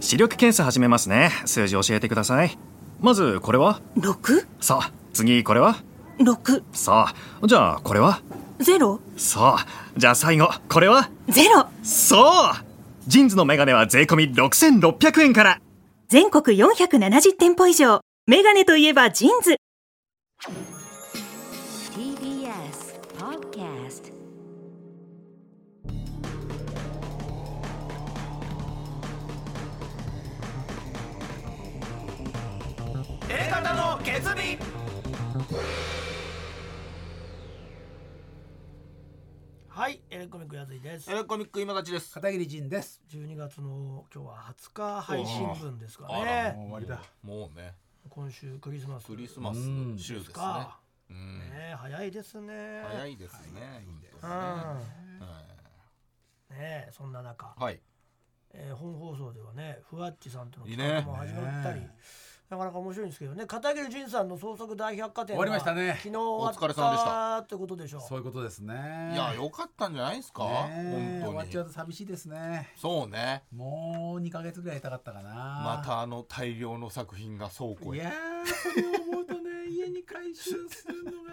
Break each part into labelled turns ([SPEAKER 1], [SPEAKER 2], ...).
[SPEAKER 1] 視力検査始めますね数字教えてくださいまずこれは
[SPEAKER 2] 6?
[SPEAKER 1] さあ次これは
[SPEAKER 2] 6
[SPEAKER 1] さあじゃあこれは
[SPEAKER 2] ゼロ
[SPEAKER 1] さあじゃあ最後これは
[SPEAKER 2] ゼロ
[SPEAKER 1] そうジンズのメガネは税込み6600円から
[SPEAKER 2] 全国470店舗以上メガネといえばジーンズ
[SPEAKER 3] TBS Podcast
[SPEAKER 4] A 型の決意
[SPEAKER 5] はい、エレコミックやついです
[SPEAKER 4] エ。レコミック今立ちです
[SPEAKER 6] 片桐仁です。
[SPEAKER 5] 12月の今日は20日配信分ですかね。
[SPEAKER 6] 終わりだ。
[SPEAKER 4] もうね
[SPEAKER 5] 今週クリスマス
[SPEAKER 4] クリスマス
[SPEAKER 6] うん
[SPEAKER 4] 週ですね
[SPEAKER 5] か。
[SPEAKER 4] うん
[SPEAKER 5] ね、早いですね。
[SPEAKER 4] 早
[SPEAKER 5] い。
[SPEAKER 4] いですね
[SPEAKER 5] う
[SPEAKER 4] 本
[SPEAKER 5] ん。
[SPEAKER 4] 当ね
[SPEAKER 5] ね、そんな中、
[SPEAKER 4] はい
[SPEAKER 5] えー本放送ではね、ふわっちさんとの
[SPEAKER 4] いい
[SPEAKER 5] 企
[SPEAKER 4] ね
[SPEAKER 5] 画も始まったり。なかなか面白いんですけどね、片桐仁さんの創作大百貨店が
[SPEAKER 6] 終わりましたね
[SPEAKER 5] 昨日終わ
[SPEAKER 4] お疲れ様でし
[SPEAKER 5] ったってことでしょ
[SPEAKER 6] そういうことですね。
[SPEAKER 4] いや良かったんじゃないですか
[SPEAKER 6] ねえ終わ
[SPEAKER 4] 本
[SPEAKER 6] っち
[SPEAKER 4] 当
[SPEAKER 6] ゃ
[SPEAKER 4] に
[SPEAKER 6] うと寂しいですね。
[SPEAKER 4] そうね
[SPEAKER 6] もう二ヶ月ぐらい痛かったかな。
[SPEAKER 4] ま。たあの大量の作品が倉庫
[SPEAKER 6] い
[SPEAKER 4] へ
[SPEAKER 6] やー、それを思うとね、家に回収するのが。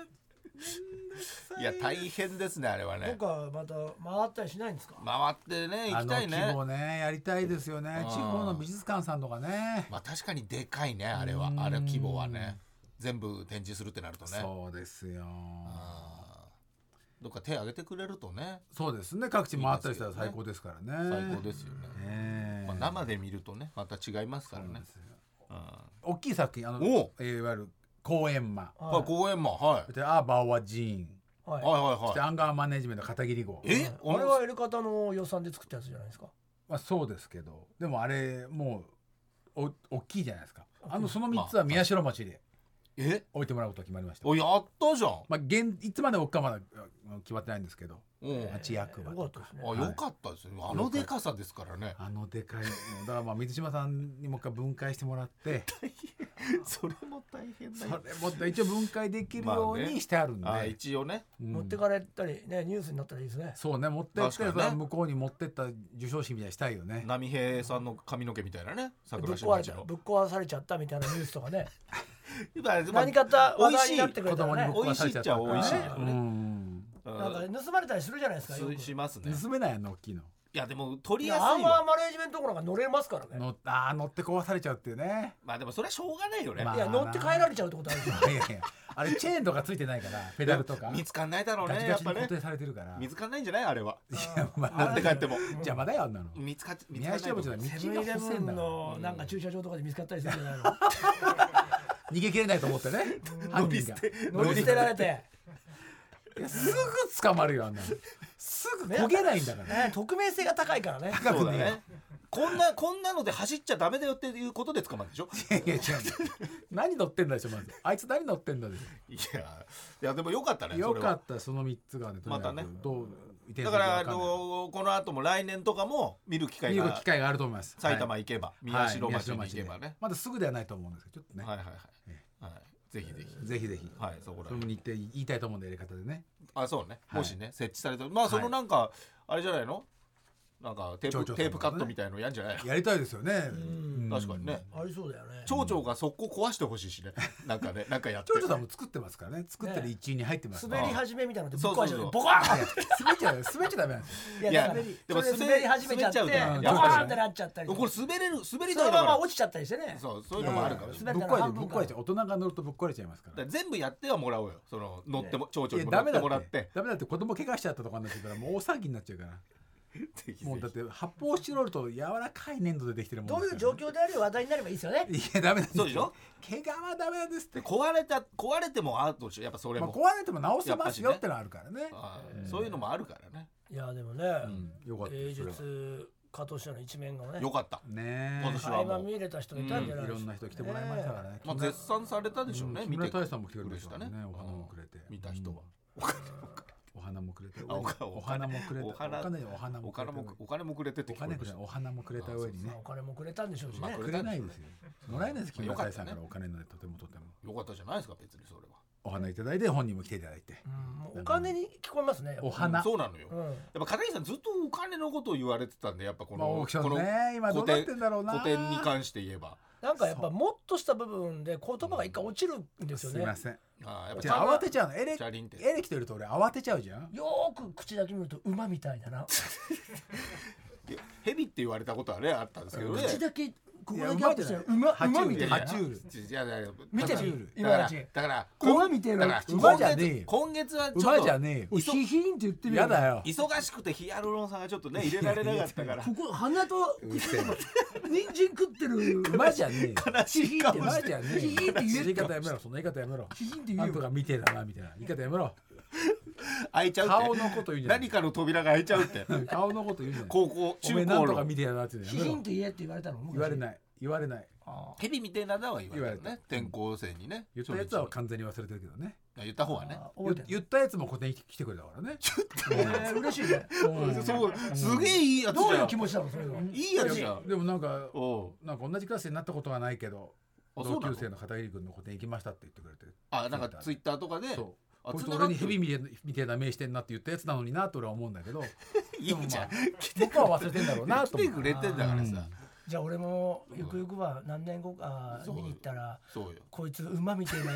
[SPEAKER 4] いや大変ですねあれは
[SPEAKER 5] う。どっ
[SPEAKER 4] ね
[SPEAKER 5] かまた回ったりしないんですか。
[SPEAKER 4] 回ってね行
[SPEAKER 6] あ
[SPEAKER 4] き
[SPEAKER 6] の
[SPEAKER 4] たい
[SPEAKER 6] 規
[SPEAKER 4] ね
[SPEAKER 6] 模ね、やりたいですよね
[SPEAKER 4] う。ん
[SPEAKER 6] 地方の美術館さんとかね。
[SPEAKER 4] まあ確かにでかいねあれは
[SPEAKER 6] うん
[SPEAKER 4] あれ規模はね全部展示するってなるとね
[SPEAKER 6] そうですよ。
[SPEAKER 4] あーどっか手挙げてくれるとね
[SPEAKER 6] そうですね。各地回ったりしたら最高ですからね。
[SPEAKER 4] 最高ですよね
[SPEAKER 6] ねえ。
[SPEAKER 4] まあ生で見るとねまた違いますから
[SPEAKER 6] そう
[SPEAKER 4] ね
[SPEAKER 6] ですよ
[SPEAKER 4] うん
[SPEAKER 6] 大きい作品、あの、
[SPEAKER 4] お
[SPEAKER 6] えーいわゆる公演マ。
[SPEAKER 5] は
[SPEAKER 4] はい、公演も、はい
[SPEAKER 6] そし。てアーバーワジーン。
[SPEAKER 5] はい
[SPEAKER 4] はい
[SPEAKER 6] そ
[SPEAKER 4] は
[SPEAKER 6] し
[SPEAKER 4] い
[SPEAKER 6] て
[SPEAKER 4] はい。
[SPEAKER 6] アンガーマネジメント片桐号。
[SPEAKER 4] え
[SPEAKER 5] あれはエレカタの予算で作ったやつじゃないですか。
[SPEAKER 6] まあ、そうですけどでもあれもうお大きいじゃないですかあのその3つは宮代町で
[SPEAKER 4] え
[SPEAKER 6] 置いてもらうことが決まりました、
[SPEAKER 4] お、やったじゃん。
[SPEAKER 6] まあ、現いつまで置くかまだあの決まってないんですけど
[SPEAKER 4] うん。あ、
[SPEAKER 6] 町役場
[SPEAKER 5] よかっ
[SPEAKER 6] と
[SPEAKER 5] たですね。
[SPEAKER 4] よかったですね。あのでかさですから ね。
[SPEAKER 6] あのでかいのだからまあ水島さんにもう一回分解してもらって
[SPEAKER 4] それも大変
[SPEAKER 6] それもっと一応分解できるよう
[SPEAKER 4] まあね
[SPEAKER 6] にしてあるんで、
[SPEAKER 4] あ、一応ね。
[SPEAKER 6] うん
[SPEAKER 5] 持ってかれたりねニュースになったらいいですね。
[SPEAKER 6] そうね持ってって、
[SPEAKER 4] 確かにね
[SPEAKER 6] それは向こうに持ってった授賞式みたいにしたいよね
[SPEAKER 4] 波平さんの髪の毛みたいな
[SPEAKER 5] ぶ
[SPEAKER 4] ね。
[SPEAKER 5] っ
[SPEAKER 4] 桜
[SPEAKER 5] 壊
[SPEAKER 4] 島
[SPEAKER 5] れ
[SPEAKER 4] 町
[SPEAKER 5] ちゃ
[SPEAKER 4] の
[SPEAKER 5] ぶっ壊されちゃったみたいなニュースとかね。
[SPEAKER 4] まあ
[SPEAKER 5] 何かと話題になってく
[SPEAKER 6] 子
[SPEAKER 5] れた
[SPEAKER 6] 供に
[SPEAKER 5] ら
[SPEAKER 6] も
[SPEAKER 5] ね。
[SPEAKER 6] 食わされちゃったから
[SPEAKER 4] 美味
[SPEAKER 5] しいっちゃ美味しいよ
[SPEAKER 4] ね
[SPEAKER 6] うん
[SPEAKER 5] なんか
[SPEAKER 4] う
[SPEAKER 5] ね盗まれたりするじゃないですか。よく
[SPEAKER 4] ん。しますね。
[SPEAKER 6] 盗めないあの大きいの
[SPEAKER 4] いや、でも、取
[SPEAKER 5] い
[SPEAKER 4] りや
[SPEAKER 5] や
[SPEAKER 4] す
[SPEAKER 5] アー
[SPEAKER 4] い
[SPEAKER 5] マー
[SPEAKER 4] わ。
[SPEAKER 5] マネージメントとかなんか乗れますからね。
[SPEAKER 6] 乗っあー乗って壊されちゃうっていうね
[SPEAKER 4] まあ、でも、それはしょうがないよね
[SPEAKER 6] ま。あ
[SPEAKER 5] いや乗って帰られちゃうってことあるじゃん。
[SPEAKER 6] いやいやいやあれチェーンとかついてないからペダルとか
[SPEAKER 4] 見つかんないだろう
[SPEAKER 6] ガ
[SPEAKER 4] ね。
[SPEAKER 6] チ
[SPEAKER 4] や
[SPEAKER 6] ガ
[SPEAKER 4] っ
[SPEAKER 6] チ
[SPEAKER 4] ぱ
[SPEAKER 6] に
[SPEAKER 4] ね
[SPEAKER 6] 固。定されてるから
[SPEAKER 4] 見つかんないんじゃない、あれは。
[SPEAKER 6] いやま
[SPEAKER 4] 持っ
[SPEAKER 6] あ
[SPEAKER 4] て帰っても。
[SPEAKER 6] 邪魔だよあんなの
[SPEAKER 4] 見つかっ、見つか
[SPEAKER 6] 宮
[SPEAKER 4] んない
[SPEAKER 6] 下
[SPEAKER 4] と
[SPEAKER 6] 部
[SPEAKER 4] 思
[SPEAKER 6] 長
[SPEAKER 4] う
[SPEAKER 6] は道
[SPEAKER 5] セブンイレ
[SPEAKER 6] が細
[SPEAKER 5] ブ
[SPEAKER 6] い
[SPEAKER 5] ン
[SPEAKER 6] んだから
[SPEAKER 5] のなんか駐車場とかで見つかったりするんじゃないの。
[SPEAKER 6] 逃げ切れないと 思ってね犯人が
[SPEAKER 5] 乗り捨てられて。
[SPEAKER 6] いやすぐ捕まるよ あんなのすぐ焦げないんだから
[SPEAKER 5] ね匿名性が高いからね。
[SPEAKER 6] 高
[SPEAKER 4] そう
[SPEAKER 6] く
[SPEAKER 4] だ
[SPEAKER 6] ねえよ
[SPEAKER 4] ね。 こんな、こんなので走っちゃダメだよっていうことで捕まるでしょ
[SPEAKER 6] いや違う何乗ってんだでしょまずあいつ何乗ってんだでし
[SPEAKER 4] いや、いやでもよかったね。
[SPEAKER 6] ょよ
[SPEAKER 4] それ
[SPEAKER 6] か
[SPEAKER 4] は
[SPEAKER 6] ったその3つがねとに
[SPEAKER 4] ま
[SPEAKER 6] か
[SPEAKER 4] たね
[SPEAKER 6] くどう移転
[SPEAKER 4] だ
[SPEAKER 6] する
[SPEAKER 4] から、あ
[SPEAKER 6] わんない
[SPEAKER 4] の、この後も来年とかも見る機会
[SPEAKER 6] 見る
[SPEAKER 4] が
[SPEAKER 6] 機。会があると思います
[SPEAKER 4] 埼玉
[SPEAKER 6] はい
[SPEAKER 4] 行けば、
[SPEAKER 6] は
[SPEAKER 4] 宮
[SPEAKER 6] い
[SPEAKER 4] 代町に
[SPEAKER 6] 宮
[SPEAKER 4] 行けば
[SPEAKER 6] で
[SPEAKER 4] ね。
[SPEAKER 6] まだすぐではないと思うんですけどちょっとね
[SPEAKER 4] はいはいはい。はい、ぜひぜひ。
[SPEAKER 6] ぜひぜひ
[SPEAKER 4] はい、そこら
[SPEAKER 6] その
[SPEAKER 4] 辺。
[SPEAKER 6] 日程言いたいと思うんでやり方でね
[SPEAKER 4] あ、そうね。
[SPEAKER 6] はい
[SPEAKER 4] もしね、設置された、まあ、そのなんか、あれじゃないの。なんか、テー
[SPEAKER 6] 町
[SPEAKER 4] プ、テ
[SPEAKER 6] 長さんとかね
[SPEAKER 4] ープカットみたいのやんじゃないの。
[SPEAKER 6] やりたいですよね
[SPEAKER 5] うん
[SPEAKER 4] 確かにね。
[SPEAKER 5] ありそうだよね。
[SPEAKER 4] 町長が速攻壊してほしいしね。なんかね、なんかやって。
[SPEAKER 6] 長女さんも作ってますからね作ってる一員に入ってますか
[SPEAKER 5] 滑
[SPEAKER 6] ら
[SPEAKER 5] り始めみたいなのでぶっ壊しちゃ
[SPEAKER 4] そうそうそう
[SPEAKER 5] う。ボコーン。
[SPEAKER 6] 滑っちゃう滑っちゃダメなんですよ
[SPEAKER 5] いや
[SPEAKER 4] いや
[SPEAKER 5] だから
[SPEAKER 4] でも
[SPEAKER 5] それ
[SPEAKER 4] 滑
[SPEAKER 5] 滑り始めちゃって
[SPEAKER 4] 滑っちゃう
[SPEAKER 6] ね
[SPEAKER 5] ドカーンってなっちゃったりとか
[SPEAKER 4] これ滑れる、滑り
[SPEAKER 5] そ
[SPEAKER 4] 台
[SPEAKER 5] の
[SPEAKER 4] だ
[SPEAKER 5] ま
[SPEAKER 4] か
[SPEAKER 5] ま
[SPEAKER 4] ら。
[SPEAKER 5] 落ちちゃったりしてね
[SPEAKER 4] そう、そういうのもあるから。
[SPEAKER 5] いやいや滑
[SPEAKER 6] ぶっ
[SPEAKER 5] ったら
[SPEAKER 6] 壊れ
[SPEAKER 5] 半
[SPEAKER 6] ぶっ
[SPEAKER 5] 分か
[SPEAKER 6] 壊れちゃう大人が乗るとぶっ壊れちゃいますか
[SPEAKER 4] だからら全部やってはもらおうよ。その乗っても、町長
[SPEAKER 6] いや
[SPEAKER 4] にも乗
[SPEAKER 6] ダ
[SPEAKER 4] っ
[SPEAKER 6] メ
[SPEAKER 4] て
[SPEAKER 6] だ
[SPEAKER 4] もらっ
[SPEAKER 6] ってて。ダメだって子供怪我しちゃったとかになってたらもう大騒ぎになっちゃうから
[SPEAKER 4] ぜひぜ
[SPEAKER 6] もう
[SPEAKER 4] ひ
[SPEAKER 6] だって発泡スチロールと柔らかい粘土でできてるも
[SPEAKER 5] ど
[SPEAKER 6] ん
[SPEAKER 5] ういう状況であれば話題になればいいですよね
[SPEAKER 6] いやダメなんです
[SPEAKER 4] そうでしょ
[SPEAKER 6] 怪我はダメなんですって
[SPEAKER 4] で壊れた壊れてもアートでしょやっぱそれ
[SPEAKER 6] ま
[SPEAKER 4] も、
[SPEAKER 6] あ壊れても直せますよってのはあるからね
[SPEAKER 4] あーそういうのもあるからね、
[SPEAKER 5] いやでもね
[SPEAKER 6] よかった
[SPEAKER 5] 芸
[SPEAKER 6] ですそれは
[SPEAKER 5] 術家としての一面がね
[SPEAKER 4] よかった、
[SPEAKER 6] ね
[SPEAKER 4] 今年
[SPEAKER 5] 垣間見れた人がいたんじゃ
[SPEAKER 6] え
[SPEAKER 5] ない
[SPEAKER 6] い
[SPEAKER 5] で
[SPEAKER 6] ろ
[SPEAKER 5] す
[SPEAKER 6] んな人来てもらいましたからね
[SPEAKER 4] まあ、絶賛されたでしょうね、
[SPEAKER 6] うん
[SPEAKER 4] 見
[SPEAKER 6] 木
[SPEAKER 4] て
[SPEAKER 6] 村大さんも来てくれ
[SPEAKER 4] く
[SPEAKER 6] ま
[SPEAKER 4] れ
[SPEAKER 6] したた
[SPEAKER 4] ね
[SPEAKER 6] ねお花もくれて
[SPEAKER 4] 見た人は、
[SPEAKER 6] お花もくれて
[SPEAKER 4] あおか
[SPEAKER 6] お花もくれて
[SPEAKER 4] お花
[SPEAKER 6] お金お花も
[SPEAKER 4] お
[SPEAKER 6] くれ
[SPEAKER 4] 金
[SPEAKER 6] て
[SPEAKER 4] もお金もくれてって
[SPEAKER 6] お
[SPEAKER 4] 聞こえ
[SPEAKER 6] 金
[SPEAKER 4] ま
[SPEAKER 6] くれ
[SPEAKER 4] した
[SPEAKER 6] お花もくれた上にね
[SPEAKER 5] お金もくれたんでしょうし
[SPEAKER 4] まあ
[SPEAKER 5] ね
[SPEAKER 4] く
[SPEAKER 6] くれないですよもらえないです木
[SPEAKER 4] よ
[SPEAKER 6] 村
[SPEAKER 4] かったね
[SPEAKER 6] 大さんからお金なんてとてもとても
[SPEAKER 4] よかったじゃないですか別にそれは
[SPEAKER 6] あお花いただいて本人も来ていただいて
[SPEAKER 5] うんお金に聞こえますねやっぱ
[SPEAKER 6] お花、
[SPEAKER 4] そうなのよ、
[SPEAKER 5] う
[SPEAKER 4] やっ
[SPEAKER 5] ん
[SPEAKER 4] ぱ片桐さんずっとお金のことを言われてたんでやっぱこ
[SPEAKER 6] まあ
[SPEAKER 4] の、
[SPEAKER 6] オークショ
[SPEAKER 4] こ
[SPEAKER 6] ン
[SPEAKER 4] の
[SPEAKER 6] ね今どうなってんだろうな
[SPEAKER 4] 古典に関して言えば
[SPEAKER 5] なんかやっぱもっとした部分で言葉が一回落ちるんですよ
[SPEAKER 6] す
[SPEAKER 5] ね
[SPEAKER 6] いません
[SPEAKER 4] ああやっぱ
[SPEAKER 6] じゃあ慌てちゃうのエレ
[SPEAKER 4] チャリンって
[SPEAKER 6] エレキといると俺慌てちゃうじゃん
[SPEAKER 5] よーく口だけ見ると馬みたいだな
[SPEAKER 4] ヘビって言われたことはねあったんですけどね
[SPEAKER 5] 口だけここだけアップしたら馬
[SPEAKER 6] いや馬じゃない
[SPEAKER 5] 馬みたいな
[SPEAKER 4] 爬
[SPEAKER 6] 爬虫類
[SPEAKER 4] いやいやいや
[SPEAKER 5] 見て
[SPEAKER 4] だから
[SPEAKER 5] る
[SPEAKER 4] だ
[SPEAKER 5] 今たち
[SPEAKER 4] からだから
[SPEAKER 5] 馬見てる
[SPEAKER 4] だから
[SPEAKER 6] 馬じゃねえよ
[SPEAKER 4] 今月はちょっと
[SPEAKER 6] 馬じゃねえ
[SPEAKER 5] おいヒヒンって言って
[SPEAKER 6] よ
[SPEAKER 5] る
[SPEAKER 6] やだよ
[SPEAKER 4] 忙しくてヒアルロン酸がちょっとね入れられなかったから
[SPEAKER 5] ここ鼻と
[SPEAKER 6] うっせえな
[SPEAKER 5] 人参食ってる
[SPEAKER 6] 馬じゃねえよ
[SPEAKER 4] 悲しい顔
[SPEAKER 6] 馬
[SPEAKER 4] して
[SPEAKER 6] じゃね
[SPEAKER 5] ヒヒンって言え
[SPEAKER 6] えよ言い方やめろその言い方やめろ
[SPEAKER 5] ヒヒンって
[SPEAKER 6] な
[SPEAKER 5] 言うん
[SPEAKER 6] と
[SPEAKER 5] よ
[SPEAKER 6] か見てえだなみたいな言い方やめろ
[SPEAKER 4] 開いちゃうって
[SPEAKER 6] 顔のこと言うんじゃない
[SPEAKER 4] 何かの扉が開いちゃうって
[SPEAKER 6] 顔のこと言うんじゃない
[SPEAKER 4] 高校
[SPEAKER 6] お
[SPEAKER 4] 中
[SPEAKER 6] めえなん
[SPEAKER 4] 高
[SPEAKER 6] とか
[SPEAKER 4] の
[SPEAKER 6] 見てえなって言うの
[SPEAKER 5] ヒ
[SPEAKER 6] やめ
[SPEAKER 5] ヒ
[SPEAKER 6] ろ
[SPEAKER 5] ンって言えって言われたの昔
[SPEAKER 6] 言われない言われない
[SPEAKER 5] あ
[SPEAKER 4] ヘビみたいなのは言われた
[SPEAKER 6] 言われ
[SPEAKER 4] ね転校生にね
[SPEAKER 6] 言ったやつは完全に忘れてるけどね
[SPEAKER 4] あ言った方は
[SPEAKER 5] ー
[SPEAKER 4] ね
[SPEAKER 5] あー
[SPEAKER 6] 言
[SPEAKER 5] 覚えて
[SPEAKER 6] 言ったやつも古典に来てくれたからね
[SPEAKER 5] るえー嬉しいね
[SPEAKER 6] うん
[SPEAKER 4] そうすげえいいやつじ
[SPEAKER 5] どうい
[SPEAKER 4] ゃ
[SPEAKER 5] うん気持ちだろうそれはい
[SPEAKER 4] いやつじゃん
[SPEAKER 6] でもなんか
[SPEAKER 4] おう
[SPEAKER 6] なんか同じクラスになったことはないけど
[SPEAKER 4] あそう
[SPEAKER 6] 同
[SPEAKER 4] なの
[SPEAKER 6] 級生の片桐君の古典行きましたって言ってくれて
[SPEAKER 4] あなんかツイッターとかで
[SPEAKER 6] そう
[SPEAKER 4] あ
[SPEAKER 6] こいつ
[SPEAKER 4] 繋が
[SPEAKER 6] 俺
[SPEAKER 4] って
[SPEAKER 6] に
[SPEAKER 4] る
[SPEAKER 6] ヘビみてえみてえな目してんなって言ったやつなのになと俺は思うんだけど
[SPEAKER 4] いいじゃん
[SPEAKER 6] でもまあ僕は忘れてんだろうな
[SPEAKER 4] 来
[SPEAKER 6] と思
[SPEAKER 4] て
[SPEAKER 6] う
[SPEAKER 4] くれてんだからさ
[SPEAKER 5] じゃあ俺もゆくゆくは何年後か
[SPEAKER 4] そう
[SPEAKER 5] 見に行ったら
[SPEAKER 4] そうよ
[SPEAKER 5] こいつ馬みたいな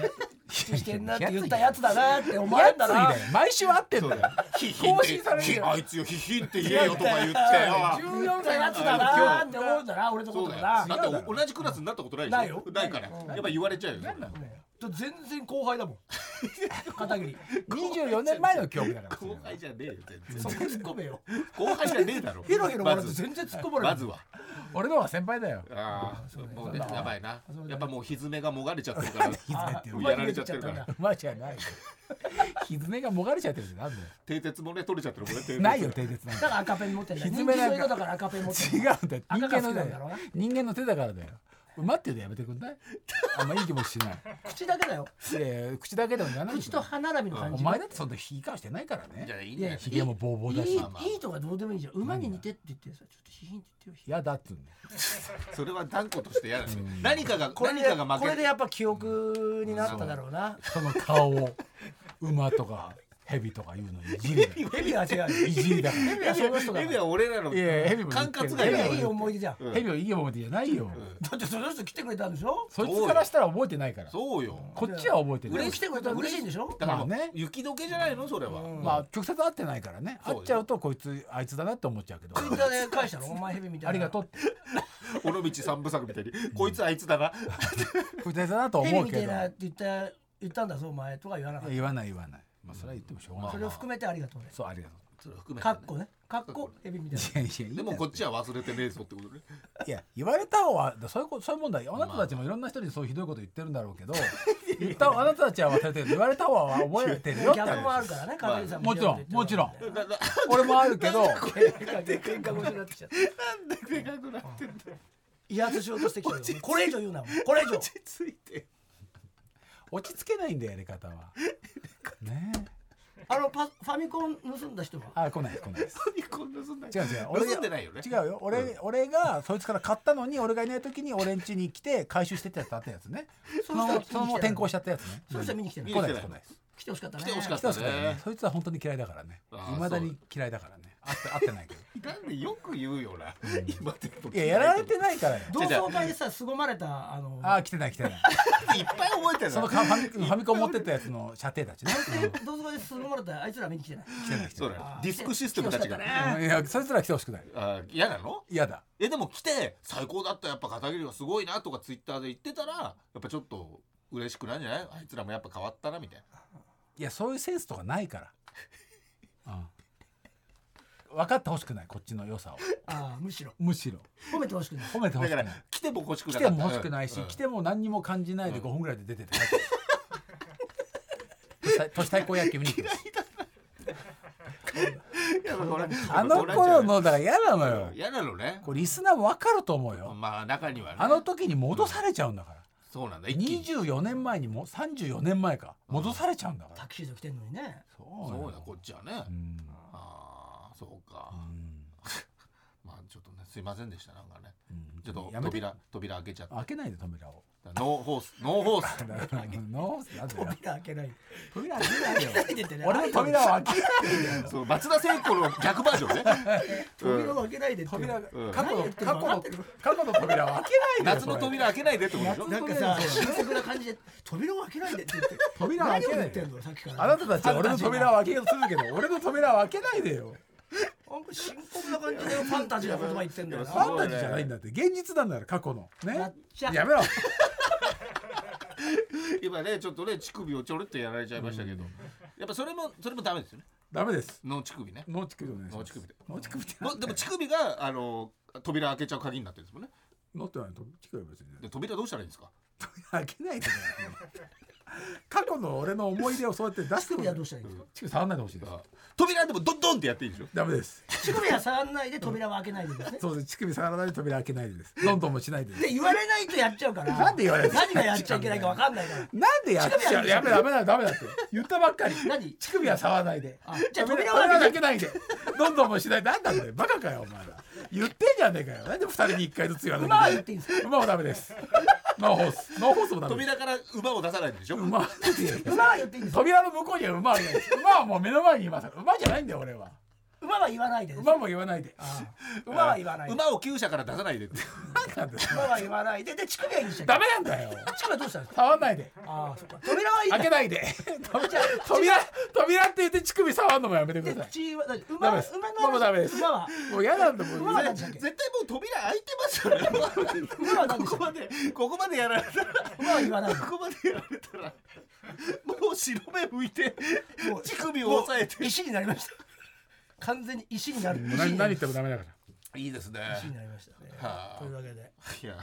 [SPEAKER 5] 口してんなって言ったやつだなって思わ
[SPEAKER 6] や
[SPEAKER 5] れん
[SPEAKER 6] つい
[SPEAKER 5] だ
[SPEAKER 6] だ
[SPEAKER 5] な
[SPEAKER 6] よ毎週会ってんだよ
[SPEAKER 4] ヒヒンっ
[SPEAKER 6] 更新される
[SPEAKER 4] て
[SPEAKER 6] よ
[SPEAKER 4] あいつよヒヒンって言えよとか言ってよ
[SPEAKER 5] 14歳のやつだなーって思うんだな俺のこ
[SPEAKER 4] そう
[SPEAKER 5] と
[SPEAKER 4] だ
[SPEAKER 5] だ
[SPEAKER 4] よ
[SPEAKER 5] な
[SPEAKER 4] だってお同じクラスになったことないでしょ
[SPEAKER 5] ないよ
[SPEAKER 4] ないからやっぱ言われちゃうよそれ
[SPEAKER 5] だって全然後輩だもん片桐
[SPEAKER 6] 24年前の記憶だから
[SPEAKER 4] 後輩じゃねえよ全
[SPEAKER 5] そ
[SPEAKER 4] 然
[SPEAKER 5] こ突っ込めよ
[SPEAKER 4] 後輩じゃねえだろ
[SPEAKER 5] ヘロヘロ
[SPEAKER 4] ま
[SPEAKER 5] 笑って
[SPEAKER 4] ず
[SPEAKER 5] 全然突っ込まれ
[SPEAKER 4] ま
[SPEAKER 5] る
[SPEAKER 4] ずは
[SPEAKER 6] 俺の方が先輩だよ
[SPEAKER 4] ああもうねやばいな
[SPEAKER 5] そうだね
[SPEAKER 4] やっぱもうひずめがもがれちゃってる から
[SPEAKER 6] ねって
[SPEAKER 5] う
[SPEAKER 4] やられちゃってるから
[SPEAKER 6] 馬じゃないよひずめがもがれちゃってるってなんだよ
[SPEAKER 4] 蹄鉄もね取れちゃってるもんね蹄鉄
[SPEAKER 6] ないよ定説なん
[SPEAKER 5] だ
[SPEAKER 6] て
[SPEAKER 5] から赤ペン持ってんだよ
[SPEAKER 6] ひ
[SPEAKER 5] 人
[SPEAKER 6] ず
[SPEAKER 5] 間
[SPEAKER 6] めな
[SPEAKER 5] の色
[SPEAKER 6] んか
[SPEAKER 5] だから赤ペン持って
[SPEAKER 6] 違うんん
[SPEAKER 5] だ
[SPEAKER 6] だ
[SPEAKER 5] よ
[SPEAKER 6] よ人
[SPEAKER 5] 赤が
[SPEAKER 6] 間
[SPEAKER 5] 好きな
[SPEAKER 6] の
[SPEAKER 5] ん
[SPEAKER 6] 手だ
[SPEAKER 5] だろう
[SPEAKER 6] よ
[SPEAKER 5] な
[SPEAKER 6] 人間の手だからだよ馬っていうのやめてくんないあんまいい気持ちしない
[SPEAKER 5] 口だけだよ
[SPEAKER 6] いやいや口だけでも言わないで
[SPEAKER 5] 口
[SPEAKER 6] し
[SPEAKER 5] と
[SPEAKER 6] ょ
[SPEAKER 5] 歯並びの感
[SPEAKER 6] お
[SPEAKER 5] じ
[SPEAKER 6] 前だってそんな引い顔してないからね
[SPEAKER 4] じゃあいいん
[SPEAKER 5] いやいや
[SPEAKER 4] だよ
[SPEAKER 6] ひげもボーボーだ
[SPEAKER 5] い
[SPEAKER 6] し
[SPEAKER 4] まあ
[SPEAKER 5] いいいとかどうでもいいじゃん馬に似てって言ってさちょっとヒヒンって言ってよ
[SPEAKER 6] 嫌だっつうんだよ
[SPEAKER 4] それは断固として嫌だね何かが
[SPEAKER 5] これ
[SPEAKER 4] 何
[SPEAKER 5] で
[SPEAKER 4] かが負
[SPEAKER 5] これ
[SPEAKER 4] け
[SPEAKER 5] でやっぱ記憶になっただろうな
[SPEAKER 6] その顔を馬とか蛇とかいうのいじりだよ
[SPEAKER 5] ヘビは違うよ
[SPEAKER 6] いじりだ
[SPEAKER 5] ヘビはその人だ
[SPEAKER 4] ヘ
[SPEAKER 5] か
[SPEAKER 4] ビは俺らの
[SPEAKER 6] いやいやヘビも
[SPEAKER 4] 管轄
[SPEAKER 5] ら
[SPEAKER 4] 外
[SPEAKER 5] ヘ
[SPEAKER 4] だ
[SPEAKER 5] ビは
[SPEAKER 4] よ
[SPEAKER 5] いい思い出じゃん
[SPEAKER 4] うん
[SPEAKER 6] 蛇をいい思い出じゃないよ
[SPEAKER 5] だってその人来てくれたんでしょ
[SPEAKER 6] そいつからしたら覚えてないから
[SPEAKER 4] そうよ
[SPEAKER 6] こっちは覚えて
[SPEAKER 5] 俺
[SPEAKER 6] る
[SPEAKER 5] も来てくれたら嬉しいんでしょ
[SPEAKER 4] だからもう
[SPEAKER 6] まあね
[SPEAKER 4] 雪解けじゃないのそれは
[SPEAKER 6] まあ直接会ってないからね
[SPEAKER 4] そう
[SPEAKER 6] 会
[SPEAKER 4] よ
[SPEAKER 6] っちゃうとこいつあいつだなって思っちゃうけど
[SPEAKER 5] ツイッターで返したのお前ヘビみたいな
[SPEAKER 6] ありがとうって
[SPEAKER 4] 尾道三部作みたいにこいつあいつだな
[SPEAKER 6] こいつあいつだなと
[SPEAKER 5] ヘビ
[SPEAKER 6] 思う
[SPEAKER 5] みた
[SPEAKER 6] け
[SPEAKER 5] い
[SPEAKER 6] ど
[SPEAKER 5] なって言った言ったんだぞお前とか言わなかっ
[SPEAKER 6] 言わない言わないまあそれは言ってもしょうが
[SPEAKER 5] た
[SPEAKER 6] な
[SPEAKER 5] そ
[SPEAKER 6] い
[SPEAKER 5] れを含めてありがとうね
[SPEAKER 6] そうありがと
[SPEAKER 4] それ含めて
[SPEAKER 5] か
[SPEAKER 4] ね
[SPEAKER 5] っこねかっこヘビみたいな
[SPEAKER 6] ういやいやいいんだ
[SPEAKER 4] で
[SPEAKER 6] よ
[SPEAKER 4] もこっちは忘れてねえぞってことね
[SPEAKER 6] いや言われた方はそういうことそういうもんだよあなたたちもいろんな人にそういう ひどいこと言ってるんだろうけど言ったあなたたちは忘れてるけど言われた方は覚えてるよって
[SPEAKER 5] ギャップもあるからね片桐さん
[SPEAKER 6] もちろんもちろん
[SPEAKER 5] ん
[SPEAKER 6] 俺もあるけど
[SPEAKER 5] 喧嘩腰になってきちゃったなんででかくなってんだ 威圧しようとしてきたよこれ以上言うなもうこれ以上
[SPEAKER 4] ついて
[SPEAKER 6] 落ち着けないんだよやり方はねえ
[SPEAKER 5] あのパファミコン盗んだ人は
[SPEAKER 6] あ来ない来ないです
[SPEAKER 4] 何こんなそんな
[SPEAKER 6] 違う違う俺が
[SPEAKER 4] 盗んでないよね
[SPEAKER 6] 違うよ俺,、俺がそいつから買ったのに俺がいない時に俺ん家に来て回収してったやつあったやつねそのままそのまま転校しちゃったやつね
[SPEAKER 5] その人は見に来てる
[SPEAKER 4] 見
[SPEAKER 6] 来
[SPEAKER 4] に
[SPEAKER 6] ない
[SPEAKER 4] て
[SPEAKER 6] で
[SPEAKER 4] い
[SPEAKER 6] す来ないです
[SPEAKER 5] 来てほしかったね
[SPEAKER 4] 来てほしかっ
[SPEAKER 6] 来て
[SPEAKER 4] た
[SPEAKER 6] ほしくないね
[SPEAKER 4] ね
[SPEAKER 6] そいつは本当に嫌いだからね
[SPEAKER 4] あー
[SPEAKER 6] いまだに嫌いだからね会って会ってないけど
[SPEAKER 4] なんでよく言うよな今でも
[SPEAKER 6] いややられてないからよ
[SPEAKER 5] 同窓会でさ凄まれたあの
[SPEAKER 6] ああ来てない来てない
[SPEAKER 4] いっぱい覚えてる
[SPEAKER 6] そのかファミファミコン持ってったやつの射程たちね
[SPEAKER 5] 同窓会で凄まれたあいつら見に来てない
[SPEAKER 6] 来てない来て
[SPEAKER 4] そうだよディスクシステムたちが
[SPEAKER 6] ないいやそいつら来てほしくない
[SPEAKER 4] あ嫌なの
[SPEAKER 6] 嫌だ
[SPEAKER 4] えでも来て最高だったやっぱ片桐はすごいなとかツイッターで言ってたらやっぱちょっと嬉しくないんじゃないあいつらもやっぱ変わったなみたい
[SPEAKER 6] いやそういうセンスとかないから、うん、分かってほしくないこっちの良さを
[SPEAKER 5] ああむしろ
[SPEAKER 6] むしろ
[SPEAKER 5] 褒めてほしくない
[SPEAKER 6] 褒めてほ
[SPEAKER 4] な
[SPEAKER 6] しく
[SPEAKER 4] だ
[SPEAKER 6] ない
[SPEAKER 4] から来ても欲しくな
[SPEAKER 6] 来
[SPEAKER 4] か
[SPEAKER 6] て
[SPEAKER 4] った
[SPEAKER 6] も欲しくないし、
[SPEAKER 4] うんうん
[SPEAKER 6] 来ても何にも感じないで5分ぐらいで出てって帰 ってくる都市対抗野球見に行く
[SPEAKER 4] やっぱこれ
[SPEAKER 6] あの頃のだから嫌なのよ
[SPEAKER 4] 嫌なのね
[SPEAKER 6] これリスナーも分かると思うよ
[SPEAKER 4] まあ中にはね
[SPEAKER 6] あの時に戻されちゃうんだから
[SPEAKER 4] そうなんだ一気に
[SPEAKER 6] 24年前にも34年前か戻されちゃうんだから
[SPEAKER 5] タキシード着てんのにね
[SPEAKER 6] そ
[SPEAKER 4] そうだ
[SPEAKER 6] よ
[SPEAKER 4] こっちはね
[SPEAKER 6] うん
[SPEAKER 4] ああそうか
[SPEAKER 6] うん
[SPEAKER 4] まあちょっとねすいませんでしたなんかね
[SPEAKER 6] うん
[SPEAKER 4] ちょっと
[SPEAKER 6] やめて
[SPEAKER 4] 扉扉開けちゃって
[SPEAKER 6] 開けないで扉を
[SPEAKER 4] ノーホースノーホー ス
[SPEAKER 6] ノースなんだよ
[SPEAKER 5] 扉開けない。
[SPEAKER 6] 扉開け ないよ
[SPEAKER 5] 開けてね
[SPEAKER 6] 俺の扉は開け
[SPEAKER 4] そう松田聖子の逆バージョンね
[SPEAKER 5] 扉を開けないでって。
[SPEAKER 6] 扉
[SPEAKER 4] うん
[SPEAKER 6] 過去
[SPEAKER 5] 何言
[SPEAKER 6] の
[SPEAKER 5] って
[SPEAKER 6] 過
[SPEAKER 5] るか
[SPEAKER 6] 去
[SPEAKER 5] 分かっ
[SPEAKER 6] の
[SPEAKER 5] てる
[SPEAKER 6] 過去の扉は開けないで
[SPEAKER 4] 夏の扉開けないでってことでしょ
[SPEAKER 5] なんかさ、深刻な感じで扉を開けないでって言って。
[SPEAKER 6] 扉を開けない
[SPEAKER 5] 何を言ってんのさっきから。
[SPEAKER 6] あなたたちは俺の扉を開けようとするけ ど俺の扉は開けないでよ
[SPEAKER 5] なんか深刻な感じでファンタジーな言葉言ってんだよ
[SPEAKER 4] い
[SPEAKER 6] フ
[SPEAKER 4] や
[SPEAKER 5] な。
[SPEAKER 6] ァンタジーじゃないんだって現実なんだから過去の
[SPEAKER 5] や
[SPEAKER 6] ね
[SPEAKER 5] っちゃう
[SPEAKER 6] やめろ
[SPEAKER 4] 今ねちょっとね乳首をちょろっとやられちゃいましたけど、やっぱそれもそれもダメですよね
[SPEAKER 6] ダメです
[SPEAKER 4] 脳乳首ね
[SPEAKER 6] ノーチクビお願いし
[SPEAKER 4] ノー
[SPEAKER 6] ます
[SPEAKER 4] チクビで
[SPEAKER 6] ノーチクビって
[SPEAKER 4] のでも乳首があの扉開けちゃう鍵になってるんですもんね
[SPEAKER 6] ノーってないと聞こえますよね
[SPEAKER 4] で扉どうしたらいいんですか
[SPEAKER 6] 開けないでね過去の俺の思い出をそうやって出し
[SPEAKER 5] 乳
[SPEAKER 6] ても
[SPEAKER 5] 首
[SPEAKER 6] ら
[SPEAKER 5] は
[SPEAKER 6] う
[SPEAKER 5] どうし
[SPEAKER 6] 乳
[SPEAKER 5] たらいいんですか。
[SPEAKER 6] 首触らないでほしいです
[SPEAKER 4] 扉でもドンドンってやっていいんでしょ
[SPEAKER 6] ダメです
[SPEAKER 5] 乳首は触らないで扉は開けないでですね。
[SPEAKER 6] そうです乳首触らないで扉開けないでですどんどんもしないでです
[SPEAKER 5] で言われないとやっちゃうから。
[SPEAKER 6] なんで言われない
[SPEAKER 5] 何がやっちゃいけないかわかんないから。
[SPEAKER 6] なんでやっちゃうやめろやめろダメだって言ったばっかり
[SPEAKER 5] 何
[SPEAKER 6] 乳首は触らないで
[SPEAKER 5] あじゃあ
[SPEAKER 6] 扉
[SPEAKER 5] 扉
[SPEAKER 6] は
[SPEAKER 5] を
[SPEAKER 6] 開
[SPEAKER 5] 開
[SPEAKER 6] けないでどんどんもしないでなんなんだよバカかよお前ら言ってんじゃねえかよなんで二人に一回ずつ言わなきゃ
[SPEAKER 5] 馬は言っていいんです
[SPEAKER 6] か馬はダメですノーホースノーホースもダメです
[SPEAKER 4] 扉から馬を出さないんでしょ
[SPEAKER 6] 馬は
[SPEAKER 5] けど。馬は言っていいんですよ。
[SPEAKER 6] 扉の向こうには馬はいないです馬はもう目の前にいます馬じゃないんだよ俺は
[SPEAKER 5] 馬は言わないでです。
[SPEAKER 6] 馬も言わないで
[SPEAKER 5] ああ馬は言わないで。
[SPEAKER 4] 馬を厩舎から出さないでって
[SPEAKER 6] バカなんです
[SPEAKER 5] 馬は言わないで。で乳首はいいんでしたっけ
[SPEAKER 6] ダメなんだよ
[SPEAKER 5] 乳首はどうしたんですか。
[SPEAKER 6] 触らないで
[SPEAKER 5] ああ、そっか。扉はいいんだ
[SPEAKER 6] 開けないで扉扉って言って乳首触るのもやめてく
[SPEAKER 5] で
[SPEAKER 6] ださい
[SPEAKER 5] 口は何馬
[SPEAKER 6] ダメ
[SPEAKER 5] 馬
[SPEAKER 6] です馬
[SPEAKER 5] の
[SPEAKER 6] もダメです
[SPEAKER 5] 馬は
[SPEAKER 6] もう嫌なんだも
[SPEAKER 5] 馬は
[SPEAKER 6] う
[SPEAKER 5] 何でしたっけ
[SPEAKER 4] 絶対もう扉開いてますよね
[SPEAKER 5] 馬は何で
[SPEAKER 4] こ
[SPEAKER 5] した
[SPEAKER 4] こ
[SPEAKER 5] っ
[SPEAKER 4] までここまでやられたら
[SPEAKER 5] け馬は言わないの
[SPEAKER 4] ここまでやられたらもう白目向いて
[SPEAKER 5] もう
[SPEAKER 4] 乳首を押さえて
[SPEAKER 5] 石になりました完全に石になる石
[SPEAKER 6] 何
[SPEAKER 5] にな
[SPEAKER 6] 何言
[SPEAKER 5] り
[SPEAKER 6] ってもダメだから
[SPEAKER 4] いいですね
[SPEAKER 5] 石になりましたね
[SPEAKER 4] はあ
[SPEAKER 5] というわけで
[SPEAKER 4] いや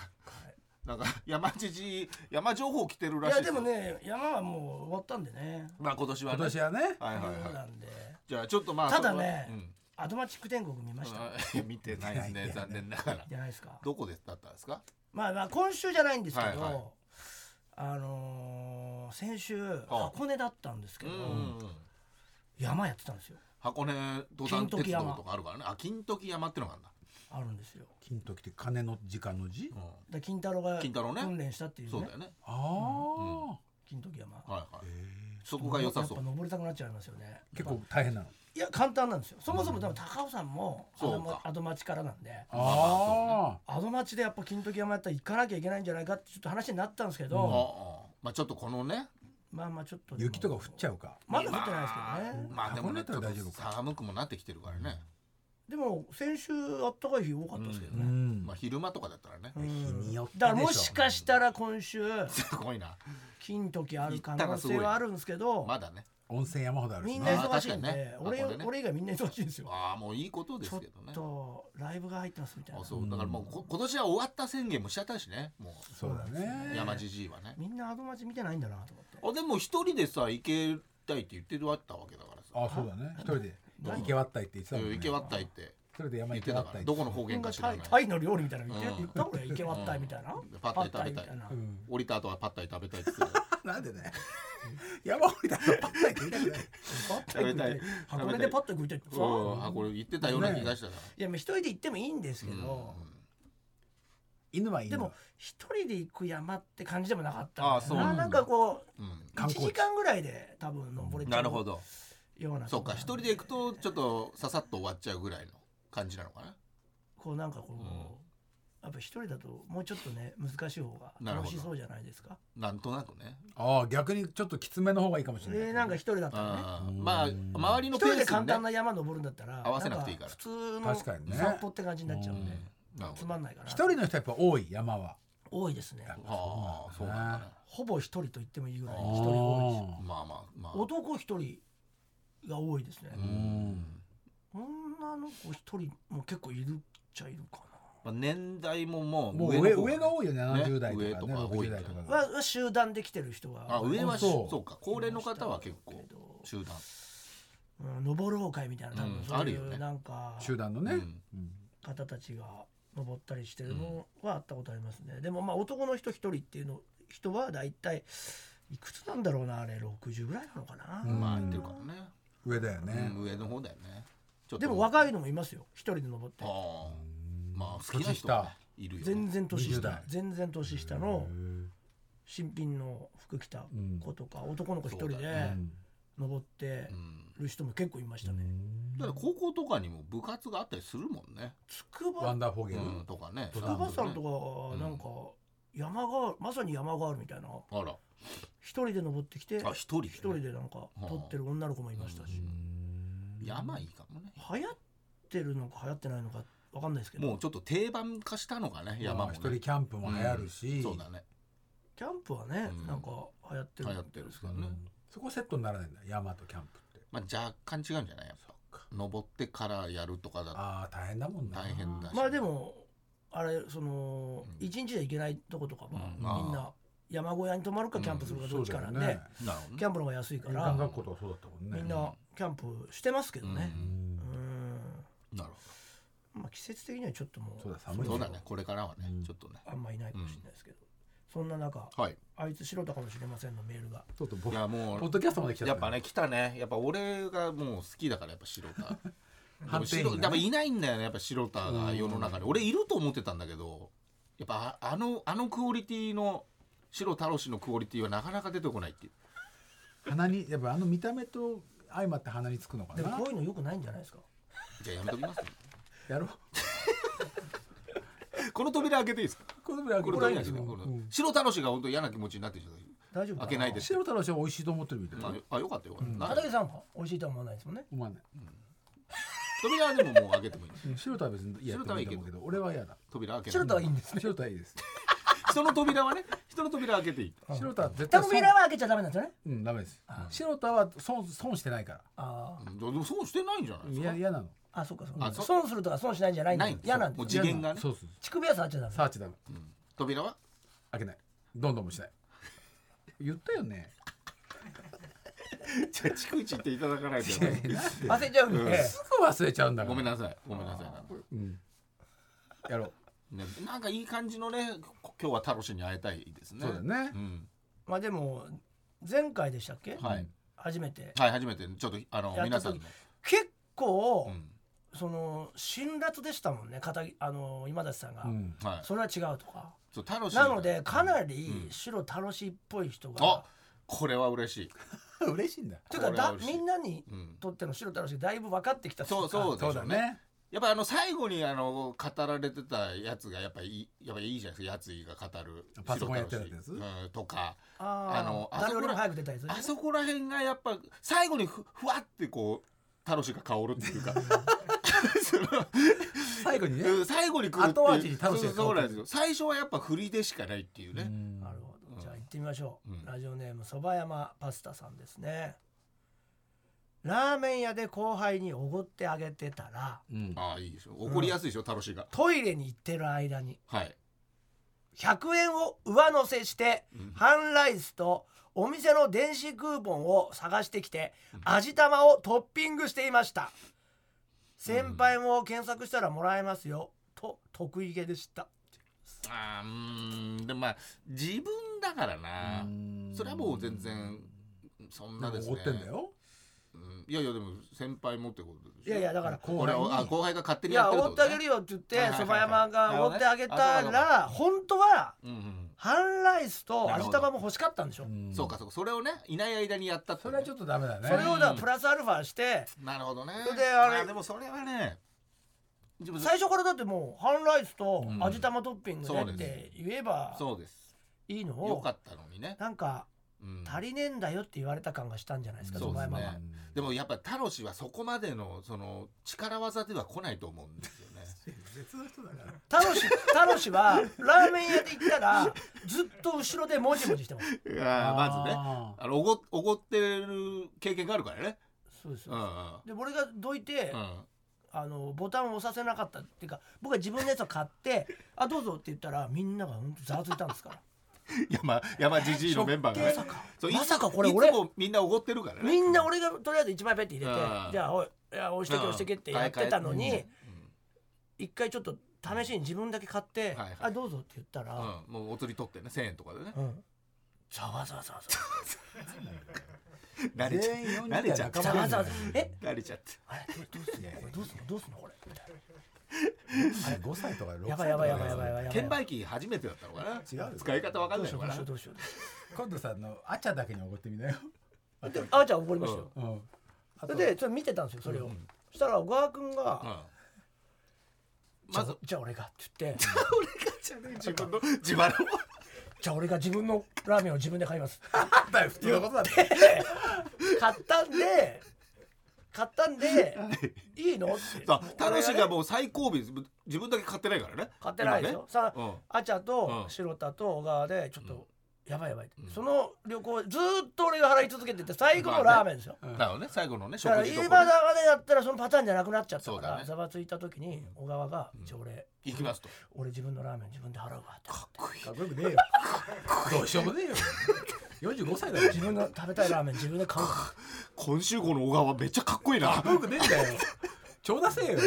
[SPEAKER 4] なんか山知事山情報来てる
[SPEAKER 5] い
[SPEAKER 4] らし
[SPEAKER 5] や
[SPEAKER 4] いす
[SPEAKER 5] でもね山はもう終わったんでね
[SPEAKER 4] まあ今年はね
[SPEAKER 6] 今年はね
[SPEAKER 4] はいはい
[SPEAKER 5] そう
[SPEAKER 4] はい
[SPEAKER 5] なんで
[SPEAKER 4] じゃあちょっとまあ
[SPEAKER 5] ただね
[SPEAKER 4] そこはうん
[SPEAKER 5] アドマチック天国見ました
[SPEAKER 4] い や見てないですね残念ながら
[SPEAKER 5] じゃないですか
[SPEAKER 4] どこでだったんですか
[SPEAKER 5] まあまあ今週じゃないんですけ
[SPEAKER 4] はいはい
[SPEAKER 5] どあのー先週
[SPEAKER 4] あ
[SPEAKER 5] 箱根だったんですけ
[SPEAKER 4] う
[SPEAKER 5] ど
[SPEAKER 4] ん
[SPEAKER 5] 山やってたんですよ
[SPEAKER 4] 箱根登山
[SPEAKER 5] 金時
[SPEAKER 4] 鉄道
[SPEAKER 5] 山
[SPEAKER 4] とかあるからねあ金時山ってのがあるんだ
[SPEAKER 5] あるんですよ
[SPEAKER 6] 金時って金の時間の字
[SPEAKER 4] うん
[SPEAKER 5] だから金太郎が
[SPEAKER 4] 金太郎ね
[SPEAKER 5] 訓練したっていう
[SPEAKER 4] そう
[SPEAKER 5] ね
[SPEAKER 4] だよね
[SPEAKER 6] ああ、
[SPEAKER 5] 金時山
[SPEAKER 4] はいはいそこが良さそ
[SPEAKER 5] やっ
[SPEAKER 4] う
[SPEAKER 5] ぱ登りたくなっちゃいますよね
[SPEAKER 6] 結構大変なの
[SPEAKER 5] いや簡単なんですよそもそも多分高尾山もア
[SPEAKER 4] そう
[SPEAKER 5] ド
[SPEAKER 4] か
[SPEAKER 5] マアドマチからなんで
[SPEAKER 6] あ
[SPEAKER 5] アドマチでやっぱ金時山やったら行かなきゃいけないんじゃないかってちょっと話になったんですけ
[SPEAKER 4] あ
[SPEAKER 5] ど、
[SPEAKER 4] あまあちょっとこのね
[SPEAKER 5] まあまあちょっと
[SPEAKER 6] あ
[SPEAKER 5] でも
[SPEAKER 6] 雪とか降っちゃうか
[SPEAKER 5] まだ降ってないですけどね、
[SPEAKER 4] まあでもねちょ
[SPEAKER 6] 箱
[SPEAKER 4] っ
[SPEAKER 6] 根だったら大丈
[SPEAKER 4] と
[SPEAKER 6] 夫か
[SPEAKER 4] 寒くもなってきてるからね
[SPEAKER 5] でも先週あったかい日多かったですけど
[SPEAKER 6] う
[SPEAKER 5] ね、
[SPEAKER 6] ん
[SPEAKER 4] まあ昼間とかだったらね
[SPEAKER 5] うん
[SPEAKER 6] 日によってでしょ
[SPEAKER 5] だからもしかしたら今週
[SPEAKER 4] すごいな
[SPEAKER 5] 金時ある可能性はあるんですけど
[SPEAKER 4] まだね
[SPEAKER 6] 温泉山ほどある
[SPEAKER 5] み
[SPEAKER 6] し
[SPEAKER 5] ん
[SPEAKER 6] ね
[SPEAKER 5] な忙しいんで、
[SPEAKER 4] あ
[SPEAKER 5] 俺
[SPEAKER 4] ー確かにねあこれね
[SPEAKER 5] 俺以外みんな忙しいんですよ
[SPEAKER 4] ああもういいことで
[SPEAKER 5] ちょ
[SPEAKER 4] す
[SPEAKER 5] っ
[SPEAKER 4] けどね
[SPEAKER 5] とライブが入ってますみたいな
[SPEAKER 4] あそうだからもうこ今年は終わった宣言もしちゃったしねも
[SPEAKER 6] そうだ
[SPEAKER 4] う
[SPEAKER 6] ね
[SPEAKER 4] 山じじいはね
[SPEAKER 5] みんなアドマチ見てないんだなと思って
[SPEAKER 4] あでも一人でさ行けたいって言ってるわったわけだからさ
[SPEAKER 6] あそうだね一人で池割ったいって言ってたもん
[SPEAKER 4] うん
[SPEAKER 6] ね
[SPEAKER 4] 行けわったいって
[SPEAKER 6] 一人で山
[SPEAKER 4] 言っ
[SPEAKER 6] 行
[SPEAKER 4] て
[SPEAKER 6] け
[SPEAKER 4] た
[SPEAKER 6] 割
[SPEAKER 4] か
[SPEAKER 6] ったい
[SPEAKER 4] ら
[SPEAKER 6] って
[SPEAKER 4] どこの方言か
[SPEAKER 5] が
[SPEAKER 4] 知らない
[SPEAKER 5] タイの料理みたいなの言って
[SPEAKER 4] うん
[SPEAKER 5] 言った俺イケワッタイみたいな
[SPEAKER 4] でパッタイ食べたい
[SPEAKER 5] パッタイみ
[SPEAKER 6] うん
[SPEAKER 4] 降りた後はパッタイ食べたいって言ってた
[SPEAKER 6] なんでね 山降りたらパッタイって言いたく
[SPEAKER 5] た
[SPEAKER 6] ない
[SPEAKER 5] いなパッタイ
[SPEAKER 4] 食べたい
[SPEAKER 5] 箱根でパッタイ食いたいってさ
[SPEAKER 4] うんあこれ言ってたような気がしたから
[SPEAKER 5] いやまあ一人で行ってもいいんですけ
[SPEAKER 4] うん
[SPEAKER 5] ど
[SPEAKER 6] 犬はいい
[SPEAKER 5] でも
[SPEAKER 6] の
[SPEAKER 5] 一人で行く山って感じでもなかったんだよ
[SPEAKER 4] あそう
[SPEAKER 5] ななんかこう
[SPEAKER 4] うん
[SPEAKER 5] 1
[SPEAKER 6] 観光地
[SPEAKER 5] 時間ぐらいで多分登れちゃ
[SPEAKER 4] な
[SPEAKER 5] う
[SPEAKER 4] るほど
[SPEAKER 5] ような
[SPEAKER 4] そっか一人で行くとちょっとささっと終わっちゃうぐらいの感じなのかな
[SPEAKER 5] こうなんかこう、
[SPEAKER 4] うん
[SPEAKER 5] やっぱ一人だともうちょっとね難しい方
[SPEAKER 4] な
[SPEAKER 5] が
[SPEAKER 4] る
[SPEAKER 5] 楽
[SPEAKER 4] ほど
[SPEAKER 5] しそうじゃないですか
[SPEAKER 4] なんとなくね
[SPEAKER 6] ああ逆にちょっときつめの方がいいかもしれない
[SPEAKER 5] でなんか一人だったらね
[SPEAKER 4] あー
[SPEAKER 6] うん
[SPEAKER 4] まあ周り
[SPEAKER 5] 一
[SPEAKER 4] のペ
[SPEAKER 5] 人
[SPEAKER 4] ー
[SPEAKER 5] で
[SPEAKER 4] ス
[SPEAKER 5] 簡
[SPEAKER 4] にね
[SPEAKER 5] 単な山登るんだったら
[SPEAKER 4] 合わせなくていいから
[SPEAKER 5] ん普通の
[SPEAKER 6] 確かにね
[SPEAKER 5] 散歩って感じになっちゃうんで、
[SPEAKER 4] なるほ
[SPEAKER 5] つ
[SPEAKER 4] ど
[SPEAKER 5] まんないから
[SPEAKER 6] 一人の人やっぱ多い山は
[SPEAKER 5] 多いですね
[SPEAKER 4] ああそうなんだね
[SPEAKER 5] ほぼ一人と言ってもいいぐらい
[SPEAKER 4] あ
[SPEAKER 5] 一人多いです
[SPEAKER 4] まあまあまあ
[SPEAKER 5] 男一人が多いですね
[SPEAKER 4] う、ん
[SPEAKER 5] 女の子一人も結構いるっちゃいるか
[SPEAKER 4] まあ年代ももう
[SPEAKER 6] もう上
[SPEAKER 4] の方
[SPEAKER 6] 上が多いよね
[SPEAKER 4] ね
[SPEAKER 6] 70代
[SPEAKER 4] 上
[SPEAKER 6] と
[SPEAKER 4] と
[SPEAKER 6] かね
[SPEAKER 4] か多い
[SPEAKER 6] 60
[SPEAKER 4] か
[SPEAKER 6] 代と
[SPEAKER 5] な、
[SPEAKER 6] か
[SPEAKER 5] はは集団で来てる人が
[SPEAKER 4] あ上はし
[SPEAKER 6] そう
[SPEAKER 4] そうか高齢の方は結構集団
[SPEAKER 5] うん、登ろう会みたいな多
[SPEAKER 4] うん
[SPEAKER 5] 分そうい
[SPEAKER 4] あるよね
[SPEAKER 5] うなんか
[SPEAKER 6] 集団の
[SPEAKER 4] う
[SPEAKER 6] ね
[SPEAKER 4] ん
[SPEAKER 6] うん
[SPEAKER 5] 方たちが登ったりしてるのはあったことありますね、でもまあ男の人一人っていうの人は大体いくつなんだろうなあれ60ぐらいなのかな、
[SPEAKER 6] うん
[SPEAKER 4] まあ言ってるからね
[SPEAKER 6] 上だよね
[SPEAKER 4] うん上の方だよねちょっと
[SPEAKER 5] でも若いのもいますよ一人で登って
[SPEAKER 4] ああまあ好きな人はねいるよね
[SPEAKER 5] 全然年
[SPEAKER 6] 20
[SPEAKER 5] 下
[SPEAKER 6] 代
[SPEAKER 5] 全然年下の新品の服着た子とか、男の子一人
[SPEAKER 4] そう
[SPEAKER 5] で
[SPEAKER 4] だ
[SPEAKER 5] 登って
[SPEAKER 4] うん
[SPEAKER 5] る人も結構いましたね。
[SPEAKER 4] だから高校とかにも部活があったりするもんね。
[SPEAKER 5] 筑
[SPEAKER 6] ワ
[SPEAKER 5] 波
[SPEAKER 6] ンダーフォーゲル、
[SPEAKER 4] うん、とかね。
[SPEAKER 5] 筑波山と
[SPEAKER 4] か。
[SPEAKER 5] かなんか山があるまさに山があるみたいな
[SPEAKER 4] あら。
[SPEAKER 5] 一人で登ってきて
[SPEAKER 4] あ、一人。一
[SPEAKER 5] 一人。でなんか撮ってる女の子もいましたし、
[SPEAKER 4] 山いいかもね。
[SPEAKER 5] 流行ってるのか流行ってないのかわかんないですけど
[SPEAKER 4] もうちょっと定番化したのがね、山
[SPEAKER 6] 山
[SPEAKER 4] も
[SPEAKER 6] も
[SPEAKER 4] ね。
[SPEAKER 6] 一人キャンプも流行るし、
[SPEAKER 4] そうだね。
[SPEAKER 5] キャンプはね、
[SPEAKER 4] うん
[SPEAKER 5] なんか流行って
[SPEAKER 4] 流
[SPEAKER 5] る
[SPEAKER 4] 行ってるんですから
[SPEAKER 6] う
[SPEAKER 4] ね。
[SPEAKER 6] んそこセットにならないんだ山とキャンプって
[SPEAKER 4] まあ若干違うんじゃないやっぱ。登ってからやるとかだ
[SPEAKER 6] ああ大変だもん
[SPEAKER 4] と
[SPEAKER 6] ね
[SPEAKER 4] 大変だし。
[SPEAKER 5] まあでもあれその
[SPEAKER 4] うん
[SPEAKER 5] 一、日で行けないとことかは、
[SPEAKER 4] うんまあ
[SPEAKER 5] みんな山小屋に泊まるかキャンプするかどっちかなんで、
[SPEAKER 6] そうだよね
[SPEAKER 4] なるほど
[SPEAKER 5] キ
[SPEAKER 4] ね。
[SPEAKER 5] ャンプの方が安いか
[SPEAKER 6] 林
[SPEAKER 5] ら
[SPEAKER 6] 間学校とかそうだったもんね
[SPEAKER 5] みんなキャンプしてますけどね
[SPEAKER 4] う
[SPEAKER 6] うんん
[SPEAKER 5] うん、
[SPEAKER 4] なる
[SPEAKER 5] まあ季節的にはちょっともう
[SPEAKER 6] そうだ寒い
[SPEAKER 4] ほど。そう
[SPEAKER 6] ね
[SPEAKER 4] だね。これからはね、ちょっとね。
[SPEAKER 5] あんまいないかもしれないですけど、そんな中、
[SPEAKER 4] はい。
[SPEAKER 5] あいつ素人かもしれませんのメールが
[SPEAKER 6] ちょっと僕
[SPEAKER 4] いやもう
[SPEAKER 6] ポッドキャストまで来ちゃった
[SPEAKER 4] やっぱね来たねやっぱ俺がもう好きだからやっぱ白田
[SPEAKER 6] 反
[SPEAKER 4] 白
[SPEAKER 6] 転
[SPEAKER 4] やっぱいないんだよねやっぱ白田が世の中に俺いると思ってたんだけどやっぱああのあのクオリティの白太郎氏のクオリティはなかなか出てこないっていう
[SPEAKER 6] 鼻にやっぱあの見た目と相まって鼻につくのか
[SPEAKER 5] でも
[SPEAKER 6] な
[SPEAKER 5] こういうのよくないんじゃないですか
[SPEAKER 4] じゃあやめときます
[SPEAKER 6] やろう
[SPEAKER 4] この扉開けていいですか
[SPEAKER 6] これぐらい
[SPEAKER 4] これ大丈夫ですか、これ
[SPEAKER 6] うん
[SPEAKER 4] 白太郎氏が本当嫌な気持ちになってきた
[SPEAKER 5] 大丈夫か
[SPEAKER 4] 開けないで
[SPEAKER 6] 白太郎氏は美味しいと思ってるみたいな
[SPEAKER 4] あよかったよかった、なんか
[SPEAKER 5] 片桐さんは美味しいとは思わないですもんね
[SPEAKER 6] 思わない
[SPEAKER 4] 扉はでももう開けてもいい
[SPEAKER 6] うん白田は別に嫌だと思うけ
[SPEAKER 4] 白田
[SPEAKER 6] ど俺は嫌だ
[SPEAKER 4] 扉開け
[SPEAKER 5] 白田はいいんです
[SPEAKER 6] 白田はいいです
[SPEAKER 4] 人の扉はね人の扉開けていい
[SPEAKER 6] 白田は絶対損
[SPEAKER 5] 扉は開けちゃダメなんですよね
[SPEAKER 6] うんダメです白田は損損してないから
[SPEAKER 5] あ
[SPEAKER 4] うんでも損してないんじゃないで
[SPEAKER 6] い
[SPEAKER 4] す
[SPEAKER 6] や
[SPEAKER 4] か
[SPEAKER 6] 嫌なの
[SPEAKER 5] ああそうかそう
[SPEAKER 4] あ
[SPEAKER 5] か
[SPEAKER 4] そう
[SPEAKER 5] 損するとか損しないんじゃないんだ
[SPEAKER 4] ないんですよ
[SPEAKER 5] 嫌なんで
[SPEAKER 4] もう
[SPEAKER 5] す
[SPEAKER 4] 次元がね
[SPEAKER 6] そうそうそう
[SPEAKER 5] 乳首は触っちゃダメ
[SPEAKER 6] サーチダメ
[SPEAKER 4] 扉 は
[SPEAKER 6] 開けないどんどんもしない言ったよね
[SPEAKER 4] じゃあ逐一言っていただかないと
[SPEAKER 5] 焦っちゃうんで、
[SPEAKER 6] すぐ忘れちゃうんだか
[SPEAKER 4] ご
[SPEAKER 6] ら
[SPEAKER 4] めんなさいごめんなさいな
[SPEAKER 6] やろう
[SPEAKER 4] ね、なんかいい感じのねこ今日はタロシに会いたいですね
[SPEAKER 6] そうだね
[SPEAKER 4] ん
[SPEAKER 5] まあでも前回でしたっけ、
[SPEAKER 4] はい、
[SPEAKER 5] 初めて
[SPEAKER 4] はい初めてちょっとあの
[SPEAKER 5] やった
[SPEAKER 4] 皆
[SPEAKER 5] 時
[SPEAKER 4] さんの、
[SPEAKER 5] 結構、
[SPEAKER 4] うん
[SPEAKER 5] その辛辣でしたもんね片桐あの今立さんが、
[SPEAKER 6] うん
[SPEAKER 4] はい、
[SPEAKER 5] それは違うとか
[SPEAKER 4] そうタロシ
[SPEAKER 5] なのでかな
[SPEAKER 4] う
[SPEAKER 5] り
[SPEAKER 4] ん
[SPEAKER 5] 白楽しいっぽい人
[SPEAKER 4] あ
[SPEAKER 5] が、
[SPEAKER 4] これは嬉しい、
[SPEAKER 6] 嬉しいんだ
[SPEAKER 5] ていうかだ
[SPEAKER 4] これは嬉しい
[SPEAKER 5] みんなに
[SPEAKER 4] うん、
[SPEAKER 5] とっての白楽しいだいぶ分かってきたってい
[SPEAKER 4] そう
[SPEAKER 5] か
[SPEAKER 4] そうでしょ
[SPEAKER 6] そう
[SPEAKER 4] う
[SPEAKER 6] だ
[SPEAKER 4] ね
[SPEAKER 6] ね
[SPEAKER 4] やっぱあの最後にあの語られてたやつがやっぱいいやっぱいいじゃないですかやついが語る
[SPEAKER 6] パソコンやってたやつ
[SPEAKER 4] 白太郎氏うん、とか
[SPEAKER 5] あ
[SPEAKER 4] あ
[SPEAKER 5] の
[SPEAKER 4] のあ
[SPEAKER 5] 誰
[SPEAKER 4] そこら
[SPEAKER 5] よりも早く出たやつね
[SPEAKER 4] あそこら辺がやっぱ最後にふふわってこうタロシが香るって いうかその
[SPEAKER 6] 最後にね
[SPEAKER 4] うん最後に来るっていう
[SPEAKER 6] 後味に楽しい
[SPEAKER 4] そうそうそうなんですよ最初はやっぱ振りでしかないっていうね、
[SPEAKER 5] なるほどじゃあ行ってみましょう、
[SPEAKER 4] うん
[SPEAKER 5] ラジオネームそば山パスタさんですねラーメン屋で後輩におごってあげてたら
[SPEAKER 6] うん
[SPEAKER 4] ああいいでしょ怒りやすいでしょ楽しいが
[SPEAKER 5] トイレに行ってる間に
[SPEAKER 4] はい
[SPEAKER 5] 100円を上乗せして、半ライスとお店の電子クーポンを探してきて、味玉をトッピングしていました先輩も検索したらもらえますよと得意げでした
[SPEAKER 4] ああうーんでもまあ自分だからなそれはもう全然そんなです
[SPEAKER 6] 怒
[SPEAKER 4] ね
[SPEAKER 6] ってんだよ
[SPEAKER 4] うんいやいやでも先輩もってことでしょ
[SPEAKER 5] いやいやだから
[SPEAKER 4] これをあ後輩が勝手
[SPEAKER 5] い
[SPEAKER 4] にや
[SPEAKER 5] や
[SPEAKER 4] ってる
[SPEAKER 5] おごってあげ
[SPEAKER 4] ね
[SPEAKER 5] るよって言っ
[SPEAKER 4] はい
[SPEAKER 5] て
[SPEAKER 4] はいはい
[SPEAKER 5] そば山がおごってあげた
[SPEAKER 4] なるほどね
[SPEAKER 5] ら本当は
[SPEAKER 4] うんうん
[SPEAKER 5] 半ライスと味玉も欲しかったんでしょ
[SPEAKER 6] ん
[SPEAKER 4] そうかそうかそれをねいない間にやったって
[SPEAKER 6] それはちょっとダメだね
[SPEAKER 5] それをだからプラスアルファして
[SPEAKER 4] なるほどね
[SPEAKER 5] それであれ
[SPEAKER 4] ーでもそれはね自分
[SPEAKER 5] 最初からだってもう半ライスと味玉トッピングでっ
[SPEAKER 4] そ
[SPEAKER 5] て
[SPEAKER 4] うで
[SPEAKER 5] 言えば
[SPEAKER 4] そうです
[SPEAKER 5] いいの
[SPEAKER 4] よ
[SPEAKER 5] を
[SPEAKER 4] かったのにね、
[SPEAKER 5] なんか
[SPEAKER 4] うん、
[SPEAKER 5] 足りねえんだよって言われた感がしたんじゃないですか
[SPEAKER 4] そう
[SPEAKER 5] そ
[SPEAKER 4] で
[SPEAKER 5] ば山
[SPEAKER 4] すね
[SPEAKER 5] は。
[SPEAKER 4] でもやっぱタロシはそこまでのその力技では来ないと思うんですよね。
[SPEAKER 6] 別の人だから
[SPEAKER 5] タロシタロシはラーメン屋で行ったらずっと後ろでもじもじしてます。
[SPEAKER 4] いやまずね
[SPEAKER 6] あ
[SPEAKER 4] あのおごおごってる経験があるからね。
[SPEAKER 5] そうです
[SPEAKER 4] うんうん
[SPEAKER 5] で俺がどいて、
[SPEAKER 4] うん
[SPEAKER 5] あのボタンを押させなかったっていうか僕は自分のやつを買って「あどうぞ」って言ったらみんなが本当ざわついたんですから
[SPEAKER 4] 山山じじいのメンバーがね
[SPEAKER 5] まさか
[SPEAKER 4] そうい
[SPEAKER 5] まさかこれ
[SPEAKER 4] いつ
[SPEAKER 5] 俺
[SPEAKER 4] もみんなおごってるからね。
[SPEAKER 5] みんな俺がとりあえず1枚ペッて入れて
[SPEAKER 4] う
[SPEAKER 5] 「
[SPEAKER 4] ん
[SPEAKER 5] じゃあおいいや押してけ
[SPEAKER 4] うん
[SPEAKER 5] 押してけ」ってやってたの
[SPEAKER 4] 買
[SPEAKER 5] に
[SPEAKER 4] い替
[SPEAKER 5] 一回ちょっと試しに自分だけ買って
[SPEAKER 4] はいはい
[SPEAKER 5] 「あどうぞ」って言った
[SPEAKER 4] えうん
[SPEAKER 5] ら
[SPEAKER 4] うんもうお釣り取ってね1000円とかでね
[SPEAKER 5] う。んざわざわざわざわ
[SPEAKER 4] 慣れちゃ
[SPEAKER 6] 全員
[SPEAKER 4] 慣れちゃっ
[SPEAKER 6] 40代
[SPEAKER 5] ざわ
[SPEAKER 6] 仲間
[SPEAKER 5] ざわ
[SPEAKER 4] た
[SPEAKER 5] ざわえ
[SPEAKER 4] 慣れちゃって
[SPEAKER 5] あれどうすんのこれどうすんのどうすんのこれみたい
[SPEAKER 6] あれ5歳とか6歳とか
[SPEAKER 5] なやばいやばいやばいやばいやばいやばい
[SPEAKER 4] 券売機初めてだったのかな
[SPEAKER 6] 違うよ
[SPEAKER 4] 使い方わかん
[SPEAKER 5] どう
[SPEAKER 4] ない
[SPEAKER 5] しよ
[SPEAKER 4] の
[SPEAKER 5] うど
[SPEAKER 4] か
[SPEAKER 5] う
[SPEAKER 4] な
[SPEAKER 5] しようどうしよ
[SPEAKER 6] 今度さあのあちゃだけに奢ってみなよ、
[SPEAKER 5] うであーちゃん怒りましたよ
[SPEAKER 6] うん、あ
[SPEAKER 5] そ
[SPEAKER 6] と
[SPEAKER 5] れでちょっと見てたんですよそれを、そしたら小川君が、
[SPEAKER 4] うん
[SPEAKER 5] じゃ
[SPEAKER 4] ま
[SPEAKER 5] あ
[SPEAKER 4] ず
[SPEAKER 5] じゃあ俺がって言って
[SPEAKER 4] 自分の自腹を
[SPEAKER 5] じゃあ俺が自分のラーメンを自分で買います
[SPEAKER 6] だよ普通のことだって
[SPEAKER 5] 買ったんで買ったん でいいのって
[SPEAKER 4] さタロシが
[SPEAKER 5] う
[SPEAKER 4] もう最後尾です自分だけ買ってないからね
[SPEAKER 5] 買ってないでしょ、さ
[SPEAKER 4] 今ね
[SPEAKER 5] あちゃと
[SPEAKER 4] うん
[SPEAKER 5] 白田と小川でちょっとやばいやばいって、
[SPEAKER 4] うん
[SPEAKER 5] その旅行ずーっと俺が払い続けてて最後のラーメンですよ、
[SPEAKER 4] うんなるほどね最後のね
[SPEAKER 5] だから
[SPEAKER 4] 食事
[SPEAKER 5] 飯
[SPEAKER 4] と
[SPEAKER 5] 場
[SPEAKER 4] かね
[SPEAKER 5] だでだったらそのパターンじゃなくなっちゃった
[SPEAKER 4] そう
[SPEAKER 5] か
[SPEAKER 4] だ
[SPEAKER 5] ら
[SPEAKER 4] ね
[SPEAKER 5] ざわ、ついた時に小川が「じゃあ俺
[SPEAKER 4] 行きますと
[SPEAKER 5] 俺自分のラーメン自分で払うわ」って
[SPEAKER 6] かっこよくねえよどうしようもねえよ45歳だよ
[SPEAKER 5] 自分の食べたいラーメン自分で買うわ
[SPEAKER 4] 今週号の小川めっちゃかっこいいな
[SPEAKER 6] かっこよくねえんだよちょうだせえよ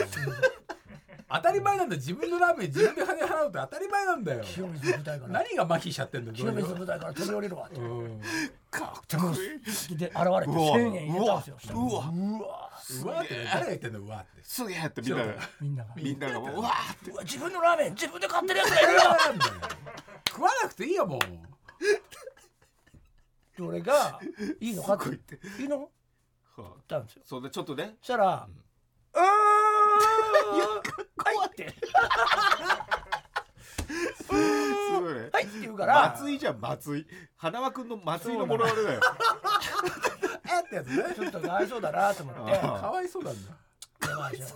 [SPEAKER 6] 当たり前なんだよ自分のラーメン自分で金払うって当たり前なんだよ
[SPEAKER 5] 清水の舞台から
[SPEAKER 6] 何が麻痺しちゃってんだよ
[SPEAKER 5] 清水の舞
[SPEAKER 6] どういう
[SPEAKER 5] 台から飛び降りるわって
[SPEAKER 6] うん
[SPEAKER 4] かっこいい
[SPEAKER 5] で現れて
[SPEAKER 4] うわ
[SPEAKER 5] 1000円入れたんですよ
[SPEAKER 4] うわ
[SPEAKER 5] うわうわ
[SPEAKER 6] うわーって誰が言ってんだよう わーって
[SPEAKER 4] すげえってみんなが
[SPEAKER 5] みんなが
[SPEAKER 4] みんながもううわーって
[SPEAKER 5] うわ自分のラーメン自分で買ってるやつがいるよ
[SPEAKER 6] なんだよ食わなくていいよもう
[SPEAKER 5] で俺が「いいのか?」って「いいの?」って
[SPEAKER 4] は
[SPEAKER 5] 言
[SPEAKER 4] あ
[SPEAKER 5] ったんですよ
[SPEAKER 4] それでちょっとね
[SPEAKER 5] そしたら「うーん」はいって
[SPEAKER 4] すごいね
[SPEAKER 5] 「はい」って言うから
[SPEAKER 4] 松井じゃん松井花輪君の松井のものまねだよ
[SPEAKER 6] えってやつね
[SPEAKER 5] ちょっとかわいそうだなと思って
[SPEAKER 4] あ
[SPEAKER 6] かわいそうなんだ
[SPEAKER 5] 「やばいじゃん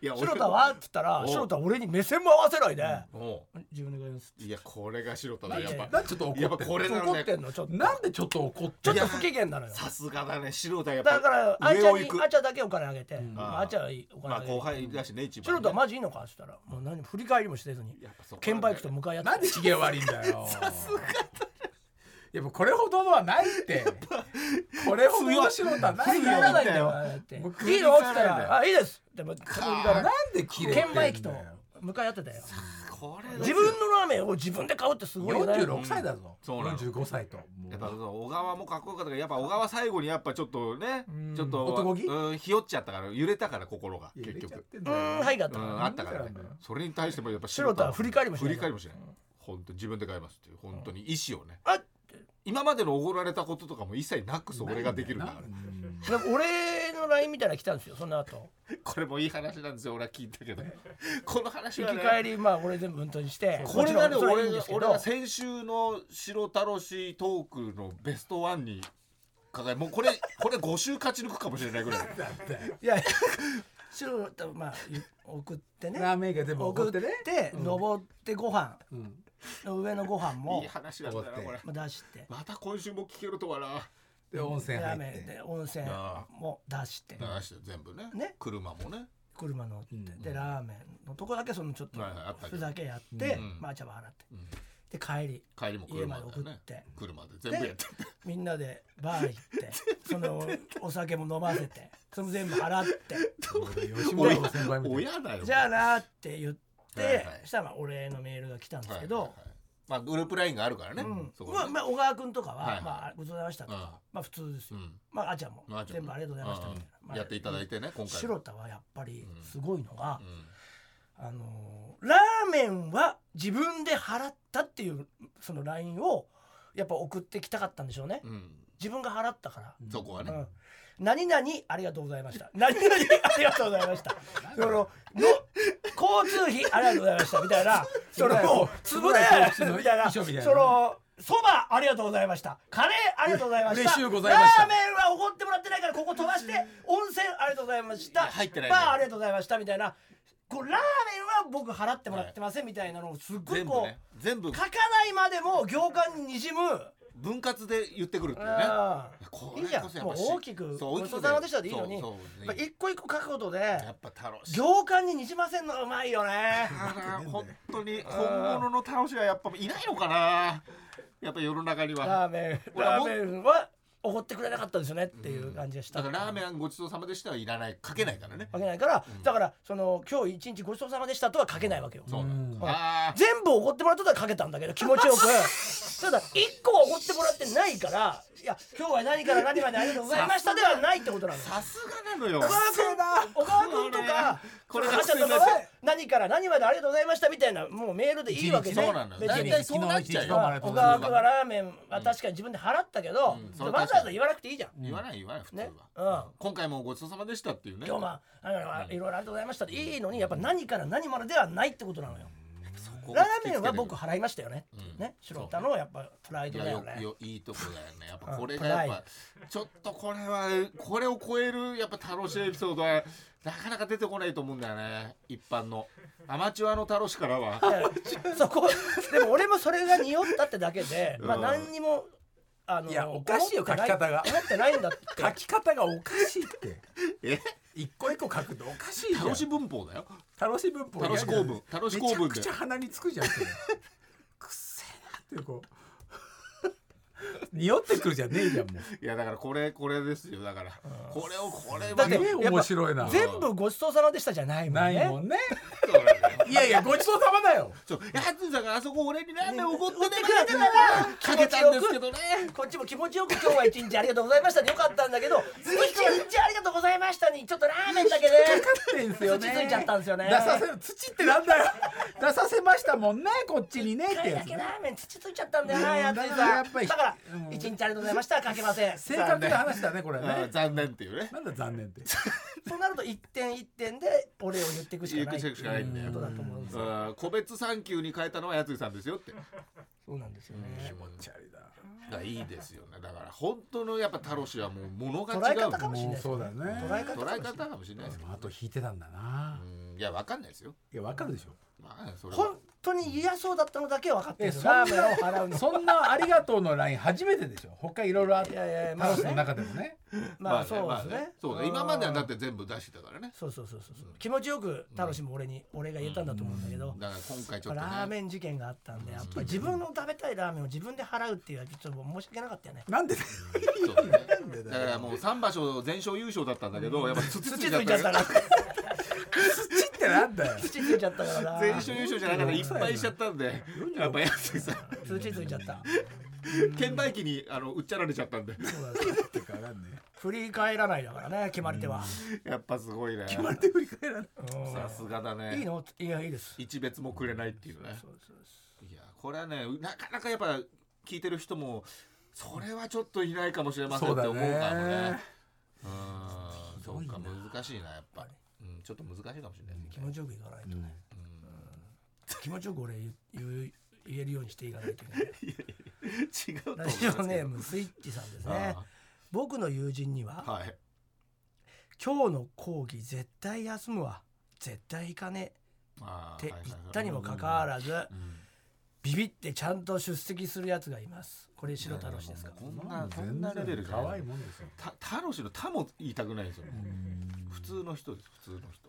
[SPEAKER 4] いや俺
[SPEAKER 5] 白田は?」って言ったら
[SPEAKER 4] お
[SPEAKER 5] 白田は俺に目線も合わせないで
[SPEAKER 4] お
[SPEAKER 5] 「自分で買います
[SPEAKER 4] ういやこれが白田だやっぱ
[SPEAKER 6] なんでちょっと怒
[SPEAKER 4] やっ
[SPEAKER 6] っ
[SPEAKER 4] ぱ
[SPEAKER 6] てん
[SPEAKER 4] こ」れな
[SPEAKER 5] 怒
[SPEAKER 4] の
[SPEAKER 5] って
[SPEAKER 4] ね
[SPEAKER 5] んのちょっと
[SPEAKER 6] なんでちょっと怒って
[SPEAKER 5] ちょ
[SPEAKER 6] ん
[SPEAKER 5] っ
[SPEAKER 6] の
[SPEAKER 5] と不機嫌なのよ
[SPEAKER 4] さすがだね白田やっ
[SPEAKER 5] だか
[SPEAKER 4] ぱ
[SPEAKER 5] らあちゃ
[SPEAKER 4] 上
[SPEAKER 5] ん
[SPEAKER 4] を行
[SPEAKER 5] に
[SPEAKER 4] く
[SPEAKER 5] あちゃんだけお金あげて「
[SPEAKER 4] ん
[SPEAKER 5] まああちゃんはいいお金
[SPEAKER 4] ま
[SPEAKER 5] あ
[SPEAKER 4] あ
[SPEAKER 5] げ
[SPEAKER 4] 後
[SPEAKER 5] て
[SPEAKER 4] 輩だしね一番
[SPEAKER 5] 白田は
[SPEAKER 4] ね
[SPEAKER 5] マジいいのか?」って言ったら「もう何振り返りもしてずに
[SPEAKER 4] やっぱそこな
[SPEAKER 5] 券
[SPEAKER 4] んだ
[SPEAKER 5] 売
[SPEAKER 4] よ
[SPEAKER 5] 機と向かい合って
[SPEAKER 6] なんで機嫌悪いんだよ。 さすがやっぱこれほどのはないって。これほどの仕事はないよ。
[SPEAKER 5] やらな
[SPEAKER 6] な
[SPEAKER 5] んいんだよあれって。いいの
[SPEAKER 6] も
[SPEAKER 5] っ
[SPEAKER 6] う首
[SPEAKER 5] て
[SPEAKER 6] に刺
[SPEAKER 5] 言
[SPEAKER 6] さ
[SPEAKER 5] った
[SPEAKER 6] れるんだよ
[SPEAKER 5] ら、あ、いいです。でも、
[SPEAKER 6] で切れてん
[SPEAKER 5] 券
[SPEAKER 6] だ
[SPEAKER 5] 売
[SPEAKER 6] よ
[SPEAKER 5] 機と向かい合ってたよ。
[SPEAKER 4] これ
[SPEAKER 5] 自分のラーメンを自分で買うってすごいよね。
[SPEAKER 6] 46歳だぞ。
[SPEAKER 4] そうなの
[SPEAKER 6] 45歳と。もう
[SPEAKER 4] やっぱその小川もかっこよかったけどやっぱ小川最後にやっぱちょっとねちょっと
[SPEAKER 6] 男気
[SPEAKER 4] うんひよっちゃったから揺れたから心が
[SPEAKER 6] いや
[SPEAKER 4] 結
[SPEAKER 6] 入れちゃっ
[SPEAKER 4] 局
[SPEAKER 6] てん
[SPEAKER 5] う
[SPEAKER 6] だよ
[SPEAKER 5] ーん、はいがあっ
[SPEAKER 4] う
[SPEAKER 5] たから
[SPEAKER 4] んあったからねそれに対してもやっぱ
[SPEAKER 5] 白田は振り返りもしない
[SPEAKER 4] 振り返りもしない本当に自分で買いますっていう本当に意思をね
[SPEAKER 5] あ
[SPEAKER 4] 今までのおごられたこととかも一切なくそ俺ができるんだか
[SPEAKER 6] うん
[SPEAKER 5] でも俺の LINE みたいなの来たんですよ、その後。
[SPEAKER 4] らこれもいい話なんですよ俺は聞 いたけどこの話
[SPEAKER 5] 引
[SPEAKER 4] は
[SPEAKER 5] き
[SPEAKER 4] ね
[SPEAKER 5] 帰り、まあ俺全部運転して。
[SPEAKER 4] これがね
[SPEAKER 5] もちろんそれはい
[SPEAKER 4] 俺
[SPEAKER 5] いんで
[SPEAKER 4] が
[SPEAKER 5] すけ
[SPEAKER 4] 俺
[SPEAKER 5] ど
[SPEAKER 4] は先週の白太郎氏トークのベストワンに輝いもうこれこれ5週勝ち抜くかもしれないぐらい
[SPEAKER 6] だって
[SPEAKER 5] いや、白田、まあ、送ってね。
[SPEAKER 6] ラーメンが全部怒
[SPEAKER 5] 送
[SPEAKER 6] っ
[SPEAKER 5] って
[SPEAKER 6] ね。
[SPEAKER 5] て、登ってご飯
[SPEAKER 6] ん
[SPEAKER 5] の上のご飯も
[SPEAKER 4] いい話なんだなこれ
[SPEAKER 5] まあ出して。
[SPEAKER 4] また今週も聞けるとはな
[SPEAKER 6] で温泉
[SPEAKER 5] ラー
[SPEAKER 6] 入っ
[SPEAKER 5] メン
[SPEAKER 6] て。
[SPEAKER 5] で温泉
[SPEAKER 4] あ
[SPEAKER 5] も出して。
[SPEAKER 4] 流して全部ね
[SPEAKER 5] ね
[SPEAKER 4] 車もね
[SPEAKER 5] 車乗って、
[SPEAKER 6] うん
[SPEAKER 5] でラーメンのとこだけそのちょっと
[SPEAKER 4] はいはいあったけど
[SPEAKER 5] ふざけやって、
[SPEAKER 4] うん
[SPEAKER 5] まあちゃば払って、
[SPEAKER 4] ん
[SPEAKER 5] で帰り
[SPEAKER 4] 帰りも車だ
[SPEAKER 5] 家
[SPEAKER 4] よ
[SPEAKER 5] まで送っ
[SPEAKER 4] ね
[SPEAKER 5] て
[SPEAKER 4] 車で全部やって
[SPEAKER 5] みんなでバ ー行ってそのお酒も飲ませてそれも全部払 って
[SPEAKER 6] 吉村
[SPEAKER 4] 親
[SPEAKER 6] の先輩みたい な。
[SPEAKER 4] 親だよ
[SPEAKER 5] じゃあなーって言って、
[SPEAKER 4] はいはい
[SPEAKER 5] したらまあお礼のメールが来たんですけど、
[SPEAKER 4] はいはいはいまあグループラインがあるからね
[SPEAKER 5] うん
[SPEAKER 4] そこ
[SPEAKER 5] まあ
[SPEAKER 4] ね
[SPEAKER 5] まあ、小川君とかは、
[SPEAKER 4] はいはい
[SPEAKER 5] まあ、ごちそうさまでしたとか、
[SPEAKER 4] うん
[SPEAKER 5] まあ普通です
[SPEAKER 4] う
[SPEAKER 5] よ、
[SPEAKER 4] ん
[SPEAKER 5] まああちゃんも
[SPEAKER 4] まあちょっと
[SPEAKER 5] 全部ありがとうございましたみたいな、
[SPEAKER 4] うん
[SPEAKER 5] まあ
[SPEAKER 4] やっていただいてね今回
[SPEAKER 5] 白田はやっぱりすごいのが、
[SPEAKER 4] うん
[SPEAKER 5] あのーラーメンは自分で払ったっていうその LINE をやっぱ送ってきたかったんでしょうね、
[SPEAKER 4] うん
[SPEAKER 5] 自分が払ったか
[SPEAKER 4] そこはね
[SPEAKER 5] ら、うん、何々ありがとうございました何々ありがとうございましたそのの交通費ありがとうございましたみたいなそのもうつぶれみたいなそのそばありがとうございましたカレーありがとうございました
[SPEAKER 6] 嬉しゅうございました
[SPEAKER 5] ラーメンはおごってもらってないからここ飛ばして温泉ありがとうございました
[SPEAKER 4] 入ってないね
[SPEAKER 5] バーありがとうございましたみたいなこうラーメンは僕払ってもらってませんみたいなのをすっごい
[SPEAKER 4] 全部
[SPEAKER 5] こ
[SPEAKER 4] ね
[SPEAKER 5] う
[SPEAKER 4] 全部
[SPEAKER 5] 書かないまでも行間に滲む
[SPEAKER 4] 分割で言ってくるっていうね
[SPEAKER 5] うん
[SPEAKER 4] こ
[SPEAKER 5] い
[SPEAKER 4] れ
[SPEAKER 5] いじゃん
[SPEAKER 4] こそやっ
[SPEAKER 5] もう
[SPEAKER 4] ぱし
[SPEAKER 5] 大きく
[SPEAKER 4] そう
[SPEAKER 5] ごちそうさまでしたでいいのに
[SPEAKER 4] そうそう
[SPEAKER 5] やっぱ一個一個書くことで
[SPEAKER 4] やっぱ楽しい
[SPEAKER 5] 行間ににじませんのがうまいよ ね
[SPEAKER 4] あー本当に本物の楽しいはやっぱいないのかなやっぱ世の中には
[SPEAKER 5] ラーメン
[SPEAKER 4] 俺は
[SPEAKER 5] ラ
[SPEAKER 4] も
[SPEAKER 5] ーメンはおごってくれなかったんですよねっていう感じでした、
[SPEAKER 4] だからラーメンごちそうさまでしたはいらないかけないからね、
[SPEAKER 5] わけないから、だからその今日一日ごちそうさまでしたとは書けないわけよ、
[SPEAKER 4] そうなんだ、
[SPEAKER 5] はい
[SPEAKER 4] ああ
[SPEAKER 5] 全部おごってもらったら書けたんだけど気持ち よくただ一個はおごってもらってないからいや今日は何から何までありがとうございましたではないってことなのよ
[SPEAKER 4] さすがなのよ
[SPEAKER 5] 小川君とか
[SPEAKER 4] これこれ
[SPEAKER 5] 母ちゃんとかは何から何までありがとうございましたみたいなもうメールでいいわけね
[SPEAKER 4] そうなのよ
[SPEAKER 5] 別
[SPEAKER 4] 大
[SPEAKER 5] に
[SPEAKER 4] 体そうなっちゃう
[SPEAKER 6] どうもあり
[SPEAKER 4] よ
[SPEAKER 6] がと
[SPEAKER 5] 小
[SPEAKER 6] うございま
[SPEAKER 5] 川
[SPEAKER 6] す
[SPEAKER 5] 君がラーメンは確かに自分で払ったけど、
[SPEAKER 4] うん
[SPEAKER 5] わざわざ言わなくていいじゃん、
[SPEAKER 4] 言わない言わない普通は、
[SPEAKER 5] ねうん
[SPEAKER 4] 今回もごちそうさまでしたっていうね
[SPEAKER 5] 今日はあのあいろいろありがとうございましたでいいのにやっぱ何から何までではないってことなのよ
[SPEAKER 4] そこを
[SPEAKER 5] ラ
[SPEAKER 4] 突
[SPEAKER 5] ー
[SPEAKER 4] きつけてく
[SPEAKER 5] メ
[SPEAKER 4] る
[SPEAKER 5] ンは僕払いましたよね、ね白田のやっぱプライ
[SPEAKER 4] い
[SPEAKER 5] ド
[SPEAKER 4] や
[SPEAKER 5] だよ
[SPEAKER 4] よ
[SPEAKER 5] ね
[SPEAKER 4] よいいとこだよねやっぱ
[SPEAKER 5] うん
[SPEAKER 4] これがやっ
[SPEAKER 5] 辛い
[SPEAKER 4] ぱちょっとこれはこれを超えるやっぱ楽しいエピソードはなかなか出てこないと思うんだよね一般のアマチュアの楽しからは
[SPEAKER 5] そこでも俺もそれが匂ったってだけで、まあ
[SPEAKER 4] うん
[SPEAKER 5] 何にもあの
[SPEAKER 6] いやおかしいよ
[SPEAKER 5] 思ってない
[SPEAKER 6] 書き方が
[SPEAKER 5] 思ってないん だって
[SPEAKER 6] 書き方がおかしい って
[SPEAKER 4] え
[SPEAKER 6] 一個一個書くとおかしいじゃん
[SPEAKER 4] 楽し文法だよ
[SPEAKER 6] 楽しい文法
[SPEAKER 4] 楽し公文楽し公文
[SPEAKER 6] め
[SPEAKER 4] で
[SPEAKER 6] ちゃくちゃ鼻につくじゃんそれ くっせえなっていうこう 匂ってくるじゃねえじゃんもう
[SPEAKER 4] いやだからこれこれですよだからこれをこれ
[SPEAKER 5] だ
[SPEAKER 4] は
[SPEAKER 5] っ
[SPEAKER 4] ね
[SPEAKER 5] て
[SPEAKER 6] ね面白いな
[SPEAKER 5] 全部ごちそうさまでしたじゃないもん
[SPEAKER 6] な
[SPEAKER 5] ね
[SPEAKER 6] いもんね
[SPEAKER 4] そうなんだよ
[SPEAKER 6] いやいやごちそうさまだよ
[SPEAKER 4] ちょやつさんがあそこ俺にラーメンおごってね
[SPEAKER 5] ね
[SPEAKER 4] くれてたらかけたんですけどね
[SPEAKER 5] こっちも気持ちよく今日は一日ありがとうございましたでよかったんだけ ど一日ありがとうございましたにちょっとラーメンだけで
[SPEAKER 6] ってんすよね
[SPEAKER 5] 土ついちゃったんですよね
[SPEAKER 6] 出させ土ってなんだよ 出させましたもんねこっちにねっ
[SPEAKER 5] 一
[SPEAKER 6] て
[SPEAKER 5] 回
[SPEAKER 6] や
[SPEAKER 5] だ
[SPEAKER 6] つ
[SPEAKER 5] けラーメン土ついちゃったんだよな
[SPEAKER 6] うん
[SPEAKER 5] やつ
[SPEAKER 6] だからやっぱり
[SPEAKER 5] だから
[SPEAKER 6] うん
[SPEAKER 5] 一日ありがとうございましたはかけません
[SPEAKER 6] 正確な話だねこれ
[SPEAKER 4] あー
[SPEAKER 6] ね
[SPEAKER 4] 残念っていうね
[SPEAKER 6] なんだ残念って
[SPEAKER 5] そうなると一点一点でお礼を言っていくし
[SPEAKER 4] 言
[SPEAKER 5] か
[SPEAKER 4] っ
[SPEAKER 5] な
[SPEAKER 4] て
[SPEAKER 5] い
[SPEAKER 4] いくしかないんだよ
[SPEAKER 5] ことだと思うんですよ
[SPEAKER 4] うん個別産休に変えたのはやつさんですよって
[SPEAKER 5] そうなんですよね
[SPEAKER 6] チャリだ
[SPEAKER 4] がいいですよねだから本当のやっぱタロシはもう物が違う
[SPEAKER 5] 捉え方かもしれ
[SPEAKER 6] も
[SPEAKER 5] な
[SPEAKER 6] う
[SPEAKER 5] い
[SPEAKER 6] そうだね
[SPEAKER 5] 捉え方
[SPEAKER 4] 捉え方かもしれないです
[SPEAKER 6] で
[SPEAKER 4] け
[SPEAKER 6] もあと引いてたんだな
[SPEAKER 4] どうんいやわかんないですよ
[SPEAKER 6] いやわかるでしょ
[SPEAKER 4] まあそれは
[SPEAKER 5] 本当に嫌そうだったのだけは分かって
[SPEAKER 6] え
[SPEAKER 5] るよ
[SPEAKER 6] そん
[SPEAKER 5] ラ
[SPEAKER 6] な
[SPEAKER 5] ーメンを払うの
[SPEAKER 6] そんなありがとうのライン初めてでしょ他いろいろあっ
[SPEAKER 5] い
[SPEAKER 6] て
[SPEAKER 5] やいやいやまあね
[SPEAKER 6] タロスの中でもね
[SPEAKER 5] まあそうです
[SPEAKER 4] まあ
[SPEAKER 5] ね
[SPEAKER 4] そうだ今まではだって全部出してたからね
[SPEAKER 5] そうそうそうそうそう気持ちよく楽しむ俺に、俺が言えたんだと思うんだけど、
[SPEAKER 4] だから今回ちょっと
[SPEAKER 5] ラー
[SPEAKER 4] ね
[SPEAKER 5] メン事件があったんでやっぱり自分の食べたいラーメンを自分で払うっていうのはちょっと申し訳なかったよね
[SPEAKER 6] なんで
[SPEAKER 4] そうだねだからもう三場所全勝優勝だったんだけどやっぱ土つ
[SPEAKER 5] 土つ
[SPEAKER 4] いちゃっ
[SPEAKER 5] いちゃったた
[SPEAKER 4] から
[SPEAKER 6] 土ってなんだよ
[SPEAKER 5] 土ついちゃ ったからな
[SPEAKER 4] 全勝優勝じゃなかったいっぱいしちゃったんでやっぱやつさん
[SPEAKER 5] 土ついちゃった
[SPEAKER 4] 券売機にあの売っちゃられちゃったんで
[SPEAKER 5] そうだよ
[SPEAKER 6] ってかわかんね
[SPEAKER 5] 振り返らないだからね決まり手は、
[SPEAKER 4] やっぱすごいね
[SPEAKER 6] えで振り返らない
[SPEAKER 5] うん
[SPEAKER 4] さすがだね
[SPEAKER 5] いいのいやいいです
[SPEAKER 4] 一別もくれないっていうね
[SPEAKER 5] そうそうそ
[SPEAKER 4] いやこれはねなかなかやっぱ聞いてる人もそれはちょっといないかもしれません
[SPEAKER 6] そ
[SPEAKER 4] っ
[SPEAKER 6] う
[SPEAKER 4] て
[SPEAKER 6] だね
[SPEAKER 4] 思うからねうーんそうか難しいなやっぱり、うん、ちょっと難しいかもしれないう
[SPEAKER 5] 気持ちよくいかないとね、気持ちよく俺言う言えるようにしていかないといけない
[SPEAKER 4] ですね違うと思
[SPEAKER 5] ラ
[SPEAKER 4] います
[SPEAKER 5] ジ
[SPEAKER 4] け
[SPEAKER 5] オ
[SPEAKER 4] ど
[SPEAKER 5] ネームスイッチさんですね
[SPEAKER 4] あ
[SPEAKER 5] 僕の友人には、
[SPEAKER 4] あはい
[SPEAKER 5] 今日の講義絶対休むわ絶対行かねっ
[SPEAKER 4] ああ
[SPEAKER 5] て
[SPEAKER 4] はいはい
[SPEAKER 5] 言
[SPEAKER 4] はい
[SPEAKER 5] ったにもかかわらず
[SPEAKER 4] うん
[SPEAKER 5] ビビってちゃんと出席するやつがいますこれ白太郎氏ですか
[SPEAKER 4] こんなこんなレベルじゃ
[SPEAKER 6] 可
[SPEAKER 4] な
[SPEAKER 6] 愛い
[SPEAKER 4] い
[SPEAKER 6] もんですよ
[SPEAKER 4] たタロシの「タ」も言いたくないですよ普通の人です普通の人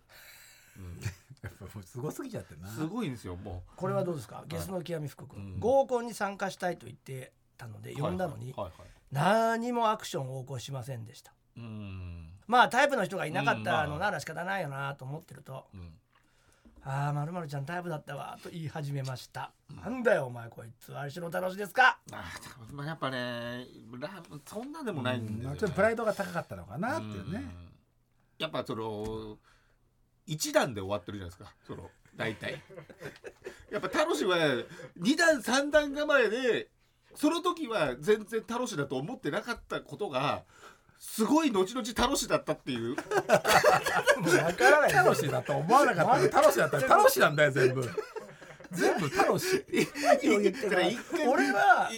[SPEAKER 6] やっぱもうすごすぎちゃってんな
[SPEAKER 4] すごいんですよも
[SPEAKER 5] これはどうですかゲスの極み福君、
[SPEAKER 4] うん
[SPEAKER 5] 合コンに参加したいと言ってたので
[SPEAKER 4] う
[SPEAKER 5] 呼んだのに、
[SPEAKER 4] はいはいはい
[SPEAKER 5] 何もアクションを起こしませんでした
[SPEAKER 4] うん
[SPEAKER 5] まあタイプの人がいなかっ
[SPEAKER 4] うんま
[SPEAKER 5] た
[SPEAKER 4] あ
[SPEAKER 5] のなら仕方ないよなと思ってると
[SPEAKER 4] うん
[SPEAKER 5] 「ああまるまるちゃんタイプだったわ」と言い始めました「なんだよお前こいつあれ白太郎氏ですか?
[SPEAKER 4] あーまあやっぱねラーそんなでもないんですよ、
[SPEAKER 6] まあ
[SPEAKER 4] ね
[SPEAKER 6] ちょっとプライドが高かったのかなっていうね
[SPEAKER 4] んやっぱその一段で終わってるじゃないですかその大 体やっぱタロシは二段三段構えでその時は全然タロシだと思ってなかったことがすごい後々タロシだったっていう」
[SPEAKER 5] もう分からない
[SPEAKER 6] タロシだと思わなかったタロシだったらタロシなんだよ全部全部タロシ
[SPEAKER 5] 何を言ってるか
[SPEAKER 4] だから一回
[SPEAKER 5] 俺は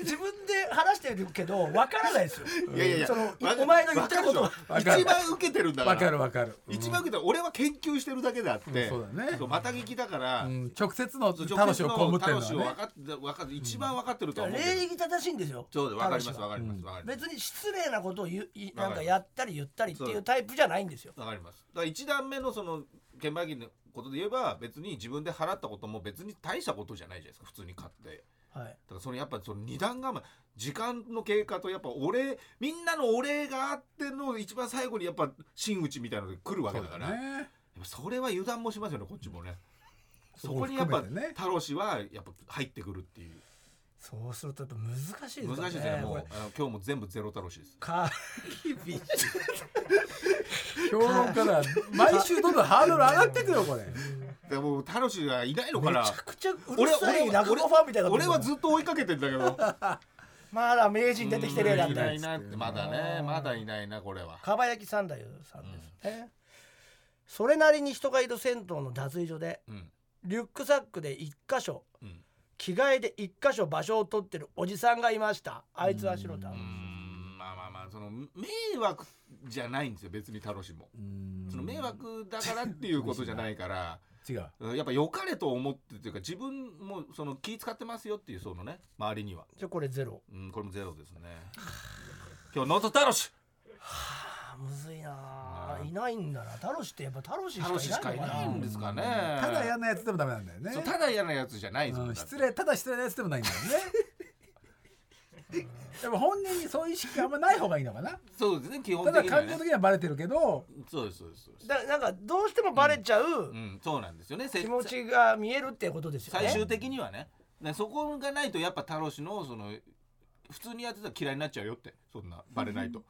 [SPEAKER 5] 自分で話してるけど分からないですよ
[SPEAKER 4] いやいやいや
[SPEAKER 5] その
[SPEAKER 4] わか
[SPEAKER 5] お前の言ったこと
[SPEAKER 4] わかる
[SPEAKER 6] わ
[SPEAKER 4] でしょ一
[SPEAKER 6] かる
[SPEAKER 4] 番受けてるんだから
[SPEAKER 6] わかるわかるうん
[SPEAKER 4] 一番受けてる俺は研究してるだけであって、
[SPEAKER 6] うんそうだね
[SPEAKER 4] そうまた聞きだから、
[SPEAKER 6] うん直接の
[SPEAKER 4] 直接
[SPEAKER 6] タロシをこむっ
[SPEAKER 4] タ
[SPEAKER 6] てる
[SPEAKER 4] ロ
[SPEAKER 6] の
[SPEAKER 4] シを
[SPEAKER 6] は
[SPEAKER 4] 分
[SPEAKER 6] ね
[SPEAKER 4] かって分かって一番分かってるとは思うけど
[SPEAKER 5] 礼儀正しいんですよ
[SPEAKER 4] そうだわかりま
[SPEAKER 5] 彼
[SPEAKER 4] す
[SPEAKER 5] 氏は
[SPEAKER 4] わかりますわかります
[SPEAKER 5] 別に失礼なことを言うい
[SPEAKER 4] わかる
[SPEAKER 5] なんかやったり言ったりっていうタイプじゃないんですよ
[SPEAKER 4] わかりますだから一段目のその券売機のことで言えば別に自分で払ったことも別に大したことじゃないじゃないですか普通に買って
[SPEAKER 5] はい
[SPEAKER 4] だからそのやっぱその二段構え時間の経過とやっぱお礼みんなのお礼があっての一番最後にやっぱ真打ちみたいなのが来るわけだからそ
[SPEAKER 6] ね
[SPEAKER 4] それは油断もしますよねこっちもね
[SPEAKER 6] そ
[SPEAKER 4] そ
[SPEAKER 6] こも
[SPEAKER 4] こにやっぱ
[SPEAKER 6] 含めてね
[SPEAKER 4] 太郎氏はやっぱ入ってくるっていう
[SPEAKER 5] そうするとやっぱ難しいですよね
[SPEAKER 4] 難しいですねも
[SPEAKER 5] こ
[SPEAKER 4] う
[SPEAKER 5] れ
[SPEAKER 4] あの今日も全部ゼロ太郎氏です
[SPEAKER 5] か
[SPEAKER 6] 評論家だ 毎週どんどんハードル上がってくよこれ
[SPEAKER 4] だからもう太郎氏がいないのか
[SPEAKER 5] め
[SPEAKER 4] ら
[SPEAKER 5] ちゃくちゃうる
[SPEAKER 4] 俺は
[SPEAKER 5] さい
[SPEAKER 4] 俺は
[SPEAKER 5] 落語ファンみたいな
[SPEAKER 4] 俺はずっと追いかけてんだけど
[SPEAKER 5] まだ名人出てきてるようだっ
[SPEAKER 4] い
[SPEAKER 5] た
[SPEAKER 4] ないなってまだねまだいないなこれは
[SPEAKER 5] かば焼き三太夫さんですね、それなりに人がいる銭湯の脱衣所で
[SPEAKER 4] うん
[SPEAKER 5] リュックサックで一箇所
[SPEAKER 4] うん
[SPEAKER 5] 着替えで一箇所場所を取ってるおじさんがいましたあいつは白田
[SPEAKER 4] うーんまあまあまあその迷惑じゃないんですよ別に太郎氏もその迷惑だからっていうことじゃないから
[SPEAKER 6] 違う
[SPEAKER 4] うんやっぱ良かれと思ってっていうか自分もその気使ってますよっていうそのね周りには、
[SPEAKER 5] じゃあこれゼロ
[SPEAKER 4] うん、これもゼロ ですね今日能登太郎氏
[SPEAKER 5] あむずいなあ
[SPEAKER 4] うん
[SPEAKER 5] いないんだなタロシってやっぱタロシ
[SPEAKER 4] 太郎氏
[SPEAKER 5] し
[SPEAKER 4] し
[SPEAKER 5] か
[SPEAKER 4] か
[SPEAKER 5] い
[SPEAKER 4] い
[SPEAKER 5] ないのか
[SPEAKER 4] ないん
[SPEAKER 5] な
[SPEAKER 4] ですかね
[SPEAKER 6] ただ嫌なやつでもダメなんだよね
[SPEAKER 4] そうただ嫌なやつじゃないですもん
[SPEAKER 6] うん
[SPEAKER 4] だって
[SPEAKER 6] 失礼ただ失礼なやつでもないんだよねでも本人にそういう意識があんまない方がいいのかな
[SPEAKER 4] そうですね基本
[SPEAKER 6] ただ
[SPEAKER 4] 的には、
[SPEAKER 6] 感
[SPEAKER 4] ね
[SPEAKER 6] 情、的にはバレてるけど
[SPEAKER 4] そうですそうですそうです
[SPEAKER 5] だなんかどうしてもバレちゃう
[SPEAKER 4] うんそうなんですよねせ
[SPEAKER 5] 気持ちが見えるってことですよね
[SPEAKER 4] 最終的にはねねそこがないとやっぱ太郎氏のその普通にやってたら嫌いになっちゃうよってそんなバレないと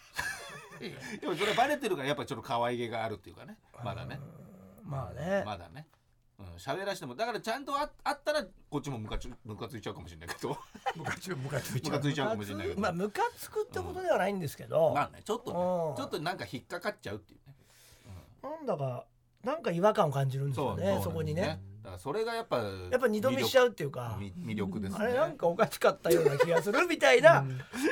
[SPEAKER 4] でもそれバレてるからやっぱちょっと可愛げがあるっていうかねまだね
[SPEAKER 5] まあね、
[SPEAKER 4] まだねうん喋らしてもだからちゃんとああったらこっちもムカつムカついちゃうかもしれないけ ど
[SPEAKER 6] ムカついムカつい
[SPEAKER 4] ムカついちゃうかもしれないけど
[SPEAKER 5] まあムカつくってことではないんですけど、
[SPEAKER 4] まあねちょっとね
[SPEAKER 5] うん
[SPEAKER 4] ちょっとなんか引っかかっちゃうっていうね
[SPEAKER 5] なんだかなんか違和感を感じるんですよねそこにね
[SPEAKER 4] だからそれがやっぱ
[SPEAKER 5] やっぱ二度見しちゃうっていうか
[SPEAKER 4] 魅力魅力ですね
[SPEAKER 5] あれなんかおかしかったような気がするみたいな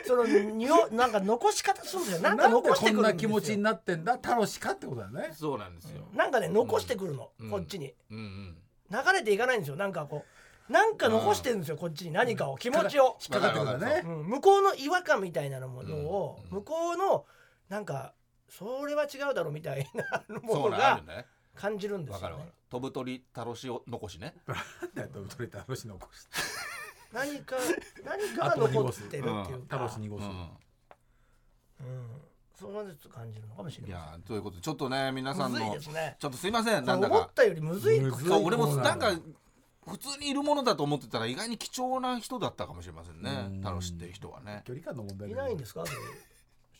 [SPEAKER 5] そのにおなんか残し方するんですよなんか
[SPEAKER 6] なんで
[SPEAKER 5] 残して
[SPEAKER 6] こ
[SPEAKER 5] く
[SPEAKER 6] ん
[SPEAKER 5] る
[SPEAKER 6] なん気持
[SPEAKER 5] で
[SPEAKER 6] ち
[SPEAKER 5] す
[SPEAKER 6] に
[SPEAKER 5] よ
[SPEAKER 6] なってんだ楽しかってことだよね
[SPEAKER 4] そうなんですよ
[SPEAKER 5] なんかね残してくるの、
[SPEAKER 4] うん
[SPEAKER 5] こっちに
[SPEAKER 4] うんうん
[SPEAKER 5] 流れていかないんですよなんかこうなんか残してるんですよこっちに何かを気持ちを、
[SPEAKER 6] 引っかかってくるんだ
[SPEAKER 4] わ
[SPEAKER 6] ね
[SPEAKER 5] うん向こうの違和感みたいなものを、
[SPEAKER 4] うん
[SPEAKER 5] 向こうのなんかそれは違うだろうみたいなも
[SPEAKER 4] そ
[SPEAKER 5] の
[SPEAKER 4] うなんあ
[SPEAKER 5] が
[SPEAKER 4] るね
[SPEAKER 5] 感じるんです
[SPEAKER 4] わ
[SPEAKER 5] よね
[SPEAKER 4] かるわかる飛ぶ鳥たろしを残しね
[SPEAKER 6] なんだよと取れた楽し残して
[SPEAKER 5] 何か何かが残ってるっていうか、
[SPEAKER 6] 楽し濁す
[SPEAKER 5] うん、そうなんです感じるのかもしれ
[SPEAKER 4] い
[SPEAKER 5] ま
[SPEAKER 4] やーということでちょっとね皆
[SPEAKER 5] せ
[SPEAKER 4] さ
[SPEAKER 5] ん。
[SPEAKER 4] ん
[SPEAKER 5] むずい
[SPEAKER 4] の
[SPEAKER 5] ですね。
[SPEAKER 4] ちょっとすいませんなんだ
[SPEAKER 5] 思っ
[SPEAKER 4] か
[SPEAKER 5] たよりむずい。
[SPEAKER 6] むずい
[SPEAKER 4] そう俺も
[SPEAKER 6] そうな
[SPEAKER 4] なんん
[SPEAKER 6] だ
[SPEAKER 4] か普通にいるものだと思ってたら意外に貴重な人だったかもしれません
[SPEAKER 6] う
[SPEAKER 4] ね
[SPEAKER 6] ん
[SPEAKER 4] たろしっていう人はね
[SPEAKER 6] 距離感の問題
[SPEAKER 5] いないんですすか。そういう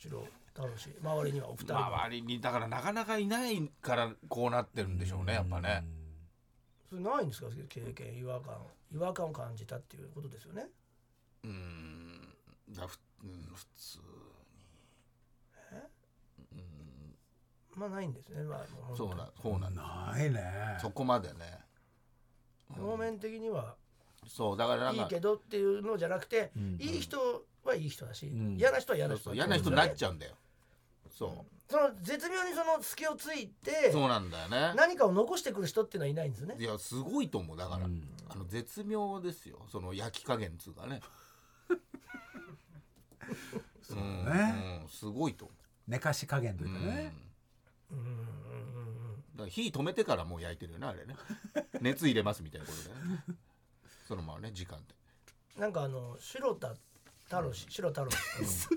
[SPEAKER 5] 後ろ楽しい周りにはお二人。
[SPEAKER 4] 周りにだからなかなかいないからこうなってるんでしょうねやっぱね
[SPEAKER 5] それないんですか経験違和感違和感を感じたっていうことですよね。
[SPEAKER 4] うーんだふうん普通にうん
[SPEAKER 5] まあないんですね。まあもう
[SPEAKER 4] そうなそうなんだ
[SPEAKER 6] ないね
[SPEAKER 4] そこまでね
[SPEAKER 5] 表面的には
[SPEAKER 4] そうだからなん
[SPEAKER 5] い
[SPEAKER 4] か
[SPEAKER 5] いけどっていうのじゃなくて、
[SPEAKER 6] ん
[SPEAKER 5] いい人はいい人だし、
[SPEAKER 6] ん
[SPEAKER 5] 嫌な人は嫌な
[SPEAKER 4] そ
[SPEAKER 5] 人だ
[SPEAKER 4] うそう
[SPEAKER 5] し。
[SPEAKER 4] 嫌な人になっちゃうんだよそう、
[SPEAKER 5] その絶妙にその隙をついて
[SPEAKER 4] そうなんだよね
[SPEAKER 5] 何かを残してくる人っていうのはいないんですね
[SPEAKER 4] い。やすごいと思うだから、あの絶妙ですよその焼き加減っつうかねそう
[SPEAKER 6] ね
[SPEAKER 4] ん、すごいと思
[SPEAKER 6] 寝かし加減という
[SPEAKER 4] う、
[SPEAKER 6] か
[SPEAKER 4] うん
[SPEAKER 6] ね
[SPEAKER 4] だから火止めてからもう焼いてるよねあ れね熱入れますみたいなことで、ね、そのままね時間で
[SPEAKER 5] なんかあの白田太郎氏白太郎 氏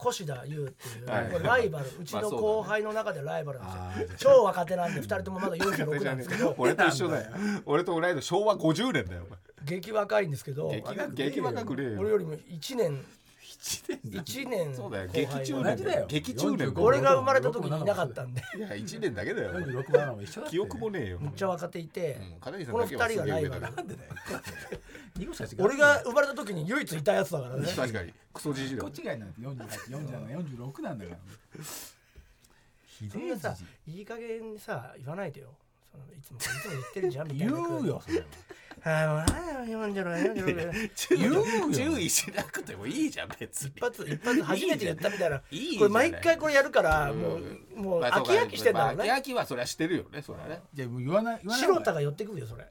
[SPEAKER 5] 越田優っていう、
[SPEAKER 4] はい
[SPEAKER 5] これライバルうち
[SPEAKER 4] まあ
[SPEAKER 5] の
[SPEAKER 4] そうだね
[SPEAKER 5] 後輩の中でライバルなん
[SPEAKER 6] あ
[SPEAKER 5] で
[SPEAKER 6] ー
[SPEAKER 5] すよ、超若手なんで2人ともまだ46なんですけど
[SPEAKER 4] 俺と一緒だよ俺と同い年昭和50年だよ
[SPEAKER 5] 激若いんですけど
[SPEAKER 4] お前
[SPEAKER 5] 俺
[SPEAKER 4] 激激若くねえ
[SPEAKER 5] よ
[SPEAKER 4] よ
[SPEAKER 5] りも1年1年
[SPEAKER 4] そうだよ
[SPEAKER 5] 後
[SPEAKER 4] 劇
[SPEAKER 5] 輩
[SPEAKER 4] 中
[SPEAKER 6] 同
[SPEAKER 4] 年
[SPEAKER 6] じだよ
[SPEAKER 4] 劇中年
[SPEAKER 6] 45
[SPEAKER 5] 俺が生まれた時にいなかったんで
[SPEAKER 4] いや1年だけだよお前
[SPEAKER 6] 46番も一緒 だって
[SPEAKER 4] 記憶もねえよ
[SPEAKER 5] めっちゃ若手いて、
[SPEAKER 4] うん片桐さん
[SPEAKER 5] この
[SPEAKER 4] だけは
[SPEAKER 5] 2人がライバ
[SPEAKER 4] す
[SPEAKER 5] ル
[SPEAKER 4] げえ上だ から
[SPEAKER 6] なんでだよ二個しか違う
[SPEAKER 5] 俺が生まれた時に唯一いたやつだからね
[SPEAKER 4] 確かにクソじじいだ
[SPEAKER 6] こ
[SPEAKER 4] も
[SPEAKER 6] っ
[SPEAKER 4] ん
[SPEAKER 6] ちがいなんて484746なんだからひ
[SPEAKER 5] そ
[SPEAKER 6] で
[SPEAKER 5] ん
[SPEAKER 6] え
[SPEAKER 5] な
[SPEAKER 6] じ
[SPEAKER 5] さ
[SPEAKER 6] じい
[SPEAKER 5] いい加減にさ言わないでよそのいつもいつも言ってるじゃんみたい
[SPEAKER 6] 言
[SPEAKER 5] な
[SPEAKER 6] うよそれは
[SPEAKER 5] ああ、もう、四十六、四十六。
[SPEAKER 6] 言うよ
[SPEAKER 4] 注意しなくてもいいじゃん別に
[SPEAKER 5] 一発、一発、初めてやったみたいな。
[SPEAKER 4] いいじ
[SPEAKER 5] こ
[SPEAKER 4] ゃない
[SPEAKER 5] れ毎回これやるから、もう、もう、飽き飽きしてんだろう
[SPEAKER 4] まあそうかまあ
[SPEAKER 5] ね。
[SPEAKER 4] 飽き飽きはそりゃしてるよねそりゃね
[SPEAKER 6] じゃあもう言わない言わない
[SPEAKER 5] 白田が寄ってくるよ、それ。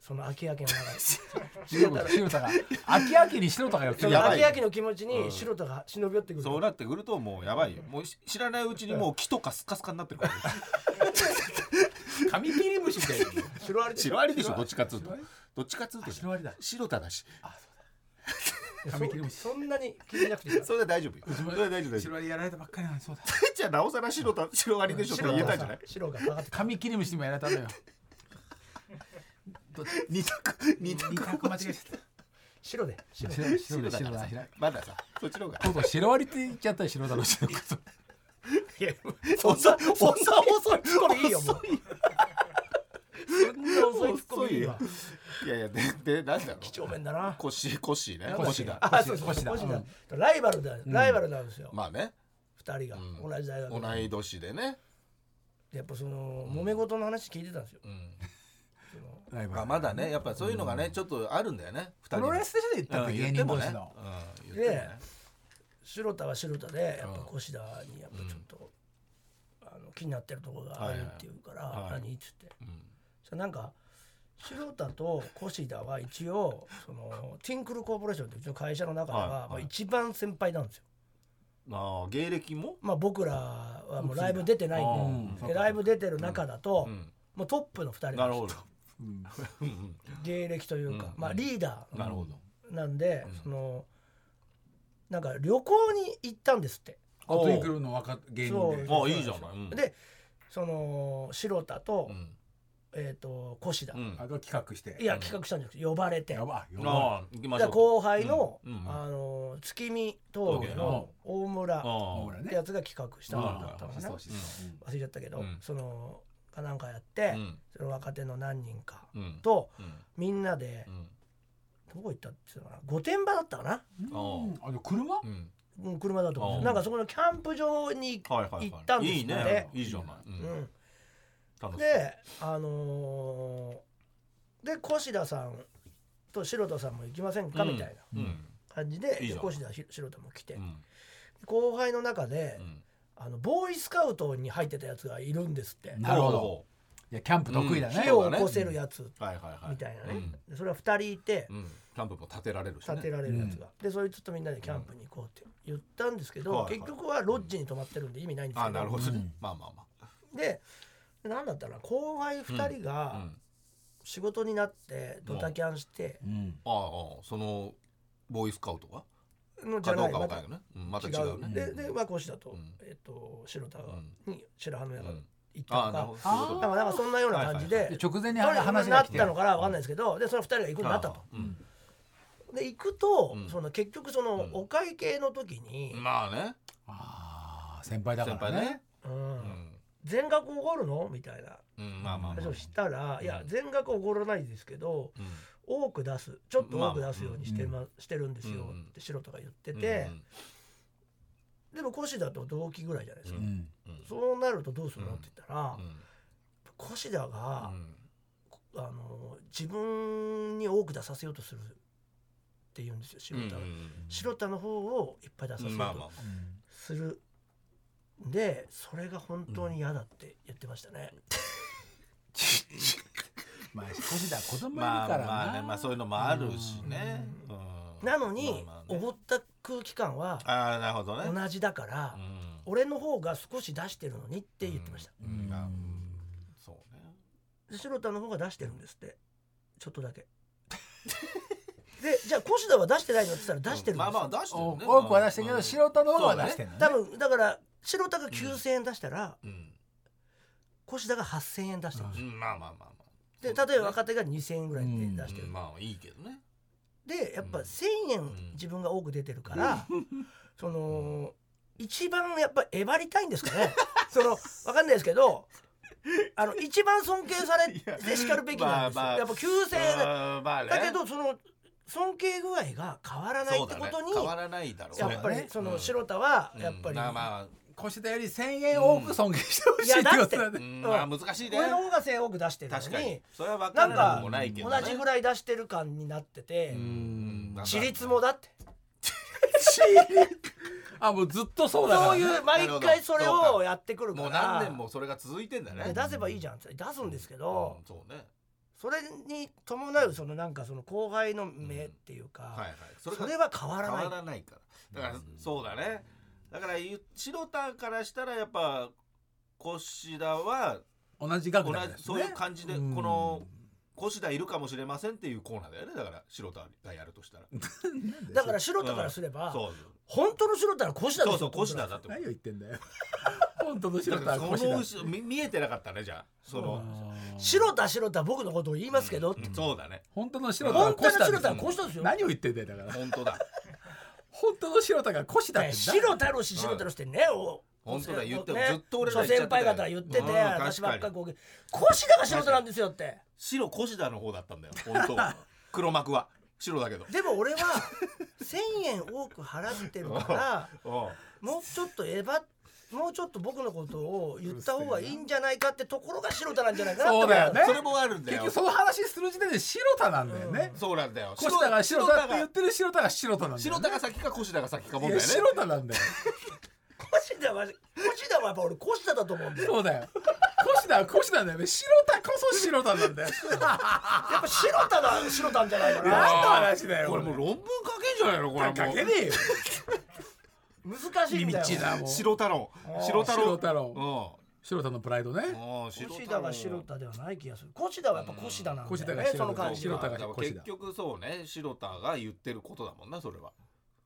[SPEAKER 5] その飽き飽きの中
[SPEAKER 6] 白田が白田が飽き飽きに白田が寄って
[SPEAKER 5] で。
[SPEAKER 4] やば
[SPEAKER 5] 飽
[SPEAKER 4] い
[SPEAKER 5] き飽きの気持ちに、白田が忍び寄ってくる。
[SPEAKER 4] そうなってくるともうやばいよもうし知らないうちにもう木とかスカスカになってるから
[SPEAKER 5] カミキリムシみたい なシロアリでしょ
[SPEAKER 4] 白ありでしょどっちかっつうとどっちかっつうと
[SPEAKER 6] あシロアリだ
[SPEAKER 4] 白田だし
[SPEAKER 6] カミキリムシ
[SPEAKER 5] そんなに気にしなくていいから
[SPEAKER 4] それは大丈夫よそれは大丈夫大
[SPEAKER 6] シ
[SPEAKER 4] 丈夫
[SPEAKER 6] ロアリやられたばっかりなのにそうだ
[SPEAKER 4] じゃあなおさら白田白ありでしょって言えたんじゃない
[SPEAKER 5] 白がかかって
[SPEAKER 6] カミキリムシにもやられたのよ
[SPEAKER 4] 二択二択
[SPEAKER 6] 二択間違えちゃっ
[SPEAKER 5] 白で
[SPEAKER 6] た
[SPEAKER 5] 白
[SPEAKER 6] 白
[SPEAKER 4] 白
[SPEAKER 6] 白
[SPEAKER 4] だか
[SPEAKER 6] だ白
[SPEAKER 4] ら
[SPEAKER 6] だ
[SPEAKER 4] さ
[SPEAKER 6] 白だ
[SPEAKER 4] まださそっちの方が
[SPEAKER 6] そうそうシロアリって言っちゃったら白だろうし
[SPEAKER 5] そんなそんな遅いツッコミいいよもうそんな遅いツッコミいいわ
[SPEAKER 4] いやいやででなんだろう
[SPEAKER 5] 几帳面だな
[SPEAKER 4] コッシーコッシーね
[SPEAKER 5] なんだ
[SPEAKER 4] コ
[SPEAKER 5] っけ
[SPEAKER 4] ッシーだ
[SPEAKER 5] あそうそう
[SPEAKER 6] 腰だ
[SPEAKER 5] 腰だライバルだライバルなんですよ
[SPEAKER 4] まあね
[SPEAKER 5] 二人が同じ大学
[SPEAKER 4] 同
[SPEAKER 5] で
[SPEAKER 4] い年でね
[SPEAKER 5] やっぱその揉め事の話聞いてたんですよ
[SPEAKER 6] ライバ
[SPEAKER 4] あ
[SPEAKER 6] ル
[SPEAKER 4] まだねやっぱそういうのがねちょっとあるんだよね二人
[SPEAKER 6] プ
[SPEAKER 4] の
[SPEAKER 6] ロレスでしょ言ったら
[SPEAKER 4] うん
[SPEAKER 6] 芸
[SPEAKER 4] 言って
[SPEAKER 6] 人
[SPEAKER 4] も
[SPEAKER 6] 同
[SPEAKER 4] ね
[SPEAKER 6] 士の
[SPEAKER 4] うん言っても
[SPEAKER 5] で
[SPEAKER 4] ね
[SPEAKER 5] 白田は白田でやっぱ腰田にやっぱちょっとあの気になってるところがあるっていうから
[SPEAKER 4] はい
[SPEAKER 5] 何っつってそなんか白田と越田は一応そのティンクルコーポレーションってうちの会社の中で
[SPEAKER 4] はいは
[SPEAKER 5] はいまあ一番先輩なんですよ。
[SPEAKER 4] ああ芸歴も
[SPEAKER 5] まあ、僕らはもうライブ出てないんで,、
[SPEAKER 6] うん
[SPEAKER 5] でライブ出てる中だと、
[SPEAKER 4] うん
[SPEAKER 5] もうトップの2人
[SPEAKER 4] な
[SPEAKER 5] なん
[SPEAKER 4] る
[SPEAKER 5] です
[SPEAKER 4] ほ
[SPEAKER 5] よ
[SPEAKER 4] ど
[SPEAKER 5] 芸歴というか、
[SPEAKER 4] うん
[SPEAKER 5] まあ、リーダ
[SPEAKER 4] なるほど
[SPEAKER 5] ーなんで、そのなんか旅行に行ったんですって。
[SPEAKER 6] あトゥインクルの若芸人で
[SPEAKER 5] そう
[SPEAKER 4] あいいじゃないうん
[SPEAKER 5] でその白田と,、
[SPEAKER 4] うん
[SPEAKER 5] えー、と越田、
[SPEAKER 4] うん
[SPEAKER 6] あと企画して
[SPEAKER 5] いや企画したんじゃなくて呼ばれて
[SPEAKER 6] やばやば
[SPEAKER 4] ああ行きまし
[SPEAKER 5] で
[SPEAKER 4] ょうか
[SPEAKER 5] 後輩の,、
[SPEAKER 4] うんうん
[SPEAKER 5] あの月見峠の
[SPEAKER 6] 峠
[SPEAKER 5] 大村っ
[SPEAKER 4] あ
[SPEAKER 6] ほら
[SPEAKER 5] て
[SPEAKER 6] ね
[SPEAKER 5] やつが企画したんだったのかな
[SPEAKER 6] そう
[SPEAKER 5] 忘
[SPEAKER 6] しそう
[SPEAKER 5] れちゃったけど、
[SPEAKER 4] うん
[SPEAKER 5] そのかなんかやって
[SPEAKER 4] あう、ん
[SPEAKER 5] その若手の何人か
[SPEAKER 4] うん
[SPEAKER 5] と
[SPEAKER 4] うん
[SPEAKER 5] みんなで
[SPEAKER 4] うん
[SPEAKER 5] どこ行ったって言ってたかな御殿場だったかな、
[SPEAKER 6] うんあの車
[SPEAKER 4] うん
[SPEAKER 5] うん、車だと思
[SPEAKER 4] あ
[SPEAKER 5] う
[SPEAKER 4] あ
[SPEAKER 5] なんかそこのキャンプ場に、
[SPEAKER 4] はいはい
[SPEAKER 5] 行った
[SPEAKER 4] は
[SPEAKER 5] ん
[SPEAKER 4] い
[SPEAKER 5] です
[SPEAKER 4] い
[SPEAKER 5] っ
[SPEAKER 4] い
[SPEAKER 5] て
[SPEAKER 4] ねいいじゃないうん
[SPEAKER 5] うん、
[SPEAKER 4] 楽しそう
[SPEAKER 5] であのーで越田さんと白田さんも行きませんか、みたいな
[SPEAKER 4] うん
[SPEAKER 5] 感じで
[SPEAKER 4] いいじゃん
[SPEAKER 5] 越田ひ白田も来て、
[SPEAKER 4] うん
[SPEAKER 5] 後輩の中で、
[SPEAKER 4] うん
[SPEAKER 5] あのボーイスカウトに入ってたやつがいるんですって
[SPEAKER 6] なるほど
[SPEAKER 4] ほ
[SPEAKER 6] いやキャンプ得意だ
[SPEAKER 4] うん
[SPEAKER 6] ね
[SPEAKER 5] 火を起こせるやつ
[SPEAKER 4] うはいはいはい
[SPEAKER 5] みたいなね、でそれは2人いて
[SPEAKER 4] うんうんキャンプも立てられるしね
[SPEAKER 5] 立てられるやつが、でそいつとみんなでキャンプに行こうって言ったんですけど、
[SPEAKER 4] はいはい
[SPEAKER 5] 結局はロッジに泊まってるんで意味ないんです
[SPEAKER 4] あ
[SPEAKER 5] け
[SPEAKER 4] あ
[SPEAKER 5] ど
[SPEAKER 4] なるほどねまあまあまあ
[SPEAKER 5] で何だったら後輩2人
[SPEAKER 4] う
[SPEAKER 5] が
[SPEAKER 4] ん
[SPEAKER 5] 仕事になってドタキャンして、
[SPEAKER 6] うん
[SPEAKER 4] ああああそのボーイスカウトが
[SPEAKER 5] のじ
[SPEAKER 4] か
[SPEAKER 5] ゃ
[SPEAKER 4] ど
[SPEAKER 5] な
[SPEAKER 4] う
[SPEAKER 5] い
[SPEAKER 4] か
[SPEAKER 5] ま
[SPEAKER 4] わかん
[SPEAKER 5] た
[SPEAKER 4] ないけどねうんまた
[SPEAKER 5] 違
[SPEAKER 4] 違
[SPEAKER 5] う
[SPEAKER 4] うね
[SPEAKER 5] でで和光市だと、
[SPEAKER 4] うん
[SPEAKER 5] えっと白田
[SPEAKER 4] ん
[SPEAKER 5] に白羽の矢が
[SPEAKER 4] うん
[SPEAKER 5] 行った
[SPEAKER 4] ああ
[SPEAKER 5] と
[SPEAKER 4] な
[SPEAKER 5] か
[SPEAKER 4] るほど、そういうこ
[SPEAKER 5] なん
[SPEAKER 4] と
[SPEAKER 5] かなんかそんなような感じで、
[SPEAKER 4] はい
[SPEAKER 6] で直前に
[SPEAKER 5] どういう
[SPEAKER 6] 話
[SPEAKER 5] な
[SPEAKER 6] が
[SPEAKER 5] っ
[SPEAKER 6] 来て
[SPEAKER 5] たのかなわかんないですけどでその2人が行くようになったと
[SPEAKER 4] あ。あうん
[SPEAKER 5] で行くと、
[SPEAKER 4] うん
[SPEAKER 5] その結局その、
[SPEAKER 4] うん
[SPEAKER 5] お会計の時に、
[SPEAKER 4] まあね
[SPEAKER 6] ああ先輩だ
[SPEAKER 4] 先
[SPEAKER 6] から
[SPEAKER 4] 輩
[SPEAKER 6] ね
[SPEAKER 4] ね
[SPEAKER 5] うん
[SPEAKER 4] うん
[SPEAKER 5] 全額おごるのみたいな
[SPEAKER 4] うんまあまあまあ
[SPEAKER 5] 話をしたら、
[SPEAKER 4] ん
[SPEAKER 5] いや全額おごらないですけど
[SPEAKER 4] うん
[SPEAKER 5] 多く出すちょっと多く出すようにして,、ましてるんですよ
[SPEAKER 4] うんうん
[SPEAKER 5] って白田が言ってて
[SPEAKER 4] う、ん
[SPEAKER 5] でもコシダと同期ぐらいじゃないですか、
[SPEAKER 6] うん
[SPEAKER 5] そうなるとどうするのって言ったら、
[SPEAKER 4] うん
[SPEAKER 5] コシダ
[SPEAKER 4] う
[SPEAKER 5] が、
[SPEAKER 4] ん
[SPEAKER 5] あの自分に多く出させようとするって言うんですよ白田が、
[SPEAKER 4] うん
[SPEAKER 5] 白田の方をいっぱい出させよう
[SPEAKER 4] まあま
[SPEAKER 5] と
[SPEAKER 4] あ
[SPEAKER 5] する、でそれが本当に嫌だって言ってましたね、
[SPEAKER 6] まあ少しだ子供いる
[SPEAKER 4] まあ
[SPEAKER 6] から
[SPEAKER 4] まあね
[SPEAKER 6] な
[SPEAKER 4] まあそういうのもあるしねうん
[SPEAKER 5] なのに、
[SPEAKER 4] まあまあ
[SPEAKER 5] お
[SPEAKER 4] ね
[SPEAKER 5] ごった空気感は
[SPEAKER 4] ああなるほどね
[SPEAKER 5] 同じだから、
[SPEAKER 4] うん
[SPEAKER 5] 俺の方が少し出してるのにって言ってました、
[SPEAKER 4] うんまあうんそうね
[SPEAKER 5] で白田の方が出してるんですってちょっとだけ でじゃあコシダは出してないのって言ったら出してるんです
[SPEAKER 4] ま
[SPEAKER 5] よ、
[SPEAKER 4] あまあ出してる
[SPEAKER 6] お
[SPEAKER 4] ね
[SPEAKER 6] 多くは出してるけ
[SPEAKER 4] まあ
[SPEAKER 6] ど素人の方は出してるのね
[SPEAKER 5] 多分だから白田が9,000円出したら、
[SPEAKER 4] うん
[SPEAKER 5] コシダが8,000円出してるんですよ
[SPEAKER 4] うんまあまあまあまあ
[SPEAKER 5] で例えば若手が2,000円ぐらいで出して
[SPEAKER 4] う
[SPEAKER 5] る、
[SPEAKER 4] んまあいいけどね
[SPEAKER 5] でやっぱ
[SPEAKER 4] うん
[SPEAKER 5] 1,000円自分が多く出てる から、その一番やっぱえばりたいんですか ねそのわかんないですけどあの一番尊敬されてしかるべきなんですよ、
[SPEAKER 4] まあまあ
[SPEAKER 5] やっぱ9,000円
[SPEAKER 4] うんまあね
[SPEAKER 5] だけどその尊敬具合が変わらない
[SPEAKER 4] そ
[SPEAKER 5] っ
[SPEAKER 4] う
[SPEAKER 5] て
[SPEAKER 4] だ
[SPEAKER 5] こ
[SPEAKER 4] ね
[SPEAKER 5] とに、
[SPEAKER 4] 変わらないだろう
[SPEAKER 5] やっぱり
[SPEAKER 6] ね
[SPEAKER 5] その
[SPEAKER 4] うん
[SPEAKER 5] 白田はやっぱり、
[SPEAKER 4] まあま
[SPEAKER 6] 腰だより1000円多く尊敬してほしいってことだ
[SPEAKER 4] あう
[SPEAKER 6] ね
[SPEAKER 4] んまあ難しいね
[SPEAKER 5] 俺の方が1,000円多く出してる
[SPEAKER 4] 確
[SPEAKER 5] の
[SPEAKER 4] か
[SPEAKER 5] に
[SPEAKER 4] に。それは分
[SPEAKER 5] な
[SPEAKER 4] か
[SPEAKER 5] ん
[SPEAKER 4] らな
[SPEAKER 5] か
[SPEAKER 4] くもな
[SPEAKER 5] 同
[SPEAKER 4] いけどね
[SPEAKER 5] じぐらい出してる感になってて
[SPEAKER 4] うん
[SPEAKER 5] 私立もだって
[SPEAKER 6] あもうずっとそうだから
[SPEAKER 5] そう
[SPEAKER 6] ね
[SPEAKER 5] いう毎回それをやってくるか
[SPEAKER 4] も
[SPEAKER 5] ら
[SPEAKER 4] う何年もそれが続いてんだ
[SPEAKER 5] で
[SPEAKER 4] ね
[SPEAKER 5] 出せばいいじゃんって出すんですけど
[SPEAKER 4] うんそうね
[SPEAKER 5] それに伴うそのなんかその後輩の目っていう
[SPEAKER 4] はいは
[SPEAKER 5] か
[SPEAKER 4] い
[SPEAKER 5] そ
[SPEAKER 4] そ
[SPEAKER 5] れ
[SPEAKER 4] れが
[SPEAKER 5] は変わらな
[SPEAKER 4] 変わ
[SPEAKER 5] い
[SPEAKER 4] らないからだからそうだねだからゆ白田からしたらやっぱ越田は
[SPEAKER 6] 同じ額
[SPEAKER 4] 同
[SPEAKER 6] だから
[SPEAKER 4] じそういう感じで、
[SPEAKER 6] うん
[SPEAKER 4] この越田いるかもしれませんっていうコーナーだよねだから素人がやるとしたら
[SPEAKER 5] だ から白田からすれば、
[SPEAKER 4] そう
[SPEAKER 5] 本当の白田は越田で
[SPEAKER 4] そう
[SPEAKER 5] す
[SPEAKER 4] そ
[SPEAKER 5] よ
[SPEAKER 4] う越田だって
[SPEAKER 6] 何を言ってんだよ本当の白
[SPEAKER 4] だ
[SPEAKER 6] 田
[SPEAKER 4] から
[SPEAKER 6] は
[SPEAKER 4] その
[SPEAKER 6] 腰だ
[SPEAKER 4] 後ろ見見えてなかったねじゃあその
[SPEAKER 5] 白田白田僕のことを言いますけど、って
[SPEAKER 4] そうだね
[SPEAKER 6] 本当の白田は
[SPEAKER 5] 本当の
[SPEAKER 6] 腰だ
[SPEAKER 5] 白田は越田ですよ
[SPEAKER 6] 何を言ってんだよだから
[SPEAKER 4] 本当だ
[SPEAKER 6] 本当の白田が腰だって
[SPEAKER 5] ね白田のし白田のしってね、お
[SPEAKER 4] 本当だ言って
[SPEAKER 5] ね
[SPEAKER 4] ずっと俺ら
[SPEAKER 5] 諸
[SPEAKER 4] 言っちゃ
[SPEAKER 5] 先
[SPEAKER 4] ってた
[SPEAKER 5] 輩
[SPEAKER 4] よ
[SPEAKER 5] 方は言ってて、
[SPEAKER 4] うん
[SPEAKER 5] 私ばっ
[SPEAKER 4] 確
[SPEAKER 5] か
[SPEAKER 4] か
[SPEAKER 5] り
[SPEAKER 4] に
[SPEAKER 5] こう越田が白田なんですよって
[SPEAKER 4] 白越田の方だったんだよ本当 黒幕は白だけど
[SPEAKER 5] でも 俺は1,000円多く払ってるから
[SPEAKER 4] う
[SPEAKER 5] もうちょっとえばもうちょっと僕のことを言った方がいいんじゃないかってところが白田なんじゃないかなって
[SPEAKER 6] そうだよね
[SPEAKER 4] んそれもあるんだ
[SPEAKER 6] 結
[SPEAKER 4] よ
[SPEAKER 6] 局その話する時点で白田なんだよね
[SPEAKER 4] そうなんだよ
[SPEAKER 6] 腰田が白田って言ってる白田が白田なんだよ
[SPEAKER 4] 白
[SPEAKER 6] ね
[SPEAKER 4] 田が先か越田が先か問
[SPEAKER 6] い
[SPEAKER 4] 題
[SPEAKER 6] や
[SPEAKER 4] ね
[SPEAKER 6] 白田なんだよ
[SPEAKER 5] 越田は越田はやっぱ俺越田だと思うんだよ
[SPEAKER 6] そうだよ腰だ腰なんだよね白田こそ白田なんだよ
[SPEAKER 5] やっぱ白田だ白田なんじゃないか
[SPEAKER 6] や
[SPEAKER 5] な
[SPEAKER 6] 何の話だよ
[SPEAKER 4] これもう論文書けんじゃないのこれもう
[SPEAKER 6] かけねえよ
[SPEAKER 5] 難しいんだよ
[SPEAKER 6] ちだもん
[SPEAKER 4] 白太郎白太郎
[SPEAKER 6] 白太郎白田のプライドね
[SPEAKER 4] うんうん白
[SPEAKER 5] 越
[SPEAKER 4] 太
[SPEAKER 5] 田
[SPEAKER 4] 郎
[SPEAKER 5] が白田ではない気がする越田はやっぱ越田なん
[SPEAKER 6] 越
[SPEAKER 5] だ
[SPEAKER 6] 田
[SPEAKER 5] よ
[SPEAKER 6] が
[SPEAKER 5] ね
[SPEAKER 6] 白田
[SPEAKER 5] その感じ
[SPEAKER 6] 白
[SPEAKER 5] は
[SPEAKER 6] 田が
[SPEAKER 4] だから
[SPEAKER 6] 腰だ
[SPEAKER 4] 結局そうね白田が言ってることだもんなそれは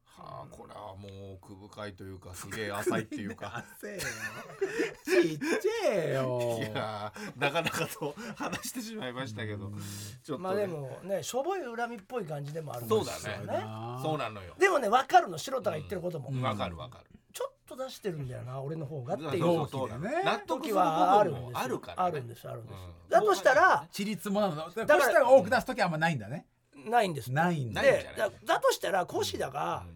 [SPEAKER 4] はあこれはもう奥深いというかすげえ浅いってい うか
[SPEAKER 6] せえよちっちゃえよ
[SPEAKER 4] いやーなかなかと 話してしまいましたけどちょっとね
[SPEAKER 5] まあでもねしょぼい恨みっぽい感じでもあるんですよ
[SPEAKER 4] そうだね
[SPEAKER 6] あー
[SPEAKER 4] そうなのよ
[SPEAKER 5] でもね分かるの白田が言ってることも、
[SPEAKER 4] わかるわかる
[SPEAKER 5] ちょっと出してるんだよな俺の方がってい
[SPEAKER 4] そううそうそう
[SPEAKER 6] 同期でね
[SPEAKER 4] 納得す
[SPEAKER 5] 時
[SPEAKER 4] る部分
[SPEAKER 5] はあるん
[SPEAKER 4] も
[SPEAKER 5] ですよ
[SPEAKER 4] あるから
[SPEAKER 5] あ
[SPEAKER 4] ね
[SPEAKER 5] るんですあるんです、
[SPEAKER 4] うん
[SPEAKER 5] だとしたら
[SPEAKER 6] ちりつもなのだ
[SPEAKER 5] から
[SPEAKER 6] 腰田が多く出す時はあんまないんだね
[SPEAKER 5] ないんです
[SPEAKER 6] ないんだ
[SPEAKER 4] ないんじ
[SPEAKER 5] で
[SPEAKER 4] ゃない
[SPEAKER 5] だだとしたらコシダが「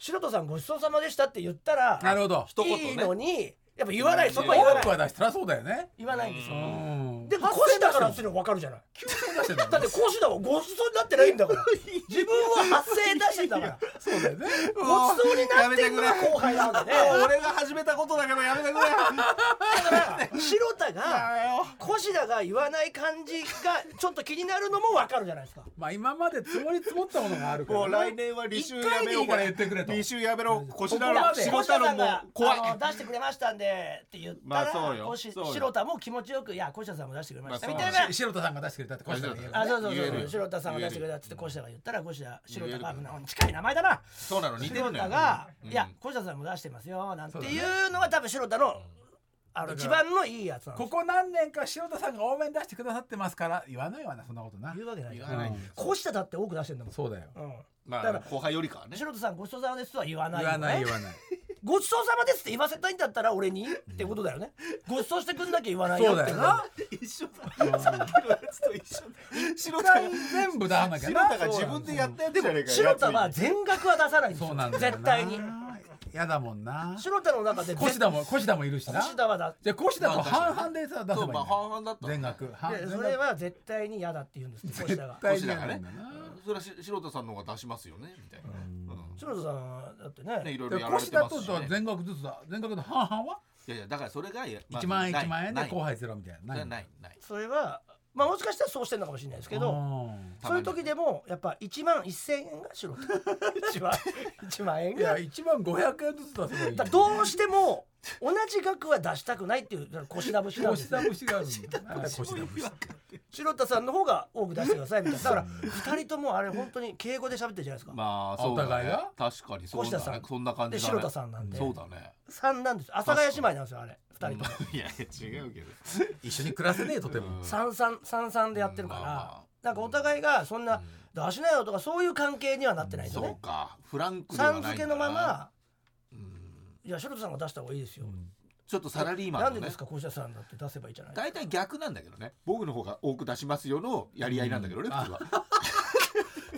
[SPEAKER 5] 白田さんごちそうさまでした」って言ったら
[SPEAKER 6] なるほど
[SPEAKER 4] 一言ね
[SPEAKER 5] いいのにやっぱ言わないそこは言わ
[SPEAKER 6] 多く
[SPEAKER 5] ない
[SPEAKER 6] は出したらそうだよね
[SPEAKER 5] 言わないんですよ
[SPEAKER 6] うん
[SPEAKER 5] で
[SPEAKER 6] 8000
[SPEAKER 5] コシダからすれば分かるじゃない
[SPEAKER 6] 出してんだよね
[SPEAKER 5] だってコシダはごちそうになってないんだから自分は発声出してんだから
[SPEAKER 6] そうだよね
[SPEAKER 5] ごちそうになってるのが
[SPEAKER 4] やめてくれ
[SPEAKER 5] 後輩なんでね
[SPEAKER 4] 俺が始めたことだけどや めてくれ
[SPEAKER 5] だから白田がコシダが言わない感じがちょっと気になるのも分かるじゃないですか
[SPEAKER 6] まあ今まで積もり積もったものがあるから
[SPEAKER 4] もう
[SPEAKER 6] ね
[SPEAKER 4] 来年は履修やめ
[SPEAKER 6] 一回でい
[SPEAKER 4] ろ
[SPEAKER 6] いから言ってくれと
[SPEAKER 4] 履修やめろ腰
[SPEAKER 6] こ
[SPEAKER 4] だ
[SPEAKER 6] こま
[SPEAKER 4] ろ
[SPEAKER 6] で
[SPEAKER 4] 白太郎も怖い
[SPEAKER 5] あの出してくれましたんでって言った
[SPEAKER 4] まあそう
[SPEAKER 5] ら、
[SPEAKER 4] よ
[SPEAKER 5] こし
[SPEAKER 4] そうよ
[SPEAKER 5] 白田も気持ちよく「いや小下さんも出してくれました」
[SPEAKER 4] ま
[SPEAKER 5] み
[SPEAKER 4] あ
[SPEAKER 5] たいな。
[SPEAKER 6] し白田さんが出してくれたって腰田が言えば
[SPEAKER 5] あ
[SPEAKER 6] ね
[SPEAKER 5] そうそう
[SPEAKER 4] 言え
[SPEAKER 5] そ
[SPEAKER 4] る
[SPEAKER 5] う
[SPEAKER 4] よ
[SPEAKER 5] 白田さんが出してくれたっつって小下が言ったら小下白田がうん近い名前だな
[SPEAKER 4] そうなの似て
[SPEAKER 5] 白
[SPEAKER 4] るのよ
[SPEAKER 5] 田が「
[SPEAKER 4] うん
[SPEAKER 5] いや小下さんも出してますよ」なんていうのが多分白田のあの一番のいいやつなんで
[SPEAKER 6] こ
[SPEAKER 5] す
[SPEAKER 6] こ何年か白田さんが多めに出してくださってますから言わないわなそんなことな
[SPEAKER 5] 言うわけないじゃ
[SPEAKER 4] 言わ
[SPEAKER 5] ん
[SPEAKER 4] ない
[SPEAKER 5] 小下だって多く出してんだもん
[SPEAKER 6] そうだよ
[SPEAKER 5] うん
[SPEAKER 4] ま
[SPEAKER 5] だ
[SPEAKER 4] あ
[SPEAKER 5] から
[SPEAKER 4] 後輩よりかはね
[SPEAKER 5] 白田さんごちそうさまですとは言わないよ
[SPEAKER 6] 言わ
[SPEAKER 5] ね
[SPEAKER 6] ない言わない
[SPEAKER 5] ごちそうさまですって言わせたいんだったら俺にってことだよねごちそうしてくんなきゃ言わないよ
[SPEAKER 6] そう
[SPEAKER 5] っ
[SPEAKER 6] だ
[SPEAKER 5] て
[SPEAKER 6] よな
[SPEAKER 4] 一緒ださっきのやつと一緒だ白
[SPEAKER 6] 一
[SPEAKER 4] 田
[SPEAKER 6] 回
[SPEAKER 4] が
[SPEAKER 6] 全部出さなきゃ
[SPEAKER 4] 白
[SPEAKER 6] な
[SPEAKER 4] 田が自分でやったやつじゃねえか
[SPEAKER 5] 白田は全額は出さないんです
[SPEAKER 6] そ
[SPEAKER 5] よ
[SPEAKER 6] うなんだよな
[SPEAKER 5] 絶対に
[SPEAKER 6] やだもんな
[SPEAKER 5] 白田の中で
[SPEAKER 6] 腰田も腰田もいるしな
[SPEAKER 5] 越田はだ
[SPEAKER 6] じゃあ腰田と半々でさ出せば
[SPEAKER 4] そ
[SPEAKER 6] いいうん
[SPEAKER 4] まあ
[SPEAKER 6] だ
[SPEAKER 4] 半
[SPEAKER 6] よ
[SPEAKER 4] 々だった
[SPEAKER 6] 全額半
[SPEAKER 5] でそれは絶対に嫌だって言うんです越田が
[SPEAKER 6] 絶対
[SPEAKER 4] 腰
[SPEAKER 6] に
[SPEAKER 4] だ
[SPEAKER 6] や
[SPEAKER 4] から
[SPEAKER 6] だ
[SPEAKER 4] ね
[SPEAKER 6] んだな
[SPEAKER 4] それはし白田さんの方が出しますよねみたいなうん
[SPEAKER 5] 白田さんはだってね
[SPEAKER 4] ねいろいろ
[SPEAKER 6] で
[SPEAKER 4] やられ
[SPEAKER 6] 腰
[SPEAKER 4] て
[SPEAKER 6] 田
[SPEAKER 4] ま
[SPEAKER 6] と
[SPEAKER 4] すしね
[SPEAKER 6] 全額ずつだ全額と半々はい
[SPEAKER 4] やいやだからそれがまあ
[SPEAKER 6] 1万円
[SPEAKER 4] ない
[SPEAKER 6] 1万円で
[SPEAKER 4] ない
[SPEAKER 6] 後輩ゼロみたい
[SPEAKER 4] な
[SPEAKER 6] な
[SPEAKER 4] いい
[SPEAKER 6] の
[SPEAKER 4] ないない
[SPEAKER 5] それはまあもしかしたらそうしてるのかもしれないですけど
[SPEAKER 6] うん
[SPEAKER 5] そういう時でもやっぱ1万1000円が 白田1万1万円
[SPEAKER 6] いや
[SPEAKER 5] が
[SPEAKER 6] 1万500円ずつ出せばい
[SPEAKER 5] だ
[SPEAKER 6] い
[SPEAKER 5] からどうしても同じ額は出したくないっていう腰田節なんで
[SPEAKER 6] 腰
[SPEAKER 5] すよ
[SPEAKER 6] 田節があるんだなんだ腰田節
[SPEAKER 5] 白田さんの方が多く出してくださいみたいなだから2人ともあれ本当に敬語で喋ってるじゃないですか
[SPEAKER 4] まあそうだね
[SPEAKER 6] お互いが
[SPEAKER 4] 確かにそう
[SPEAKER 5] 越田
[SPEAKER 4] だ
[SPEAKER 5] さ
[SPEAKER 4] ね
[SPEAKER 5] ん
[SPEAKER 4] そんな感じ
[SPEAKER 5] で
[SPEAKER 4] だね
[SPEAKER 5] 白田さんなんで
[SPEAKER 4] そうだね
[SPEAKER 5] 3なんです阿佐ヶ谷姉妹なんですよあれ2人とも。
[SPEAKER 4] いやいや違うけど
[SPEAKER 6] 一緒に暮らせねえとても
[SPEAKER 5] 三三三三でやってるから、
[SPEAKER 4] うんまあまあ
[SPEAKER 5] なんかお互いがそんな、出しなよとかそういう関係にはなってないですよ
[SPEAKER 4] そう
[SPEAKER 5] ね。
[SPEAKER 4] かフランクでは
[SPEAKER 5] さ
[SPEAKER 4] な
[SPEAKER 5] ん
[SPEAKER 4] いんだな
[SPEAKER 5] 付けのまま、いや白田さんが出した方がいいですよ。
[SPEAKER 4] ちょっとサラリーマン
[SPEAKER 5] な
[SPEAKER 4] の
[SPEAKER 5] ん
[SPEAKER 4] ね
[SPEAKER 5] でですか小下さんだって出せばいいじゃない。
[SPEAKER 4] 大体逆なんだけどね僕の方が多く出しますよのやり合いなんだけどね、普通は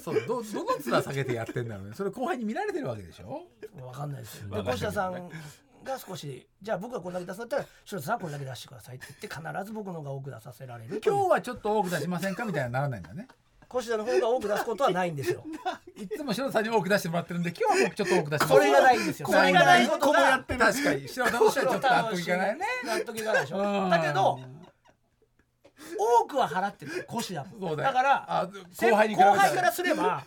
[SPEAKER 6] そうど どの面下げてやってんだろうねそれ後輩に見られてるわけでしょ
[SPEAKER 5] わかんないですよ。
[SPEAKER 4] わ
[SPEAKER 5] で
[SPEAKER 4] かんない
[SPEAKER 5] 小下さんが少しじゃあ僕がこれだけ出すんだったら白田さんはこれだけ出してくださいって言って必ず僕の方が多く出させられるという。
[SPEAKER 6] 今日はちょっと多く出しませんかみたいにならないんだね
[SPEAKER 5] 小下の方が多く出すことはないんですよ。
[SPEAKER 6] いつも白田さんに多く出してもらってるんで今日は僕ちょっと多く出します
[SPEAKER 5] これがないんですよ。
[SPEAKER 6] こ
[SPEAKER 5] こ
[SPEAKER 6] れ
[SPEAKER 5] れ
[SPEAKER 6] が
[SPEAKER 5] が
[SPEAKER 6] な
[SPEAKER 5] ないい
[SPEAKER 6] こ
[SPEAKER 5] ことが。
[SPEAKER 6] 確かに白田としてはちょっと納得いかないね
[SPEAKER 5] 納得いかないでしょ
[SPEAKER 6] うん
[SPEAKER 5] だけど多くは払ってる腰だ
[SPEAKER 6] そ
[SPEAKER 5] も
[SPEAKER 6] うんだ
[SPEAKER 5] だ
[SPEAKER 6] よ
[SPEAKER 5] から
[SPEAKER 6] あ後輩に比べたら
[SPEAKER 5] 後輩からすれば、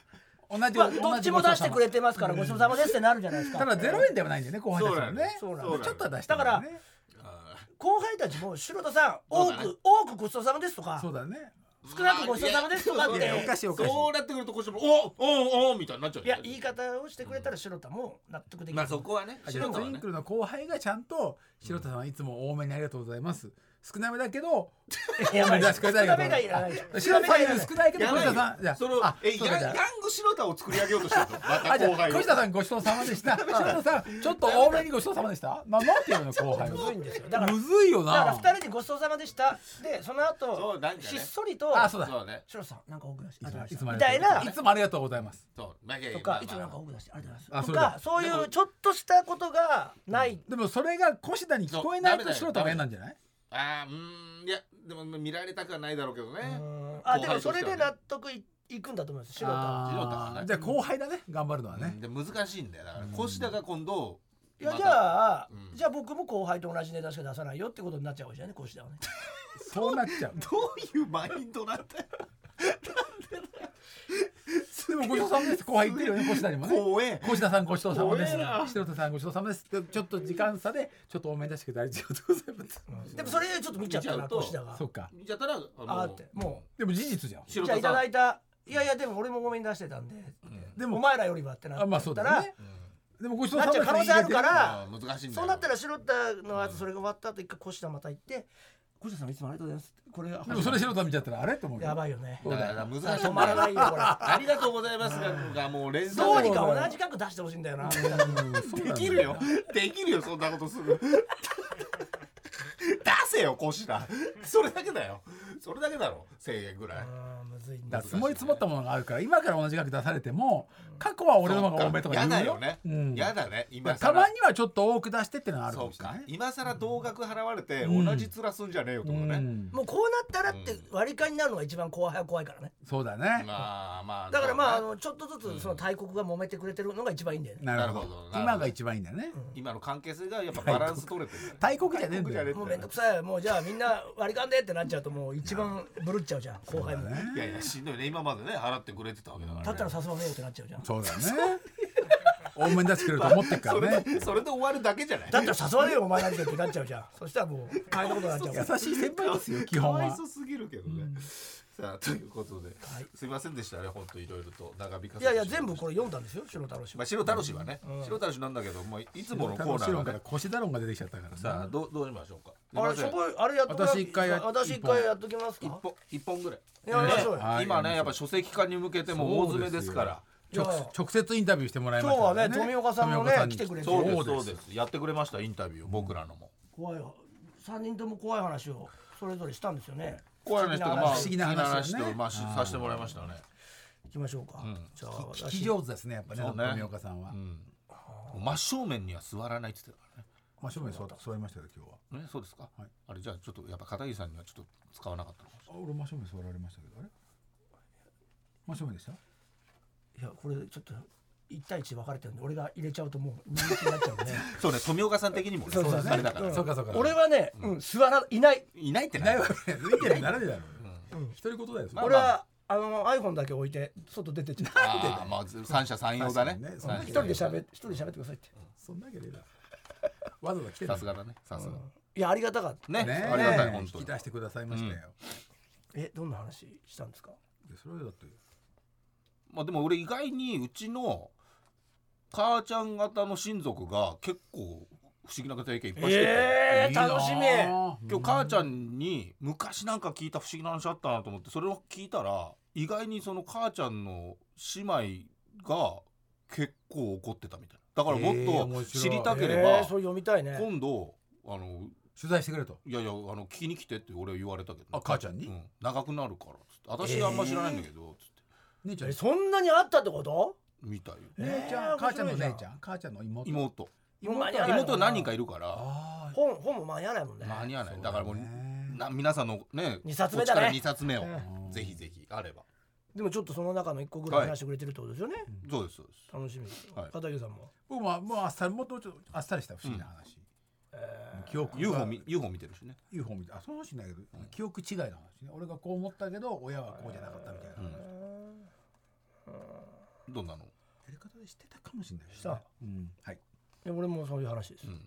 [SPEAKER 6] 同じ、
[SPEAKER 5] まあ、どっちも出してくれてますからごちそうさまですってなるじゃないですか
[SPEAKER 6] ただゼロ円ではないんだよね後輩ですからね
[SPEAKER 5] そうなんです
[SPEAKER 6] ちょっとは出して
[SPEAKER 5] だから
[SPEAKER 6] ね
[SPEAKER 5] 後輩たちも白田さん多
[SPEAKER 4] そうだね
[SPEAKER 5] く多くごちそうさまですとか
[SPEAKER 6] そうだね
[SPEAKER 5] 少なくごちそうさまですとかっ
[SPEAKER 4] いや
[SPEAKER 5] て
[SPEAKER 4] いやおか
[SPEAKER 6] しいおかしい
[SPEAKER 4] そうなってくるとこっちもおおおみたいになっちゃう
[SPEAKER 5] いや言い方をしてくれたら白田も納得できる、
[SPEAKER 4] まあそこはね
[SPEAKER 6] でもツインクルの後輩がちゃんと「白田さんはいつも多めにありがとうございます」少なめだけど
[SPEAKER 5] いやまあ
[SPEAKER 6] 出してくれてありが
[SPEAKER 5] 少な
[SPEAKER 6] とう
[SPEAKER 5] めがいらない
[SPEAKER 6] 白田さんより少ないけど
[SPEAKER 4] や
[SPEAKER 6] 小
[SPEAKER 4] ばい
[SPEAKER 6] 下さんじゃ
[SPEAKER 4] よその
[SPEAKER 6] あ
[SPEAKER 4] え
[SPEAKER 6] そう
[SPEAKER 4] ヤ
[SPEAKER 6] か
[SPEAKER 4] ン
[SPEAKER 6] じゃ
[SPEAKER 4] ヤ
[SPEAKER 6] あ
[SPEAKER 4] ング白田を作り上げようとしてるとま
[SPEAKER 6] あ、
[SPEAKER 4] た
[SPEAKER 6] じゃ
[SPEAKER 4] 後
[SPEAKER 6] あ、
[SPEAKER 4] 輩を
[SPEAKER 6] 小下さんごちそうさまでした。白田さん、ちょっと多めにごちそうさまでした。な、なんていうの、後輩
[SPEAKER 5] むずいんですよだか
[SPEAKER 6] は。
[SPEAKER 5] ら
[SPEAKER 6] むずいよ
[SPEAKER 5] だから
[SPEAKER 6] な。
[SPEAKER 5] 二人でごちそうさまでしたでその
[SPEAKER 4] そ
[SPEAKER 5] 後
[SPEAKER 4] うなんかね
[SPEAKER 5] しっそりと
[SPEAKER 6] あ、そうだ。
[SPEAKER 4] そうね
[SPEAKER 5] 白田さんなんか多く出してありがとうございまし
[SPEAKER 6] いつ
[SPEAKER 5] たみたいな
[SPEAKER 6] もありがとうございますいつもありがとうございます。
[SPEAKER 4] そうまあいやいや
[SPEAKER 5] とか
[SPEAKER 4] まあ
[SPEAKER 5] いつも
[SPEAKER 4] まあ
[SPEAKER 5] なんか多く出してありがとうござい
[SPEAKER 6] あ
[SPEAKER 5] ます
[SPEAKER 6] そ
[SPEAKER 5] と
[SPEAKER 6] うだ
[SPEAKER 5] かそういうちょっとしたことがない
[SPEAKER 6] でも、それが小下に聞こえないと白田が嫌なんじゃない。
[SPEAKER 4] あーうーんいやでも見られたくはないだろうけどね
[SPEAKER 5] あでもそれで納得いいくんだと思います白田は
[SPEAKER 4] 白田は
[SPEAKER 6] あ
[SPEAKER 4] ね
[SPEAKER 6] ーじゃあ、後輩だね、頑張るのはね。
[SPEAKER 4] で難しいんだよだから腰田が今度
[SPEAKER 5] いや
[SPEAKER 4] ま
[SPEAKER 5] じ
[SPEAKER 4] た
[SPEAKER 5] ゃあ、
[SPEAKER 4] うん
[SPEAKER 5] じゃあ僕も後輩と同じネタしか出さないよってことになっちゃうわけじゃんねこうしてはね
[SPEAKER 6] そうなっちゃう。
[SPEAKER 4] どういうマインドなんだよ
[SPEAKER 6] でも、ごちそうさまです。後輩言ってるよね、小下にもね。
[SPEAKER 4] 怖え
[SPEAKER 6] 小下さん、ごちそうさまです。
[SPEAKER 4] 怖えな
[SPEAKER 6] 白田さん、ごちそうさまです。でちょっと時間差で、ちょっと多めに出してくれてありがとうございます。
[SPEAKER 5] でもそれちょっと見ちゃった
[SPEAKER 4] 見ちゃ
[SPEAKER 5] な
[SPEAKER 4] うと
[SPEAKER 5] こうしてが
[SPEAKER 6] そうか。
[SPEAKER 4] 見ちゃったら
[SPEAKER 5] あ
[SPEAKER 4] あ
[SPEAKER 5] ーっても
[SPEAKER 6] でも、事実じゃん。
[SPEAKER 5] う
[SPEAKER 4] 白
[SPEAKER 5] じゃあ
[SPEAKER 4] 田
[SPEAKER 5] いた
[SPEAKER 4] さ
[SPEAKER 5] だ
[SPEAKER 4] ん
[SPEAKER 5] いたいやいやでも俺もごめん出してたんで、
[SPEAKER 6] で
[SPEAKER 5] お
[SPEAKER 6] も、
[SPEAKER 5] 前らよりはってな
[SPEAKER 6] あ、まあ、そう
[SPEAKER 5] た
[SPEAKER 6] だ
[SPEAKER 5] ら、
[SPEAKER 6] ね。でも、ごちそう
[SPEAKER 5] な
[SPEAKER 6] さ
[SPEAKER 5] っちゃ
[SPEAKER 6] まで
[SPEAKER 5] う
[SPEAKER 6] す。
[SPEAKER 5] 可能性あるか
[SPEAKER 4] あ
[SPEAKER 5] ら
[SPEAKER 4] ー難しいんだよ
[SPEAKER 5] そうなったら白田のやつそれが終わった後一回こうしてまた行って「こうしてさんいつもありがとうございます」これ
[SPEAKER 6] でもそれ白田見ちゃったらあれと思うよ
[SPEAKER 5] やばいよね
[SPEAKER 6] そうだよ
[SPEAKER 4] だから難しいんだ
[SPEAKER 5] 止
[SPEAKER 4] よ
[SPEAKER 5] まらないよこれ
[SPEAKER 4] ありがとうございますががもう連
[SPEAKER 5] どう
[SPEAKER 4] 鎖
[SPEAKER 5] にか同じ額出してほしいんだよな
[SPEAKER 4] できるよできるよそんなことする 出せよ腰田それだけだよそれだけだろ1000円ぐらい
[SPEAKER 5] うんむずいんだ
[SPEAKER 6] だから積もり積もったものがあるから今から同じ額出されても過去は俺の方が多めとか
[SPEAKER 4] 嫌
[SPEAKER 6] 言
[SPEAKER 4] だ
[SPEAKER 6] う
[SPEAKER 4] よ
[SPEAKER 6] よ
[SPEAKER 4] ね
[SPEAKER 6] うん
[SPEAKER 4] 嫌だね今
[SPEAKER 6] た
[SPEAKER 4] 更
[SPEAKER 6] まにはちょっと多く出してってのがあるか
[SPEAKER 4] そ
[SPEAKER 6] も
[SPEAKER 4] う
[SPEAKER 6] しれな
[SPEAKER 4] か
[SPEAKER 6] い
[SPEAKER 4] 今更同額払われて
[SPEAKER 6] うん
[SPEAKER 4] 同じ面すんじゃねえよってこと
[SPEAKER 6] う
[SPEAKER 4] ね
[SPEAKER 6] ん
[SPEAKER 5] もうこうなったらって割り勘になるのが一番後輩は怖いからね
[SPEAKER 6] そうだね
[SPEAKER 4] まあまあ
[SPEAKER 5] だからまああ
[SPEAKER 4] そうね
[SPEAKER 5] のちょっとずつその大国が揉めてくれてるのが一番いいんだよね
[SPEAKER 6] なる
[SPEAKER 4] な
[SPEAKER 6] ほ
[SPEAKER 4] るほ
[SPEAKER 6] ど
[SPEAKER 4] ど
[SPEAKER 6] 今が一番いいんだよね
[SPEAKER 4] 今の関係性がやっぱバランス取れてるから
[SPEAKER 6] 大国じゃねえんだ
[SPEAKER 4] 大
[SPEAKER 6] よ
[SPEAKER 4] 国
[SPEAKER 5] もうめんどくさいもうじゃあみんな割り勘でってなっちゃうともう一番ブルっちゃうじゃん後輩もだ
[SPEAKER 4] いやいやしんどいね今までね払ってくれてたわけだから
[SPEAKER 5] ったらさすがねえよってなっちゃうじゃんだ
[SPEAKER 6] そうだね多めに出してくれると思ってっか
[SPEAKER 4] そ
[SPEAKER 6] ら
[SPEAKER 4] れ
[SPEAKER 6] ね
[SPEAKER 4] でそれで終わるだけじゃない
[SPEAKER 5] ったらさすがねえよお前なんてってなっちゃうじゃんそしたらもう大変なことになっちゃうから
[SPEAKER 6] 優しい先輩ですよ基本
[SPEAKER 4] かわ
[SPEAKER 6] はい
[SPEAKER 4] そうすぎるけどね、さあということで、すいませんでしたね本当いろいろと長引かせ
[SPEAKER 5] い
[SPEAKER 4] て
[SPEAKER 5] やいや
[SPEAKER 4] しま
[SPEAKER 5] 全部これ
[SPEAKER 4] れ
[SPEAKER 5] 読んだんですよ白太郎氏
[SPEAKER 4] ま
[SPEAKER 5] は
[SPEAKER 4] あ白たるしはね、白たるしなんだけど、まあ、いつものコーナー
[SPEAKER 6] 白
[SPEAKER 4] は
[SPEAKER 6] から
[SPEAKER 4] ね
[SPEAKER 6] 腰だろんが出てきちゃったから
[SPEAKER 4] さあ
[SPEAKER 6] さ
[SPEAKER 4] どうどうしましょうか
[SPEAKER 5] あれ
[SPEAKER 4] す
[SPEAKER 5] す
[SPEAKER 4] いません
[SPEAKER 5] ごいあれやっとく
[SPEAKER 6] 私一回や
[SPEAKER 5] 私一回やっときます
[SPEAKER 4] 一
[SPEAKER 5] か
[SPEAKER 4] 本一本ぐらい
[SPEAKER 5] いややりましょうよ
[SPEAKER 6] はい
[SPEAKER 4] 今ねやっぱ書籍化に向けても大詰めですから
[SPEAKER 5] じゃ
[SPEAKER 6] 直
[SPEAKER 5] あ
[SPEAKER 6] 直接インタビューしてもらいま
[SPEAKER 5] 今
[SPEAKER 6] し
[SPEAKER 5] 日
[SPEAKER 6] た
[SPEAKER 5] は
[SPEAKER 6] から
[SPEAKER 5] ね富岡さんもね
[SPEAKER 6] 富岡に
[SPEAKER 5] 来てくれて
[SPEAKER 4] そうです
[SPEAKER 6] そう
[SPEAKER 4] そ
[SPEAKER 6] です
[SPEAKER 4] うですやってくれましたインタビュー僕らのも
[SPEAKER 5] 怖いよ3人とも怖い話をそれぞれしたんですよね
[SPEAKER 4] こういう話とか
[SPEAKER 5] 不
[SPEAKER 4] まあ不
[SPEAKER 5] 思
[SPEAKER 4] 思
[SPEAKER 6] 議
[SPEAKER 4] 議
[SPEAKER 6] な
[SPEAKER 4] な
[SPEAKER 6] 話
[SPEAKER 4] 話
[SPEAKER 6] だね
[SPEAKER 4] とまあしさせてもらいましたね
[SPEAKER 5] 行きましょうか、じゃあ
[SPEAKER 6] 聞き
[SPEAKER 5] 私
[SPEAKER 6] 上手ですねやっぱね
[SPEAKER 4] そうね
[SPEAKER 6] 富岡さんは
[SPEAKER 4] 真正面には座らないって言ってたからね
[SPEAKER 6] 真正面に座った座りましたけど今日は
[SPEAKER 4] ね、そうですか、あれじゃあちょっとやっぱ片桐さんにはちょっと使わなかったのかもしれ
[SPEAKER 6] あ俺真正面座られましたけどあれ真正面でした
[SPEAKER 5] いやこれちょっと一対一で分かれてるんで俺が入れちゃうともう人気になっちゃうんで
[SPEAKER 4] ないそうね富岡さん的にもねそうあれだから、
[SPEAKER 6] そうかそうか
[SPEAKER 5] 俺はね、うん、座らいない
[SPEAKER 4] いないって
[SPEAKER 6] い
[SPEAKER 4] な
[SPEAKER 6] ない
[SPEAKER 4] い
[SPEAKER 6] わけない見てるならねえだろ一人ことだよそれ
[SPEAKER 5] 俺はあの iPhone だけ置いて外出てっちゃう
[SPEAKER 4] あ あまあ三者三様だね
[SPEAKER 6] 確かにね
[SPEAKER 4] 三者
[SPEAKER 5] 一人で喋って一人で喋ってくださいって、
[SPEAKER 6] そんなわけねえだろわざわざ来て
[SPEAKER 4] さ
[SPEAKER 6] た
[SPEAKER 4] すがだねさすが、
[SPEAKER 5] いやありがたかった
[SPEAKER 4] ね
[SPEAKER 6] ね
[SPEAKER 4] ありがたい
[SPEAKER 6] ね
[SPEAKER 4] 本当
[SPEAKER 6] 引き
[SPEAKER 4] に
[SPEAKER 6] 出してくださいましたよ
[SPEAKER 5] えどんな話したんですか
[SPEAKER 6] でそれはだって
[SPEAKER 4] まあでも俺意外にうちの母ちゃん方の親族が結構不思議な体験いっぱいしてて、
[SPEAKER 5] え
[SPEAKER 6] い
[SPEAKER 5] ー、
[SPEAKER 6] いな
[SPEAKER 5] 楽しみ
[SPEAKER 4] 今日母ちゃんに昔なんか聞いた不思議な話あったなと思ってそれを聞いたら意外にその母ちゃんの姉妹が結構怒ってたみたいなだからも
[SPEAKER 6] えー
[SPEAKER 4] っ
[SPEAKER 6] 面
[SPEAKER 4] と
[SPEAKER 6] 白い
[SPEAKER 4] 知りたけれ
[SPEAKER 5] え
[SPEAKER 4] ば、
[SPEAKER 5] ー、それ読みたいね
[SPEAKER 4] 今度あの
[SPEAKER 6] 取材してくれと
[SPEAKER 4] いやいやあの聞きに来てって俺は言われたけど、
[SPEAKER 6] あ母ちゃんに
[SPEAKER 4] うん、長くなるからつって私があんま知らないんだけど、つって
[SPEAKER 6] 姉ちゃん
[SPEAKER 5] えそんなにあったってこと
[SPEAKER 4] みたいよ
[SPEAKER 6] 姉ち
[SPEAKER 5] え
[SPEAKER 6] ゃ
[SPEAKER 5] ー
[SPEAKER 6] ん母ちゃんの
[SPEAKER 5] 面白いじゃん
[SPEAKER 6] 姉ちゃん母ちゃんの妹
[SPEAKER 4] 妹
[SPEAKER 5] 間に合わない
[SPEAKER 4] 妹は何人かいるから
[SPEAKER 6] ああ
[SPEAKER 5] 本本も間に合わないもんね
[SPEAKER 4] 間に合わないだからもう
[SPEAKER 6] そうだね
[SPEAKER 4] な皆さんのね
[SPEAKER 5] 二冊目だね
[SPEAKER 4] こっちから2冊目をぜひぜひあれば
[SPEAKER 5] でもちょっとその中の一個ぐらい話してくれてるってことですよね、
[SPEAKER 4] そうですそうです
[SPEAKER 5] 楽しみですよ
[SPEAKER 4] はい
[SPEAKER 5] 片桐さんも
[SPEAKER 6] 僕ももうあっさりもっとちょっとあっさりした不思議な話記憶が
[SPEAKER 4] UFO, み UFO 見てるしね
[SPEAKER 6] UFO 見てあその話ないけど記憶違いの話ね俺がこう思ったけど親はこうじゃなかったみたいな話
[SPEAKER 4] どんなの
[SPEAKER 6] やり方でしてたかもしれないけ
[SPEAKER 5] さあ
[SPEAKER 6] どねうんはい
[SPEAKER 5] いや俺もそういう話です、
[SPEAKER 4] ん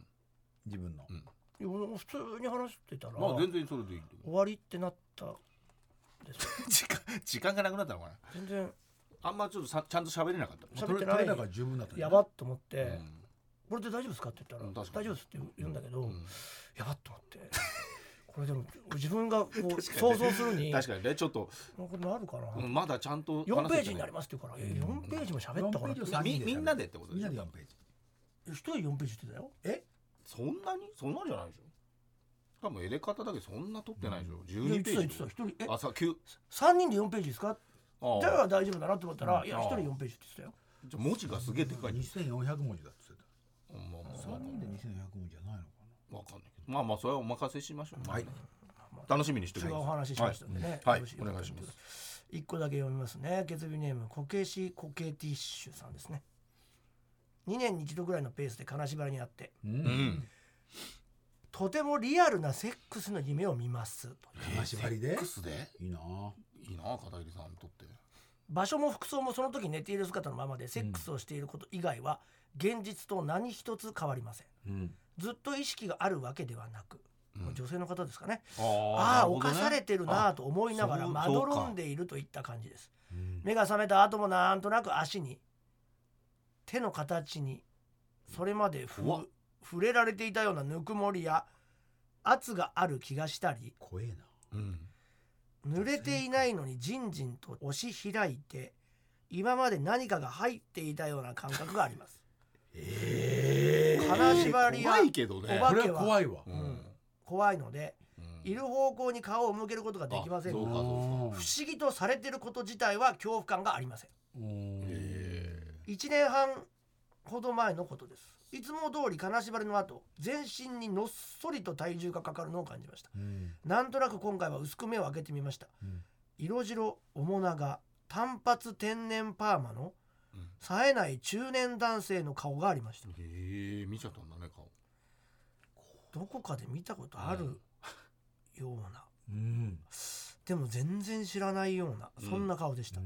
[SPEAKER 6] 自分の
[SPEAKER 4] ん
[SPEAKER 5] いや普通に話してたら、
[SPEAKER 4] まあ全
[SPEAKER 5] 終
[SPEAKER 4] 然それでいいと 思う
[SPEAKER 5] わりってなったですよ
[SPEAKER 4] 時間時間がなくなったのかな
[SPEAKER 5] 全然
[SPEAKER 4] あんまちょっとさちゃんと喋れなかったもん
[SPEAKER 5] 喋
[SPEAKER 6] 取
[SPEAKER 5] って
[SPEAKER 6] れ
[SPEAKER 5] ない
[SPEAKER 6] 取れ高が十分だったんじゃ
[SPEAKER 5] や
[SPEAKER 6] ない
[SPEAKER 5] ばっと思って、これで大丈夫ですかって言
[SPEAKER 4] うん
[SPEAKER 5] ったら
[SPEAKER 4] 確か
[SPEAKER 5] 大
[SPEAKER 4] に
[SPEAKER 5] 丈夫ですって言うんだけど、
[SPEAKER 4] ん
[SPEAKER 5] やばっと思ってこれでも自分がこう想像するに
[SPEAKER 4] 確かにねちょっと、
[SPEAKER 5] これなるかな、
[SPEAKER 4] うんまだちゃんと
[SPEAKER 5] 4ペー
[SPEAKER 4] 話せて
[SPEAKER 5] ジになりますって言うから、え4ページも喋ったからっ
[SPEAKER 6] 4
[SPEAKER 5] て
[SPEAKER 6] ページを3人
[SPEAKER 4] みみんなでってことで
[SPEAKER 6] みん
[SPEAKER 4] しょ
[SPEAKER 6] なで4ページ
[SPEAKER 5] 一人で4ページって言ってたよ
[SPEAKER 6] え
[SPEAKER 4] そんなにそんなんじゃないでしょしかも入れ方だけそんな取ってないでしょ、
[SPEAKER 5] いや言
[SPEAKER 4] 12
[SPEAKER 5] って
[SPEAKER 4] ペ
[SPEAKER 5] た
[SPEAKER 4] ー
[SPEAKER 5] 言っ
[SPEAKER 4] ジ
[SPEAKER 5] てた一人え
[SPEAKER 4] あさ9
[SPEAKER 5] 3人で4ページですか
[SPEAKER 4] あ
[SPEAKER 5] だから大丈夫だなと思ったら、
[SPEAKER 4] うん
[SPEAKER 5] いや一人4ページって言ってたよ
[SPEAKER 4] じゃあ文字がすげえでかい、
[SPEAKER 6] 2400文字だって言って
[SPEAKER 4] まあまあ
[SPEAKER 6] た3人で2400文字じゃないのかな
[SPEAKER 4] わかんないけどまあまあそれはお任せしましょう、
[SPEAKER 6] はい
[SPEAKER 4] まあね楽しみにしてく
[SPEAKER 5] 違
[SPEAKER 4] だ
[SPEAKER 5] う
[SPEAKER 4] さい
[SPEAKER 5] お話ししましたんでね、
[SPEAKER 4] はい
[SPEAKER 5] よろし
[SPEAKER 4] お願いします
[SPEAKER 5] 一個だけ読みますね月日ネームこけしこけティッシュさんですね2年に一度ぐらいのペースで金縛りにあって
[SPEAKER 4] いうん
[SPEAKER 5] とてもリアルなセックスの夢を見ますと
[SPEAKER 6] 金縛りで
[SPEAKER 4] X で
[SPEAKER 6] いいなあ
[SPEAKER 4] いいなあ片桐さんにとって
[SPEAKER 5] 場所も服装もその時寝ている姿のままでセックスをしていること以外は現実と何一つ変わりません
[SPEAKER 6] うん
[SPEAKER 5] ずっと意識があるわけではなく、
[SPEAKER 4] うん
[SPEAKER 5] 女性の方ですかねあ
[SPEAKER 4] あ
[SPEAKER 5] あ、犯されてるな
[SPEAKER 4] あ
[SPEAKER 5] ぁと思いながら
[SPEAKER 4] そう
[SPEAKER 5] まどろんでいるといった感じです
[SPEAKER 4] うん
[SPEAKER 5] 目が覚めた後もなんとなく足に手の形にそれまでふ
[SPEAKER 4] うわ
[SPEAKER 5] 触れられていたようなぬくもりや圧がある気がしたり
[SPEAKER 6] 怖えな
[SPEAKER 4] うん
[SPEAKER 5] 濡れていないのにじんじんと押し開いて今まで何かが入っていたような感覚があります
[SPEAKER 6] え
[SPEAKER 5] 金縛りや
[SPEAKER 4] 怖いけどね
[SPEAKER 5] お化
[SPEAKER 6] こ
[SPEAKER 5] け
[SPEAKER 6] れは怖いわ
[SPEAKER 4] う
[SPEAKER 5] 怖いので
[SPEAKER 4] うん
[SPEAKER 5] いる方向に顔を向けることができませんが
[SPEAKER 4] あそう
[SPEAKER 5] 不
[SPEAKER 4] か
[SPEAKER 5] 思
[SPEAKER 6] うん
[SPEAKER 5] 議とされてること自体は恐怖感がありません
[SPEAKER 4] え
[SPEAKER 5] 1年半ほど前のことですいつも通り金縛りの後全身にのっそりと体重がかかるのを感じました
[SPEAKER 6] うん
[SPEAKER 5] なんとなく今回は薄く目を開けてみました、
[SPEAKER 6] うん
[SPEAKER 5] 色白面長単髪天然パーマの
[SPEAKER 4] うん
[SPEAKER 5] 冴えない中年男性の顔がありました
[SPEAKER 4] えええ見ちゃったんだね顔
[SPEAKER 5] どこかで見たことあるような
[SPEAKER 6] うん
[SPEAKER 5] でも全然知らないような
[SPEAKER 4] うん
[SPEAKER 5] そんな顔でした、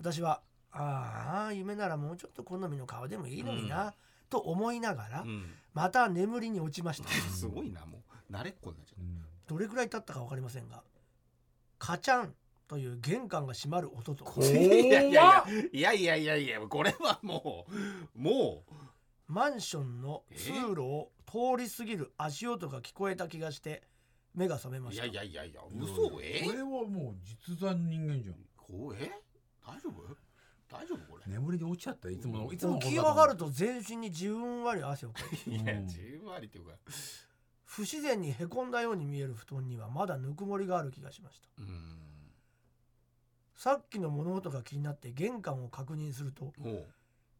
[SPEAKER 5] 私はああ夢ならもうちょっと好みの顔でもいいのにな、と思いながら、
[SPEAKER 4] うん
[SPEAKER 5] また眠りに落ちました
[SPEAKER 4] すごいなもう慣れっこになっちゃっ
[SPEAKER 6] うん
[SPEAKER 5] どれくらい経ったか分かりませんがカチャンという玄関が閉まる音と
[SPEAKER 4] たいやいやいやいやいやいやこれはもうもう
[SPEAKER 5] マンションの通路を通り過ぎる足音が聞こえた気がして目が覚めま
[SPEAKER 4] い
[SPEAKER 5] し
[SPEAKER 4] や
[SPEAKER 5] た
[SPEAKER 4] いやいやいや嘘え
[SPEAKER 6] これはもう実在の人間じゃん
[SPEAKER 4] こうえ大丈夫大丈夫これ、
[SPEAKER 6] 眠りに落ちちゃったいつものいつもの
[SPEAKER 5] 浮き上がると全身にじゅんわり汗をかいて
[SPEAKER 4] いや
[SPEAKER 6] うん
[SPEAKER 4] 自由ありっていうか
[SPEAKER 5] 不自然にへこんだように見える布団にはまだぬくもりがある気がしました
[SPEAKER 4] うん
[SPEAKER 5] さっきの物音が気になって玄関を確認すると
[SPEAKER 4] もう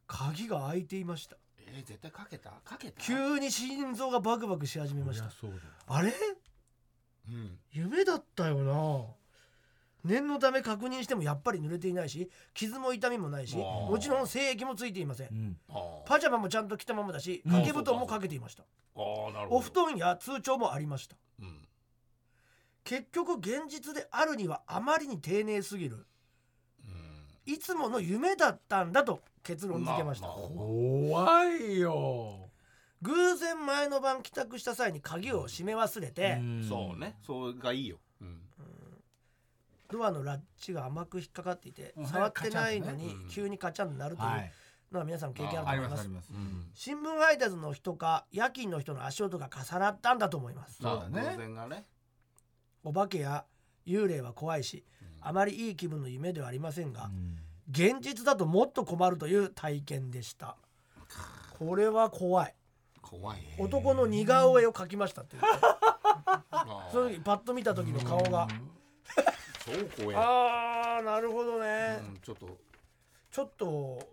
[SPEAKER 5] 鍵が開いていました
[SPEAKER 4] えー、絶対かけたかけた
[SPEAKER 5] 急に心臓がバクバクし始めました
[SPEAKER 6] そうだ
[SPEAKER 5] あれ
[SPEAKER 4] うん
[SPEAKER 5] 夢だったよな念のため確認してもやっぱり濡れていないし傷も痛みもないし
[SPEAKER 4] あー
[SPEAKER 5] もちろん精液もついていません
[SPEAKER 6] うん
[SPEAKER 4] あー
[SPEAKER 5] パジャマもちゃんと着たままだし掛け布団もかけていました
[SPEAKER 4] あーなるほど
[SPEAKER 5] お布団や通帳もありました
[SPEAKER 4] うん
[SPEAKER 5] 結局現実であるにはあまりに丁寧すぎるいつもの夢だったんだと結
[SPEAKER 4] う
[SPEAKER 5] 論
[SPEAKER 4] ん
[SPEAKER 5] 付けました、
[SPEAKER 4] ああ
[SPEAKER 6] 怖いよ
[SPEAKER 5] 偶然前の晩帰宅した際に鍵を閉め忘れて、
[SPEAKER 6] ん
[SPEAKER 4] そうねそれがいいよ、うん、
[SPEAKER 5] ドアのラッチが甘く引っかかっていて、
[SPEAKER 6] うん
[SPEAKER 5] 触ってないのに
[SPEAKER 4] カチャンねうん
[SPEAKER 5] 急にカチャンになるという
[SPEAKER 6] はい
[SPEAKER 5] のは皆さん経験あ
[SPEAKER 6] あ
[SPEAKER 5] る
[SPEAKER 6] り
[SPEAKER 5] と思い
[SPEAKER 6] ま
[SPEAKER 5] ます
[SPEAKER 6] あ
[SPEAKER 5] す
[SPEAKER 6] ります
[SPEAKER 4] うん、
[SPEAKER 5] 新聞配達の人か夜勤の人の足音が重なったんだと思います
[SPEAKER 6] そうだ
[SPEAKER 4] ま
[SPEAKER 6] ね
[SPEAKER 4] あ偶然がね
[SPEAKER 5] お化けや幽霊は怖いしあまりいい気分の夢ではありませんが、現実だともっと困るという体験でしたこれは怖い
[SPEAKER 4] 怖いね
[SPEAKER 5] 男の似顔絵を描きましたって言って
[SPEAKER 4] あー
[SPEAKER 5] その時パッと見た時の顔が
[SPEAKER 4] そう怖い
[SPEAKER 5] あーなるほどね、
[SPEAKER 4] うん、ちょっと
[SPEAKER 5] ちょっと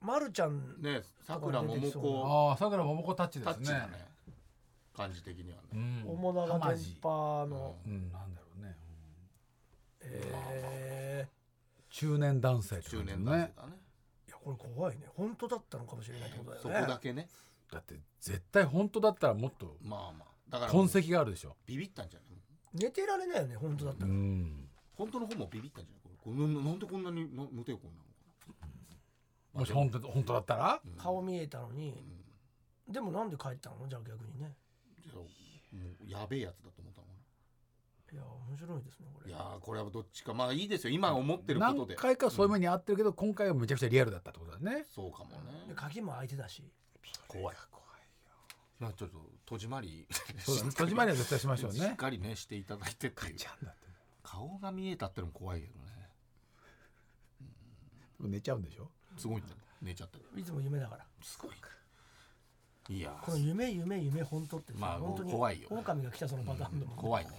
[SPEAKER 5] まるちゃん
[SPEAKER 4] ねさくらももこ
[SPEAKER 6] ああさくらももこタッチで
[SPEAKER 4] タ
[SPEAKER 6] す
[SPEAKER 4] ッチだ
[SPEAKER 6] ね
[SPEAKER 4] ね感じ的にはね、
[SPEAKER 6] うん
[SPEAKER 5] おもなが
[SPEAKER 6] 浜
[SPEAKER 5] 電
[SPEAKER 6] 地
[SPEAKER 5] 波の、
[SPEAKER 6] うんなんだろうね
[SPEAKER 5] え
[SPEAKER 6] 中年男性って
[SPEAKER 4] 中
[SPEAKER 6] 感じ
[SPEAKER 4] 年男性
[SPEAKER 6] ね
[SPEAKER 4] だね
[SPEAKER 5] ーいやこれ怖いね本当だったのかもしれないってことだよ
[SPEAKER 4] そ
[SPEAKER 5] ね
[SPEAKER 4] こだけね
[SPEAKER 6] だって絶対本当だったらもっと
[SPEAKER 4] まあまあだからも
[SPEAKER 6] 痕
[SPEAKER 4] う
[SPEAKER 6] 跡があるでしょ
[SPEAKER 4] ビビったんじゃない
[SPEAKER 5] 寝てられないよね本当だったら、
[SPEAKER 6] ん
[SPEAKER 4] 本当の方もビビったんじゃないこれこれななんでこんなにな無抵抗なのか
[SPEAKER 6] もし本当本当だったら
[SPEAKER 5] 顔見えたのに、でもなんで帰ったのじゃあ逆にね
[SPEAKER 4] なじゃあもうやべえやつだと思ったのか
[SPEAKER 5] いや面白いですねこ
[SPEAKER 4] な
[SPEAKER 5] れ
[SPEAKER 4] いやーこれはどっちかまあいいですよ今思ってること
[SPEAKER 6] 何
[SPEAKER 4] で
[SPEAKER 6] 回かそういう目にあってるけど、今回はめちゃくちゃリアルだったってことだね
[SPEAKER 4] そうかもね
[SPEAKER 5] で鍵も開いてたし
[SPEAKER 4] 怖い怖いまあちょっと戸締まり
[SPEAKER 6] そうだね戸締まりは絶対しましょう
[SPEAKER 4] しっ
[SPEAKER 6] ね
[SPEAKER 4] かりねしていただいてっていう
[SPEAKER 6] だって
[SPEAKER 4] 顔が見えたってのも怖いけどね
[SPEAKER 6] 寝ちゃうんでしょ
[SPEAKER 4] すごいんだよ寝ちゃったよ
[SPEAKER 5] いつも夢だから
[SPEAKER 4] すごいいやー
[SPEAKER 5] この夢夢夢本当ってさ、
[SPEAKER 4] まあ
[SPEAKER 5] 本当に
[SPEAKER 4] 怖いよ
[SPEAKER 5] 狼が来たそのパターンでも、
[SPEAKER 4] 怖いね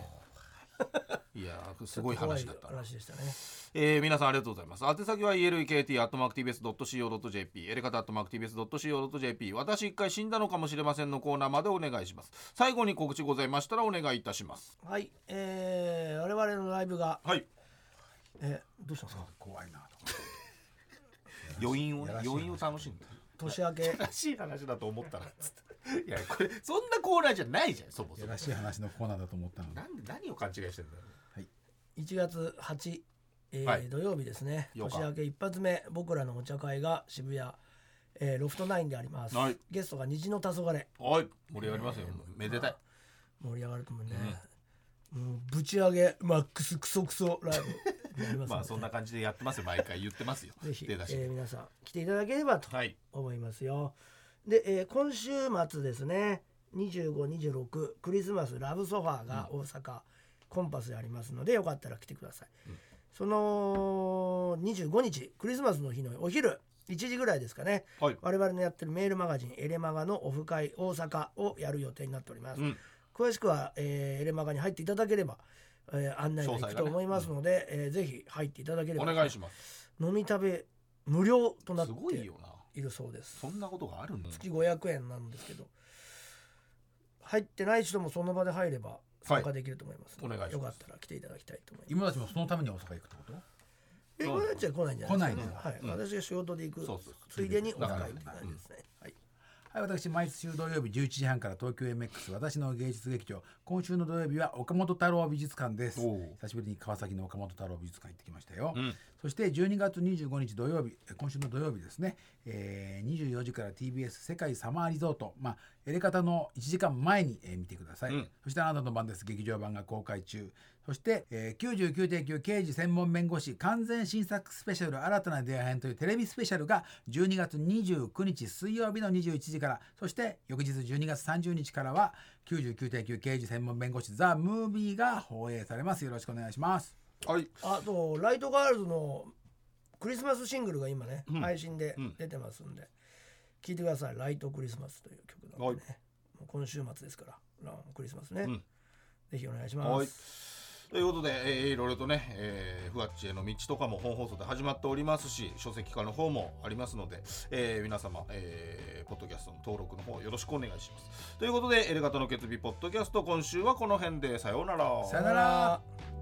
[SPEAKER 4] いやーすごい話だった
[SPEAKER 5] 怖い
[SPEAKER 4] な
[SPEAKER 5] 話でしたね
[SPEAKER 4] えー皆さんありがとうございます。宛先は elkt.mactvs.co.jp、エレカタ .mactvs.co.jp、私一回死んだのかもしれませんのコーナーまでお願いします。最後に告知ございましたらお願いいたします。
[SPEAKER 5] はいえー、我々のライブが、
[SPEAKER 4] はい。
[SPEAKER 5] えー、どうしたんですか
[SPEAKER 6] 怖いなと
[SPEAKER 4] 余韻をね、余韻を楽しんで。
[SPEAKER 5] 年明け
[SPEAKER 4] らしい話だと思ったらつって。いや、これ、そんなコーナーじゃないじゃん、そもそ
[SPEAKER 6] や
[SPEAKER 4] も
[SPEAKER 6] ら。しい話のコーナーだと思ったので
[SPEAKER 4] なんで、何を勘違いしてんだよ。
[SPEAKER 5] 1月8、えー
[SPEAKER 4] はい
[SPEAKER 5] 土曜日ですね
[SPEAKER 4] 8日
[SPEAKER 5] 年明け一発目僕らのお茶会が渋谷、えーロフトナインであります、
[SPEAKER 4] はい
[SPEAKER 5] ゲストが虹の黄昏
[SPEAKER 4] はい、盛り上がりますよ。もうめでたい。
[SPEAKER 5] 盛り上がると思うね、もうぶち上げマックスクソクソライブになりますので
[SPEAKER 4] まあ、そんな感じでやってますよ。毎回言ってますよ。
[SPEAKER 5] ぜひ、え
[SPEAKER 4] 出だし
[SPEAKER 5] ー皆さん来ていただければと
[SPEAKER 4] はい。
[SPEAKER 5] 思いますよ。で、えー今週末ですね2526クリスマスラブソファーが大阪、コンパスでありますのでよかったら来てください。その25日クリスマスの日のお昼1時ぐらいですかね、
[SPEAKER 4] はい
[SPEAKER 5] 我々のやってるメールマガジン「エレマガ」のオフ会大阪をやる予定になっております。
[SPEAKER 4] うん
[SPEAKER 5] 詳しくは、えーエレマガに入っていただければ、えー案内がいくと思いますので、えーぜひ入っていただければ
[SPEAKER 4] お願いします。
[SPEAKER 5] 飲み食べ無料となっ
[SPEAKER 4] す
[SPEAKER 5] て
[SPEAKER 4] ごいよな。
[SPEAKER 5] いるそうです
[SPEAKER 4] そんなことがあるんだ。
[SPEAKER 5] 月500円なんですけど入ってない人もその場で入れば参加できると思いますので、
[SPEAKER 4] お願いし
[SPEAKER 5] よ
[SPEAKER 4] ます
[SPEAKER 5] かったら来ていただきたいと思います
[SPEAKER 6] 今たちもそのために大阪行くってこと
[SPEAKER 5] え
[SPEAKER 4] ど
[SPEAKER 5] 今
[SPEAKER 4] うぞ
[SPEAKER 5] たちは来ないんじゃないですか、
[SPEAKER 6] 来
[SPEAKER 5] はい私が仕事で行く
[SPEAKER 4] そうそうそう
[SPEAKER 5] ついでにお使いっていう感じですね、はい、
[SPEAKER 6] はい、私、毎週土曜日11時半から東京 MX、私の芸術劇場、今週の土曜日は岡本太郎美術館です。
[SPEAKER 4] おう
[SPEAKER 6] 久しぶりに川崎の岡本太郎美術館行ってきましたよ。
[SPEAKER 4] ん
[SPEAKER 6] そして12月25日土曜日、え今週の土曜日ですね、えー、24時から TBS 世界サマーリゾート、まあ、エレカタの1時間前に、えー見てください、
[SPEAKER 4] うん
[SPEAKER 6] そしてあなたの番です、劇場版が公開中。そして、えー、99.9刑事専門弁護士完全新作スペシャル新たな出会い編というテレビスペシャルが12月29日水曜日の21時から、そして翌日12月30日からは99.9刑事専門弁護士ザ・ムービーが放映されます。よろしくお願いします。
[SPEAKER 4] はい。
[SPEAKER 5] あとライトガールズのクリスマスシングルが今ね、配信で出てますんで聴、いてください「ライトクリスマス」という曲なんでね、
[SPEAKER 4] は
[SPEAKER 5] も
[SPEAKER 4] い
[SPEAKER 5] う今週末ですかららクリスマスね、
[SPEAKER 4] ん
[SPEAKER 5] ぜひお願いします、
[SPEAKER 4] はい。ということで、えーいろいろとね、えー、ふわっちへの道とかも本放送で始まっておりますし、書籍化の方もありますので、えー皆様、えーポッドキャストの登録の方よろしくお願いします。ということで、エレガタの決意ポッドキャスト、今週はこの辺で、さようなら。
[SPEAKER 6] さよなら。
[SPEAKER 5] ら